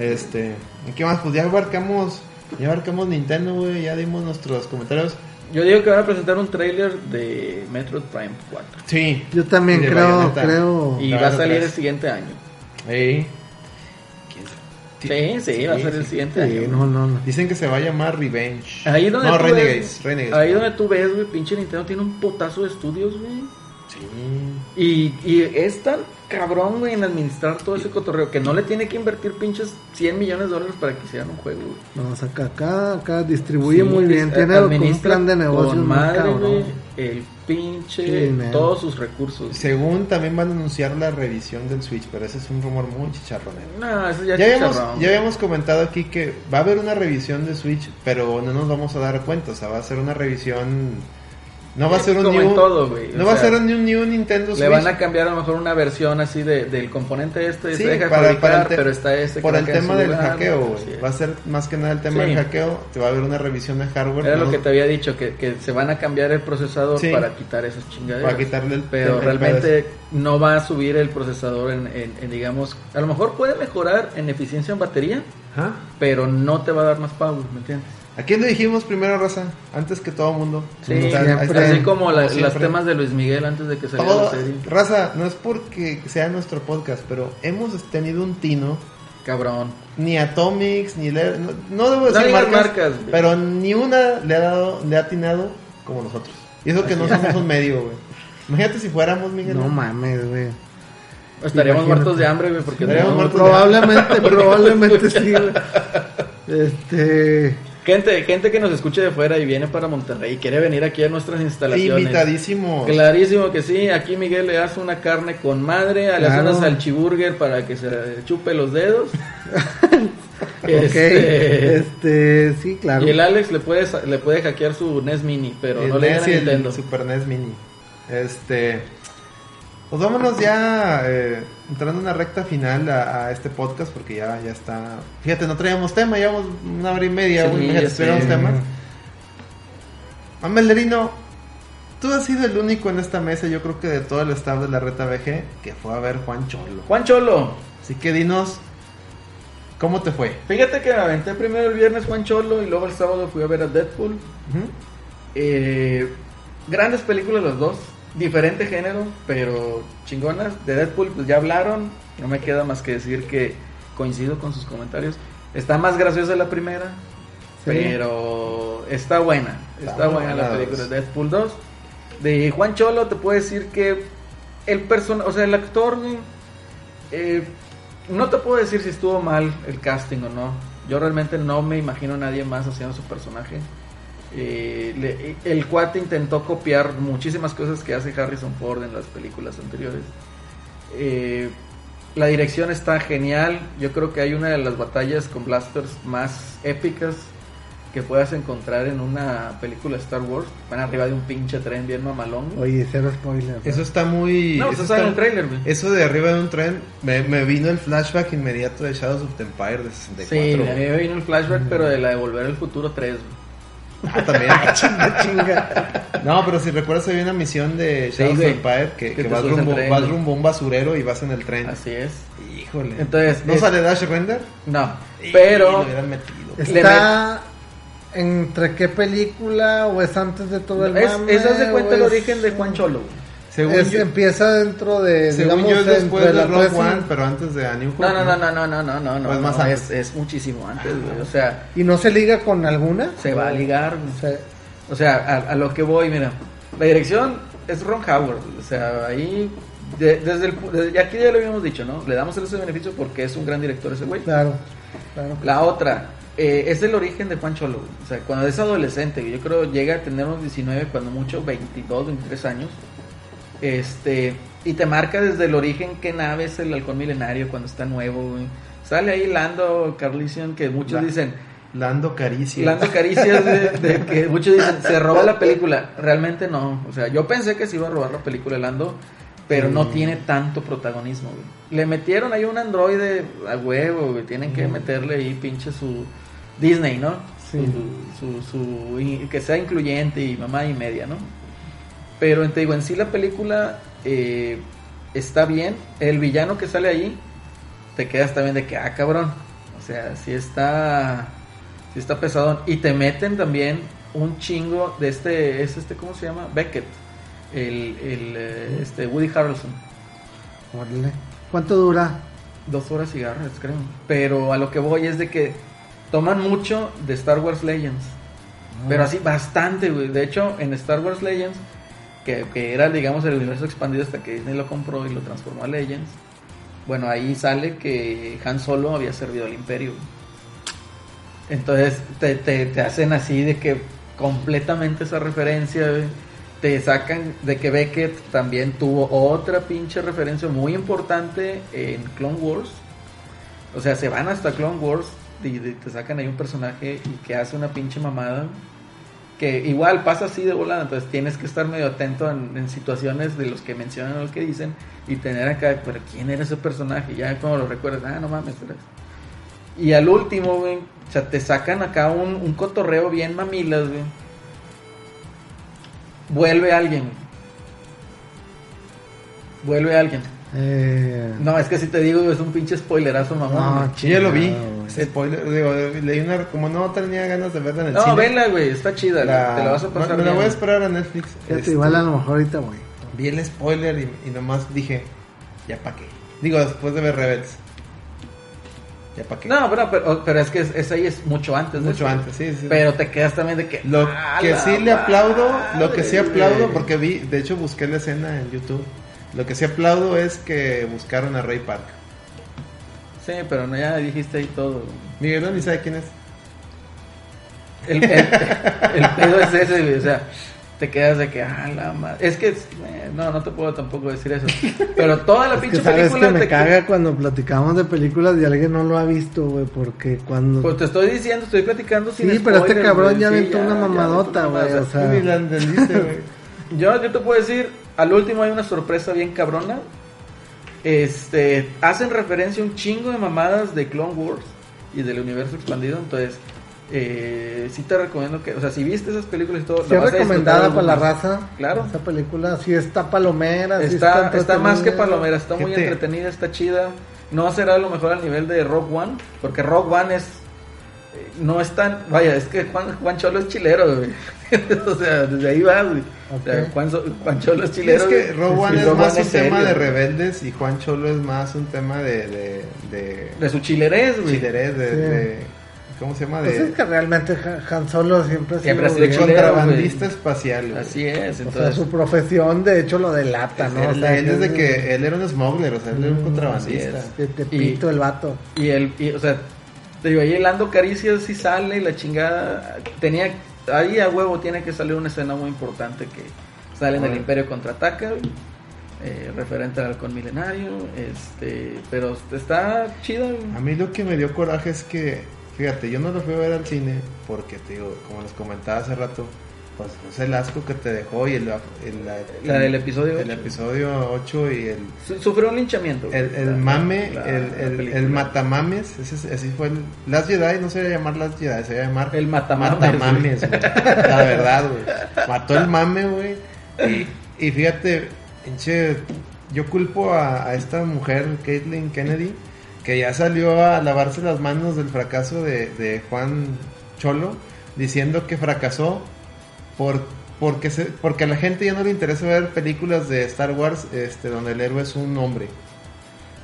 Speaker 5: Este, ¿y qué más? Pues ya abarcamos, ya abarcamos Nintendo, güey, ya dimos nuestros comentarios.
Speaker 3: Yo digo que van a presentar un tráiler de Metroid Prime 4.
Speaker 5: Sí.
Speaker 4: Yo también
Speaker 5: Y de
Speaker 4: creo,
Speaker 5: Bayonetta.
Speaker 4: creo.
Speaker 3: Y
Speaker 5: Claro,
Speaker 3: va a salir
Speaker 5: tres.
Speaker 3: el siguiente año.
Speaker 5: Ey.
Speaker 3: Sí, sí, va a ser el siguiente
Speaker 4: Sí,
Speaker 3: año.
Speaker 4: no, no, no.
Speaker 5: Dicen que se va a llamar Revenge.
Speaker 3: Ahí donde
Speaker 5: no,
Speaker 3: tú
Speaker 5: Renegades,
Speaker 3: ves,
Speaker 5: Renegades.
Speaker 3: Ahí
Speaker 5: perdón.
Speaker 3: donde tú ves, güey, pinche Nintendo tiene un potazo de estudios, güey.
Speaker 5: Sí.
Speaker 3: Y, y es tan cabrón, güey, en administrar todo ese cotorreo que no le tiene que invertir pinches 100 millones de dólares para que hicieran un juego, güey.
Speaker 4: No, o sea, acá, acá, acá distribuye
Speaker 3: Sí,
Speaker 4: muy bien.
Speaker 3: es-
Speaker 4: Tiene como un
Speaker 3: administra
Speaker 4: plan de negocio
Speaker 3: Con
Speaker 4: muy
Speaker 3: madre,
Speaker 4: cabrón.
Speaker 3: güey, el pinche,
Speaker 4: Sí, man.
Speaker 3: todos sus recursos.
Speaker 5: Según también van a anunciar la revisión del Switch, pero ese es un rumor muy chicharronero.
Speaker 3: No, eso ya,
Speaker 5: Ya
Speaker 3: es
Speaker 5: habíamos,
Speaker 3: chicharrón,
Speaker 5: ya
Speaker 3: güey.
Speaker 5: habíamos comentado aquí que va a haber una revisión de Switch, pero no nos vamos a dar cuenta. O sea, va a ser una revisión No va a ser un
Speaker 3: Como
Speaker 5: new,
Speaker 3: en todo, güey,
Speaker 5: No
Speaker 3: o
Speaker 5: va a
Speaker 3: sea,
Speaker 5: ser un new, new Nintendo Switch.
Speaker 3: Le van a cambiar a lo mejor una versión así de, del componente este,
Speaker 5: Sí,
Speaker 3: se deja
Speaker 5: para-
Speaker 3: fabricar,
Speaker 5: para el te-
Speaker 3: pero está este. que
Speaker 5: por
Speaker 3: no
Speaker 5: el
Speaker 3: queda en
Speaker 5: tema
Speaker 3: su
Speaker 5: del
Speaker 3: lugar, pues,
Speaker 5: hackeo,
Speaker 3: ¿no?
Speaker 5: güey.
Speaker 3: Así es.
Speaker 5: Va a ser más que nada el tema
Speaker 3: Sí.
Speaker 5: del hackeo. Te va a haber una revisión de hardware.
Speaker 3: Era lo
Speaker 5: ¿no?
Speaker 3: que te había dicho, que, que se van a cambiar el procesador
Speaker 5: Sí.
Speaker 3: para quitar esas chingaderas.
Speaker 5: Para quitarle el-
Speaker 3: Pero
Speaker 5: el
Speaker 3: realmente no va a subir el procesador en, en- en, digamos, a lo mejor puede mejorar en eficiencia en batería,
Speaker 5: Ajá.
Speaker 3: pero no te va a dar más power, ¿me entiendes?
Speaker 5: ¿A quién le dijimos primero, Raza? Antes que todo mundo.
Speaker 3: Sí, pues,
Speaker 5: O sea, ahí
Speaker 4: siempre.
Speaker 5: está.
Speaker 3: así como la-
Speaker 5: siempre.
Speaker 3: las temas de Luis Miguel antes de que saliera
Speaker 5: Todo-
Speaker 3: la serie.
Speaker 5: Raza, no es porque sea nuestro podcast, pero hemos tenido un tino.
Speaker 3: Cabrón.
Speaker 5: Ni Atomics, ni Le- no, no
Speaker 3: No
Speaker 5: debo decir
Speaker 3: digas
Speaker 5: marcas,
Speaker 3: marcas, güey.
Speaker 5: pero ni una le ha dado, le ha atinado como nosotros. Y eso que no somos un medio, güey. Imagínate si fuéramos, Miguel.
Speaker 4: No mames, güey.
Speaker 3: Estaríamos
Speaker 4: Imagínate.
Speaker 3: muertos de hambre, güey, porque
Speaker 5: Estaríamos
Speaker 3: no-
Speaker 5: muertos de
Speaker 4: Probablemente, probablemente sí, güey. Este.
Speaker 3: Gente, gente que nos escuche de fuera y viene para Monterrey y quiere venir aquí a nuestras instalaciones.
Speaker 5: Invitadísimo.
Speaker 3: Clarísimo que sí, aquí Miguel le hace una carne con madre, le hace
Speaker 4: Claro.
Speaker 3: una salchiburger para que se chupe los dedos. Este,
Speaker 4: Ok. Este, sí, claro.
Speaker 3: Y el Alex le puede, sa- le puede hackear su NES Mini, pero
Speaker 5: El
Speaker 3: no le digan
Speaker 5: NES y el
Speaker 3: Nintendo.
Speaker 5: Super NES Mini. Este. Pues vámonos ya eh, entrando en una recta final a, a este podcast porque ya, ya está. Fíjate, no traíamos tema, llevamos una hora y media,
Speaker 3: Sí,
Speaker 5: güey.
Speaker 3: ya
Speaker 5: Fíjate,
Speaker 3: sé.
Speaker 4: Eh,
Speaker 5: traíamos tema. Amelerino, tú has sido el único en esta mesa, yo creo que de todo el staff de la reta BG, que fue a ver Juan Cholo.
Speaker 3: Juan Cholo,
Speaker 5: Así que dinos, ¿cómo te fue?
Speaker 3: fíjate que me aventé primero el viernes Juan Cholo y luego el sábado fui a ver a Deadpool.
Speaker 5: Ujú.
Speaker 3: Eh, grandes películas las dos, diferente género, pero chingonas. De Deadpool pues ya hablaron, no me queda más que decir que coincido con sus comentarios. Está más graciosa la primera, pero está buena, está,
Speaker 5: Está
Speaker 3: buena,
Speaker 5: buena
Speaker 3: la
Speaker 5: la
Speaker 3: película
Speaker 5: dos.
Speaker 3: de Deadpool 2. De Juan Cholo te puedo decir que el persona, o sea, el actor güey, eh, no te puedo decir si estuvo mal el casting o no. Yo realmente no me imagino a nadie más haciendo su personaje. Eh, le- el cuate intentó copiar muchísimas cosas que hace Harrison Ford en las películas anteriores. Eh, la dirección está genial. Yo creo que hay una de las batallas con blasters más épicas que puedas encontrar en una película Star Wars. Van arriba de un pinche tren bien mamalón.
Speaker 4: Oye, cero spoilers.
Speaker 5: Eso está muy.
Speaker 3: no,
Speaker 5: eso
Speaker 3: se sale en
Speaker 5: está-
Speaker 3: el trailer, güey.
Speaker 5: Eso de arriba de un tren, me, me vino el flashback inmediato de Shadows of the Empire de 64.
Speaker 3: Sí, a mí
Speaker 5: güey.
Speaker 3: me vino el flashback, pero de la de Volver al Futuro 3, güey.
Speaker 5: Ah, también.
Speaker 4: Chinga, chinga.
Speaker 5: No, pero si recuerdas, había una misión de
Speaker 3: güey.
Speaker 5: Shadows of the Empire que,
Speaker 3: Que
Speaker 5: que
Speaker 3: te
Speaker 5: vas,
Speaker 3: subes al
Speaker 5: rumbo,
Speaker 3: tren,
Speaker 5: vas
Speaker 3: güey.
Speaker 5: rumbo a un basurero y vas en el tren.
Speaker 3: Así es.
Speaker 5: Híjole.
Speaker 3: Entonces,
Speaker 5: ¿No
Speaker 3: es-
Speaker 5: sale Dash Render?
Speaker 3: No,
Speaker 5: Y Lo
Speaker 3: pero
Speaker 5: hubieran metido.
Speaker 3: Es-
Speaker 4: Está. ¿Entre qué película? ¿O es antes de todo el
Speaker 3: es,
Speaker 4: mame,
Speaker 3: es, haz de
Speaker 4: o
Speaker 3: cuenta el
Speaker 4: es-
Speaker 3: origen de Juan Cholo, güey.
Speaker 5: Según
Speaker 4: es-
Speaker 5: yo,
Speaker 4: empieza dentro de.
Speaker 5: según
Speaker 4: digamos,
Speaker 5: yo es después
Speaker 4: entre
Speaker 5: de
Speaker 4: la
Speaker 5: Rogue
Speaker 4: presa-
Speaker 5: One, pero antes de A New Hope.
Speaker 3: No, no, no, no, no, no, no, no, no.
Speaker 5: O es más
Speaker 3: no,
Speaker 5: antes.
Speaker 3: es, es muchísimo antes, güey. O sea,
Speaker 4: ¿Y no se liga con alguna?
Speaker 3: se va a ligar, güey.
Speaker 4: O sea,
Speaker 3: O sea, a, a lo que voy, mira. La dirección es Ron Howard. O sea, ahí. de- desde el. pu- desde- aquí ya lo habíamos dicho, ¿no? Le damos ese beneficio porque es un gran director ese güey.
Speaker 4: claro, claro.
Speaker 3: La otra. eh, es el origen de Juan Cholo. güey. O sea, cuando es adolescente, yo creo llega a tener unos 19, cuando mucho 22, 23 años. Este. Y te marca desde el origen qué nave es el halcón milenario cuando está nuevo, güey. Sale ahí Lando Carlisian, que muchos
Speaker 5: La-
Speaker 3: dicen,
Speaker 5: Lando Caricia.
Speaker 3: Lando Caricias de, de que muchos dicen se roba la película. Realmente no. O sea, yo pensé que se iba a robar la película Lando, pero no tiene tanto protagonismo. güey. Le metieron ahí un androide a huevo, güey. Tienen que meterle ahí pinche su Disney, ¿no?
Speaker 4: Sí.
Speaker 3: Su, su- su- y que sea incluyente y mamá y media, ¿no? Pero te digo, en sí la película eh, está bien. El villano que sale ahí, te quedas también de que, ah, cabrón. O sea, sí está, sí está pesadón. Y te meten también un chingo de este, es este, ¿cómo se llama? Beckett. El, el, eh, este, Woody Harrelson.
Speaker 4: Órale. ¿Cuánto dura?
Speaker 3: Dos horas cigarras, creo. Pero a lo que voy es de que toman mucho de Star Wars Legends. Pero así bastante, güey. De hecho, en Star Wars Legends, que, que era, digamos, el universo expandido hasta que Disney lo compró y lo transformó a Legends. Bueno, ahí sale que Han Solo había servido al Imperio. güey. Entonces te, te- te hacen así de que completamente esa referencia, güey. te sacan de que Beckett también tuvo otra pinche referencia muy importante en Clone Wars. O sea, se van hasta Clone Wars y, de- te sacan ahí un personaje y que hace una pinche mamada. que igual pasa así de volada, entonces tienes que estar medio atento en, en situaciones de los que mencionan o los que dicen y tener acá, pero ¿quién era ese personaje? Ya cuando lo recuerdas, ah, no mames, era ese. Y al último, güey, o sea, te sacan acá un, un cotorreo bien mamilas, güey. Vuelve alguien. güey. Vuelve alguien.
Speaker 4: Eh,
Speaker 3: No, es que si te digo, es un pinche spoilerazo, mamón.
Speaker 4: No,
Speaker 3: güey.
Speaker 5: Sí, Ah, ya lo vi.
Speaker 4: Chingado, güey.
Speaker 5: Spoiler, digo, leí una. Como no tenía ganas de verla en el
Speaker 3: No,
Speaker 5: cine.
Speaker 3: vela, güey, está chida,
Speaker 5: la-
Speaker 3: güey, te la vas a pasar
Speaker 5: Me la
Speaker 3: bien,
Speaker 5: voy a
Speaker 3: güey.
Speaker 5: esperar a Netflix.
Speaker 4: fíjate,
Speaker 5: Este,
Speaker 4: igual a lo mejor ahorita, güey.
Speaker 5: Vi el spoiler y, y nomás dije, ya pa' qué. Digo, después de ver Rebels. Ya pa' qué.
Speaker 3: No, pero, pero, pero es que es, es ahí es mucho antes. de
Speaker 5: Mucho
Speaker 3: eso.
Speaker 5: antes, sí, sí.
Speaker 3: Pero te quedas también de que.
Speaker 5: Lo
Speaker 3: ¡Ah,
Speaker 5: que
Speaker 3: la
Speaker 5: sí le aplaudo, lo que sí
Speaker 3: madre,
Speaker 5: aplaudo,
Speaker 3: güey!
Speaker 5: porque vi, de hecho busqué la escena en YouTube. Lo que sí aplaudo es que buscaron a Ray Park.
Speaker 3: Sí, pero no, ya dijiste ahí todo. güey.
Speaker 5: Miguel ni sabe quién es.
Speaker 3: El, el- el pedo es ese, güey, o sea. Te quedas de que, ah, la madre. Es que, eh, no, no te puedo tampoco decir eso. Pero toda la
Speaker 4: Es que
Speaker 3: pinche
Speaker 4: sabes
Speaker 3: película
Speaker 4: que me
Speaker 3: te-
Speaker 4: caga cuando platicamos de películas y alguien no lo ha visto, güey, porque cuando...
Speaker 3: Pues te estoy diciendo, estoy platicando sin
Speaker 4: sí, pero este
Speaker 3: spoilers,
Speaker 4: cabrón
Speaker 3: güey,
Speaker 4: ya
Speaker 3: sí,
Speaker 4: aventó una
Speaker 3: ya aventó
Speaker 4: mamadota,
Speaker 3: una
Speaker 4: güey, o
Speaker 3: mamada.
Speaker 5: Tú
Speaker 4: sea...
Speaker 5: Ni la entendiste, güey.
Speaker 3: Yo, yo te puedo decir, al último hay una sorpresa bien cabrona. Este, hacen referencia a un chingo de mamadas de Clone Wars y del universo expandido, entonces eh, sí te recomiendo que, o sea, si viste esas películas y todo,
Speaker 4: Sí,
Speaker 3: la vas a
Speaker 4: recomendada para
Speaker 3: disfrutar
Speaker 4: la
Speaker 3: algo más.
Speaker 4: raza.
Speaker 3: Claro.
Speaker 4: Esa película sí está palomera. sí
Speaker 3: Está, está más que
Speaker 4: entretenida.
Speaker 3: palomera, está muy
Speaker 5: Gente.
Speaker 3: entretenida, está chida. No será a lo mejor al nivel de Rock One, porque Rock One es. eh, No es tan. Vaya, es que Juan, Juan Cholo es chilero, güey. o sea, desde ahí vas, güey. O sea,
Speaker 4: Ok.
Speaker 3: Juan, So- Juan Cholo es
Speaker 5: Sí, es
Speaker 3: chilero.
Speaker 5: que
Speaker 3: güey.
Speaker 5: Rowan
Speaker 3: Y
Speaker 5: es
Speaker 3: Rogue
Speaker 5: más
Speaker 3: One
Speaker 5: un tema
Speaker 3: serio, güey.
Speaker 5: de rebeldes y Juan Cholo es más un tema de. de. de.
Speaker 3: De su chilerés, güey.
Speaker 5: chilerés, de-
Speaker 4: Sí.
Speaker 5: de- ¿Cómo se llama?
Speaker 4: Pues
Speaker 5: De.
Speaker 4: es que realmente Han- Han Solo siempre ha
Speaker 3: Siempre ha sido
Speaker 4: bien-
Speaker 3: chilero,
Speaker 5: contrabandista
Speaker 3: güey.
Speaker 5: espacial. güey.
Speaker 3: Así es,
Speaker 4: O sea,
Speaker 3: entonces.
Speaker 4: su profesión de hecho lo delata, ¿no?
Speaker 5: Él-
Speaker 4: O sea,
Speaker 5: él
Speaker 4: sí
Speaker 5: es de
Speaker 4: es-
Speaker 5: que él era un smuggler, o sea, él era un contrabandista.
Speaker 3: Mm, así
Speaker 4: De tepito el vato.
Speaker 3: Y el, y, o sea, te digo, ahí el Lando Caricias sí sale y la chingada. Tenía, ahí a huevo tiene que salir una escena muy importante que sale en el
Speaker 5: Órale.
Speaker 3: Imperio Contraataca, güey, eh, referente al halcón milenario, este, pero está chida. güey.
Speaker 5: A mí lo que me dio coraje es que, fíjate, yo no lo fui a ver al cine porque, te digo, como les comentaba hace rato, pues es el asco que te dejó y el, el-
Speaker 3: La del episodio
Speaker 5: el
Speaker 3: ocho.
Speaker 5: episodio 8 y el,
Speaker 3: Su- Sufrió un linchamiento. güey.
Speaker 5: el, el
Speaker 3: La-
Speaker 5: mame,
Speaker 3: la-
Speaker 5: el,
Speaker 3: la
Speaker 5: el,
Speaker 3: película.
Speaker 5: el matamames, ese, es- así fue el... Las Jedi no se iba a llamar Las Jedi, se iba a llamar...
Speaker 3: El matamames,
Speaker 5: Matamames, güey. La verdad, güey. Mató el mame, güey. Y, y fíjate, pinche, yo culpo a, a esta mujer, Caitlyn Kennedy, que ya salió a lavarse las manos del fracaso de, de Juan Cholo, diciendo que fracasó por... Porque, se, porque a la gente ya no le interesa ver películas de Star Wars este, donde el héroe es un hombre.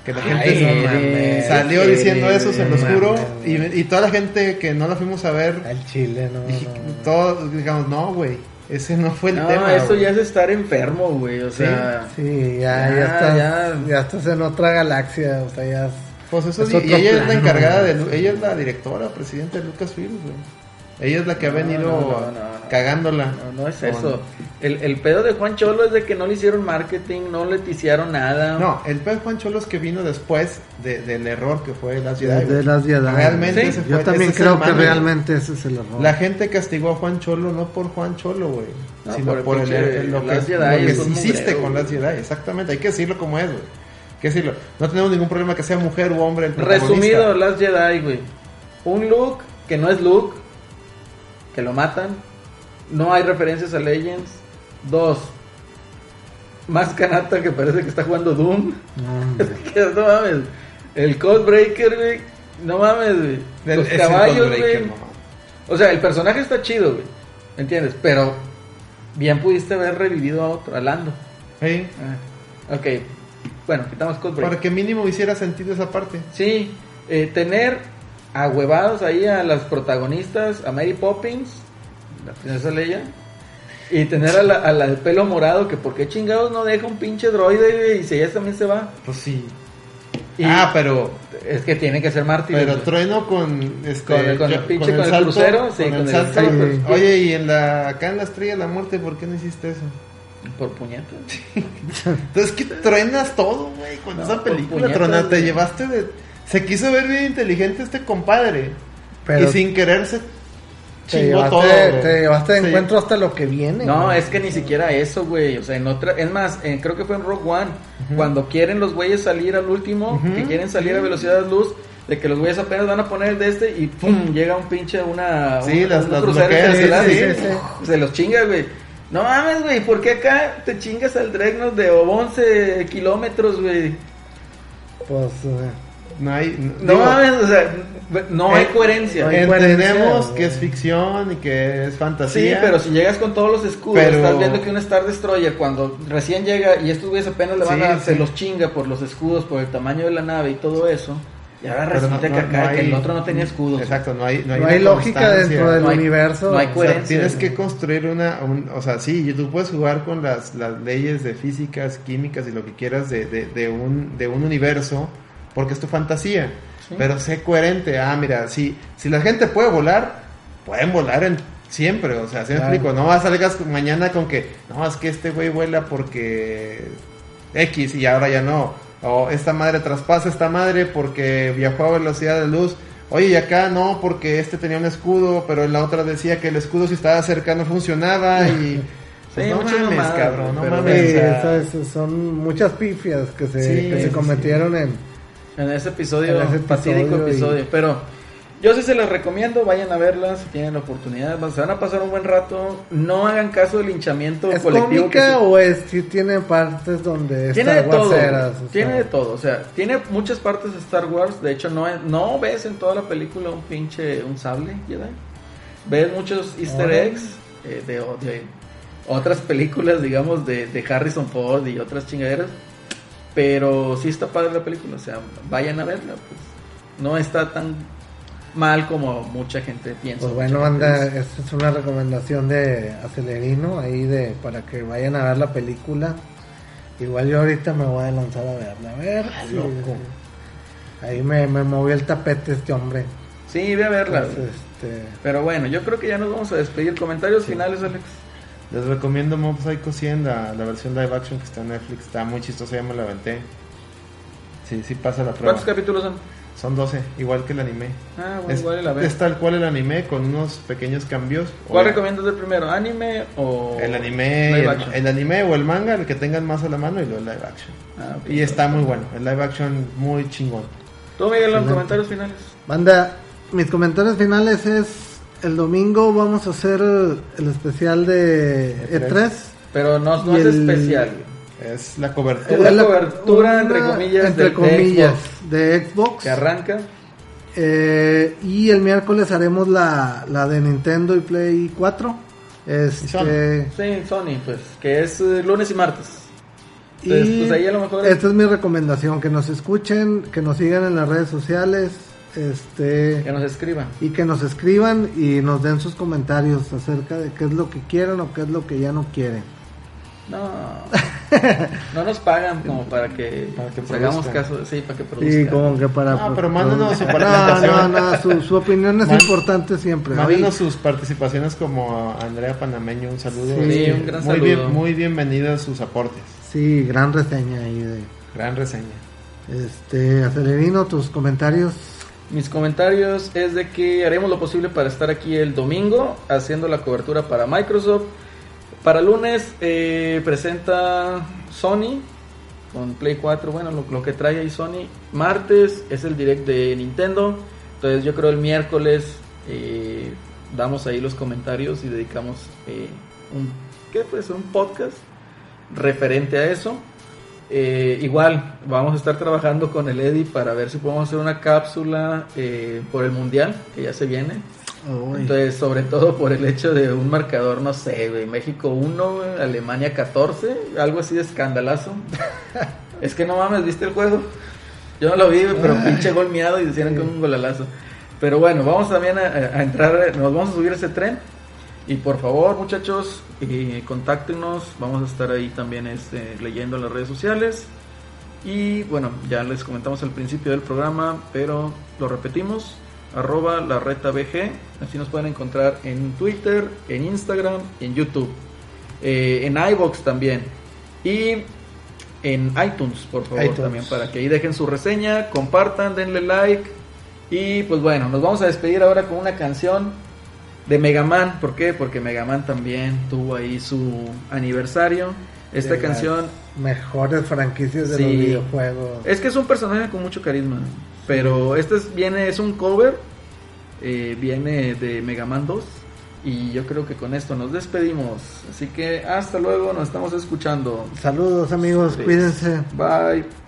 Speaker 5: Que la gente
Speaker 3: Ay,
Speaker 5: se-
Speaker 3: no mames,
Speaker 5: Salió
Speaker 3: sí,
Speaker 5: diciendo eso,
Speaker 3: güey,
Speaker 5: se los
Speaker 3: no
Speaker 5: juro.
Speaker 4: mames,
Speaker 5: Y,
Speaker 4: güey.
Speaker 5: y toda la gente que no la fuimos a ver,
Speaker 4: El chile, no.
Speaker 5: dije-
Speaker 4: no.
Speaker 5: todos digamos, no, güey, ese no fue el
Speaker 3: No,
Speaker 5: tema.
Speaker 3: eso
Speaker 5: güey".
Speaker 3: ya es estar enfermo, güey. O sea,
Speaker 4: Sí, ya, ya,
Speaker 3: Ya,
Speaker 4: estás,
Speaker 3: ya.
Speaker 4: ya. estás en otra galaxia, o sea, ya. es-
Speaker 5: Pues eso
Speaker 4: es
Speaker 5: sí,
Speaker 4: otro
Speaker 5: y ella es la
Speaker 4: plano,
Speaker 5: encargada
Speaker 4: güey.
Speaker 5: de. Ella es la directora, presidenta de Lucasfilm, güey. Ella es la que ha
Speaker 3: No,
Speaker 5: venido
Speaker 3: no, no, no, no.
Speaker 5: cagándola.
Speaker 3: No, no es
Speaker 5: Con-
Speaker 3: eso. El, el pedo de Juan Cholo es de que no le hicieron marketing, no le ticiaron nada.
Speaker 5: No, el pez Juan Cholos que vino después de- del error que fue Las
Speaker 4: de
Speaker 5: Jedi. güey.
Speaker 4: las Jedi.
Speaker 5: Realmente
Speaker 4: Sí.
Speaker 5: ese fue-
Speaker 4: Yo también
Speaker 5: ese es el
Speaker 4: creo que
Speaker 5: mame, güey.
Speaker 4: realmente ese es el error.
Speaker 5: La gente castigó a Juan Cholo no por Juan Cholo, güey.
Speaker 3: No,
Speaker 5: sino
Speaker 3: por
Speaker 5: por,
Speaker 3: el
Speaker 5: el, er,
Speaker 3: pinche
Speaker 5: lo que,
Speaker 3: Last Jedi,
Speaker 5: lo que
Speaker 3: es un
Speaker 5: hiciste
Speaker 3: mugrero,
Speaker 5: con
Speaker 3: güey.
Speaker 5: las Jedi. Exactamente, hay que decirlo como es, güey. Hay que decirlo. No tenemos ningún problema que sea mujer u hombre el
Speaker 3: Resumido,
Speaker 5: protagonista.
Speaker 3: Last Jedi, güey. Un Luke que no es Luke, que lo matan. No hay referencias a Legends. Dos, más canata que parece que está jugando Doom.
Speaker 4: No, hombre.
Speaker 3: Que no mames. El Codebreaker, güey. No mames, güey.
Speaker 5: Del-
Speaker 3: Los
Speaker 5: es el
Speaker 3: caballos,
Speaker 5: Dawnbreaker,
Speaker 3: güey.
Speaker 5: mamá.
Speaker 3: O sea, el personaje está chido, güey. ¿Entiendes? Pero bien pudiste haber revivido a otro, a Lando.
Speaker 5: Sí,
Speaker 3: Ah, ok. Bueno, quitamos Codebreaker.
Speaker 5: Para que mínimo hiciera sentido esa parte.
Speaker 3: Sí, eh, tener ahuevados ahí a las protagonistas, a Mary Poppins, la princesa Leia, y tener a la, a la de pelo morado, que por qué chingados no deja un pinche droide güey, y si ella también se va.
Speaker 5: Pues sí.
Speaker 3: Y
Speaker 5: ah, pero.
Speaker 3: Es que tiene que ser mártir.
Speaker 5: Pero
Speaker 3: güey.
Speaker 5: trueno con, este,
Speaker 3: Con el- con el
Speaker 5: yo-
Speaker 3: pinche- con el crucero, sí,
Speaker 5: con
Speaker 3: con
Speaker 5: el
Speaker 3: el
Speaker 5: salto.
Speaker 4: salto.
Speaker 5: Sí. Oye, y en la, acá en la estrella de la muerte, ¿por qué no hiciste eso?
Speaker 3: Por puñetas.
Speaker 5: Entonces que truenas todo, güey, con
Speaker 3: No,
Speaker 5: esa
Speaker 3: pues,
Speaker 5: película
Speaker 3: puñetas,
Speaker 5: trona, te
Speaker 3: güey.
Speaker 5: llevaste de... Se quiso ver bien inteligente este compadre.
Speaker 4: Pero-
Speaker 5: Y sin querer se
Speaker 4: Te
Speaker 5: chingó
Speaker 4: llevaste,
Speaker 5: todo. güey.
Speaker 4: te llevaste de
Speaker 5: Sí.
Speaker 4: encuentro hasta lo que viene.
Speaker 3: No,
Speaker 4: güey.
Speaker 3: es que ni siquiera eso, güey. O sea, en otra. Es más, eh, creo que fue en Rock One. Cuando quieren los güeyes salir al último, que quieren salir a velocidad luz, de que los güeyes apenas van a poner el de este y ¡pum! Llega un pinche, una.
Speaker 5: Sí,
Speaker 3: un-
Speaker 5: las-
Speaker 3: un
Speaker 5: las
Speaker 3: crucero
Speaker 5: bloqueas, sí,
Speaker 3: interestelar,
Speaker 5: sí,
Speaker 3: y
Speaker 4: sí, sí.
Speaker 3: Se los chinga, güey. No mames, güey. ¿Por qué acá te chingas al Dragnos de 11 kilómetros, güey?
Speaker 4: Pues, eh,
Speaker 5: No hay.
Speaker 3: No
Speaker 5: digo,
Speaker 3: mames, o sea, no hay
Speaker 5: Eh,
Speaker 3: coherencia.
Speaker 4: hay
Speaker 5: Entendemos
Speaker 4: coherencia,
Speaker 5: que es
Speaker 4: güey.
Speaker 5: ficción y que es
Speaker 3: Sí,
Speaker 5: fantasía.
Speaker 3: pero si llegas con todos los escudos,
Speaker 5: Pero-
Speaker 3: estás viendo que un Star Destroyer cuando recién llega y estos güeyes apenas le van
Speaker 5: Sí,
Speaker 3: a,
Speaker 5: sí.
Speaker 3: se los chinga por los escudos, por el tamaño de la nave y todo eso. Y ahora
Speaker 5: Pero
Speaker 3: resulta que acá,
Speaker 5: hay-
Speaker 3: que el otro no tenía escudos.
Speaker 5: Exacto, no hay, no hay,
Speaker 4: No
Speaker 5: una
Speaker 4: hay lógica
Speaker 5: constancia.
Speaker 4: dentro del
Speaker 3: No hay-
Speaker 4: universo.
Speaker 3: no hay
Speaker 5: O sea,
Speaker 3: coherencia,
Speaker 5: tienes
Speaker 3: ¿no?
Speaker 5: que construir una, un- o sea, sí, tú puedes jugar con las, las leyes de físicas, químicas y lo que quieras de, de, de un, de un universo, porque es tu fantasía,
Speaker 3: Sí.
Speaker 5: pero sé coherente, ah, mira, si, si la gente puede volar, pueden volar en, siempre, o sea, si
Speaker 4: Claro.
Speaker 5: me explico, no salgas mañana con que, no, es que este güey vuela porque X y ahora ya no, o esta madre traspasa esta madre porque viajó a velocidad de luz, Oye, y acá no, porque este tenía un escudo, pero en la otra decía que el escudo si estaba cerca no funcionaba y... Pues
Speaker 3: Sí,
Speaker 5: no
Speaker 3: muchas
Speaker 5: mames,
Speaker 3: mamadas,
Speaker 5: cabrón, no
Speaker 3: pero-
Speaker 4: sí,
Speaker 5: mames. o sea,
Speaker 4: eso es- son muchas pifias que se,
Speaker 5: Sí,
Speaker 4: que se
Speaker 5: sí, sí.
Speaker 4: cometieron en...
Speaker 3: En ese episodio,
Speaker 4: En ese
Speaker 3: fatídico
Speaker 4: episodio y-
Speaker 3: episodio. Pero yo sí se les recomiendo, vayan a verla si tienen la oportunidad. va- Se van a pasar un buen rato. No hagan caso del linchamiento
Speaker 4: ¿Es
Speaker 3: colectivo. que
Speaker 4: cómica
Speaker 3: se-
Speaker 4: o es si tiene partes donde
Speaker 3: Tiene de
Speaker 4: están
Speaker 3: todo.
Speaker 4: guaceras? o
Speaker 3: Tiene
Speaker 4: sea,
Speaker 3: de todo. O sea, tiene muchas partes de Star Wars. De hecho, no, es- no ves en toda la película un pinche, un sable Jedi. Ves muchos easter
Speaker 4: Órale.
Speaker 3: eggs eh, de, o- de otras películas, digamos, de, de Harrison Ford y otras chingaderas. Pero sí está padre la película. O sea, vayan a verla. Pues. No está tan mal como mucha gente piensa.
Speaker 4: Pues
Speaker 3: mucha
Speaker 4: bueno,
Speaker 3: gente
Speaker 4: anda,
Speaker 3: dice.
Speaker 4: esta es una recomendación de Acelerino ahí de para que vayan a ver la película. Igual yo ahorita me voy a lanzar a verla. A ver,
Speaker 3: Ah,
Speaker 4: sí,
Speaker 5: loco.
Speaker 4: Ahí me, me movió el tapete este hombre.
Speaker 3: Sí, ve a verla. güey.
Speaker 4: Entonces, este,
Speaker 3: Pero bueno, yo creo que ya nos vamos a despedir. Comentarios finales, Alex.
Speaker 5: Les recomiendo Mob Psycho 100, la, la versión live action que está en Netflix. Está muy chistosa, ya me la aventé. Sí, sí pasa la prueba.
Speaker 3: ¿Cuántos capítulos son?
Speaker 5: Son 12, igual que el anime.
Speaker 3: Ah, bueno,
Speaker 5: Es,
Speaker 3: igual y la veo.
Speaker 5: es tal cual el anime, con unos pequeños cambios.
Speaker 3: ¿Cuál
Speaker 5: Oye,
Speaker 3: recomiendas de primero? ¿Anime o.?
Speaker 5: El anime,
Speaker 3: live
Speaker 5: el,
Speaker 3: action?
Speaker 5: el anime o el manga, el que tengan más a la mano y lo live action.
Speaker 3: Ah, ok.
Speaker 5: Y está muy bueno, el live action muy chingón.
Speaker 3: Tú, Miguel, los
Speaker 4: Excelente.
Speaker 3: comentarios finales.
Speaker 4: Banda, mis comentarios finales es el domingo vamos a hacer el especial
Speaker 3: E
Speaker 4: de E
Speaker 5: E3.
Speaker 4: E3.
Speaker 3: Pero no, no
Speaker 4: Y
Speaker 3: es
Speaker 4: el-
Speaker 3: especial.
Speaker 5: Es la cobertura.
Speaker 3: Es la cobertura, entre comillas,
Speaker 4: entre
Speaker 3: del- de
Speaker 4: comillas, de Xbox.
Speaker 3: Que arranca.
Speaker 4: Eh, y el miércoles haremos la, la de Nintendo y Play 4. Este,
Speaker 3: Sí, Sony, pues. Que es eh, lunes y martes.
Speaker 4: y
Speaker 3: Entonces, pues, ahí a lo mejor-
Speaker 4: Esta es mi recomendación, que nos escuchen, que nos sigan en las redes sociales. Este,
Speaker 3: Que nos escriban.
Speaker 4: y que nos escriban y nos den sus comentarios acerca de qué es lo que quieren o qué es lo que ya no quieren.
Speaker 3: No. No nos pagan como para que,
Speaker 5: Para que
Speaker 3: hagamos
Speaker 5: produzcan.
Speaker 3: caso. Sí, para que produzcan.
Speaker 4: Sí, como que para.
Speaker 3: Ah,
Speaker 4: pues,
Speaker 5: No, pero mándenos su
Speaker 4: no, no,
Speaker 5: participación.
Speaker 4: no, su, su opinión es
Speaker 5: Man-
Speaker 4: importante siempre.
Speaker 5: Mándenos sus participaciones como Andrea Panameño, un saludo.
Speaker 4: Sí,
Speaker 5: Eh,
Speaker 3: un gran
Speaker 5: muy
Speaker 3: saludo.
Speaker 5: Bien, muy bienvenidos sus aportes.
Speaker 4: Sí, gran reseña ahí de.
Speaker 5: Gran reseña.
Speaker 4: Este, Acelerino, tus comentarios.
Speaker 3: Mis comentarios es de que haremos lo posible para estar aquí el domingo haciendo la cobertura para Microsoft. Para lunes eh, presenta Sony con Play 4, bueno, lo, lo que trae ahí Sony. Martes es el direct de Nintendo. Entonces yo creo el miércoles eh, damos ahí los comentarios y dedicamos eh, un, ¿qué puede ser? un podcast referente a eso. Eh, igual, vamos a estar trabajando con el Eddy para ver si podemos hacer una cápsula eh, por el Mundial, que ya se viene. Entonces, sobre todo por el hecho de un marcador, no sé, güey, México 1, güey, Alemania 14, algo así de escandalazo. es que no mames, ¿viste el juego? Yo no lo vi, güey, pero pinche gol miado y hicieron con un golalazo. Pero bueno, vamos también a, a entrar, eh, nos vamos a subir a ese tren. Y por favor, muchachos, eh, contáctenos. Vamos a estar ahí también este, leyendo las redes sociales. Y bueno, ya les comentamos al principio del programa, pero lo repetimos. Arroba la reta BG. Así nos pueden encontrar en Twitter, en Instagram, en YouTube. eh, en iBox también. Y en iTunes, por favor,
Speaker 4: iTunes.
Speaker 3: también. Para que ahí dejen su reseña, compartan, denle like. Y pues bueno, nos vamos a despedir ahora con una canción de Mega Man. ¿Por qué? Porque Mega Man también tuvo ahí su aniversario. Esta
Speaker 4: De las
Speaker 3: canción
Speaker 4: Mejores franquicias de
Speaker 3: Sí.
Speaker 4: los videojuegos.
Speaker 3: es que es un personaje con mucho carisma. Pero este es, viene, es un cover. eh, viene de Mega Man 2. Y yo creo que con esto nos despedimos. Así que hasta luego, nos estamos escuchando.
Speaker 4: Saludos amigos,
Speaker 3: Sí.
Speaker 4: cuídense.
Speaker 3: Bye.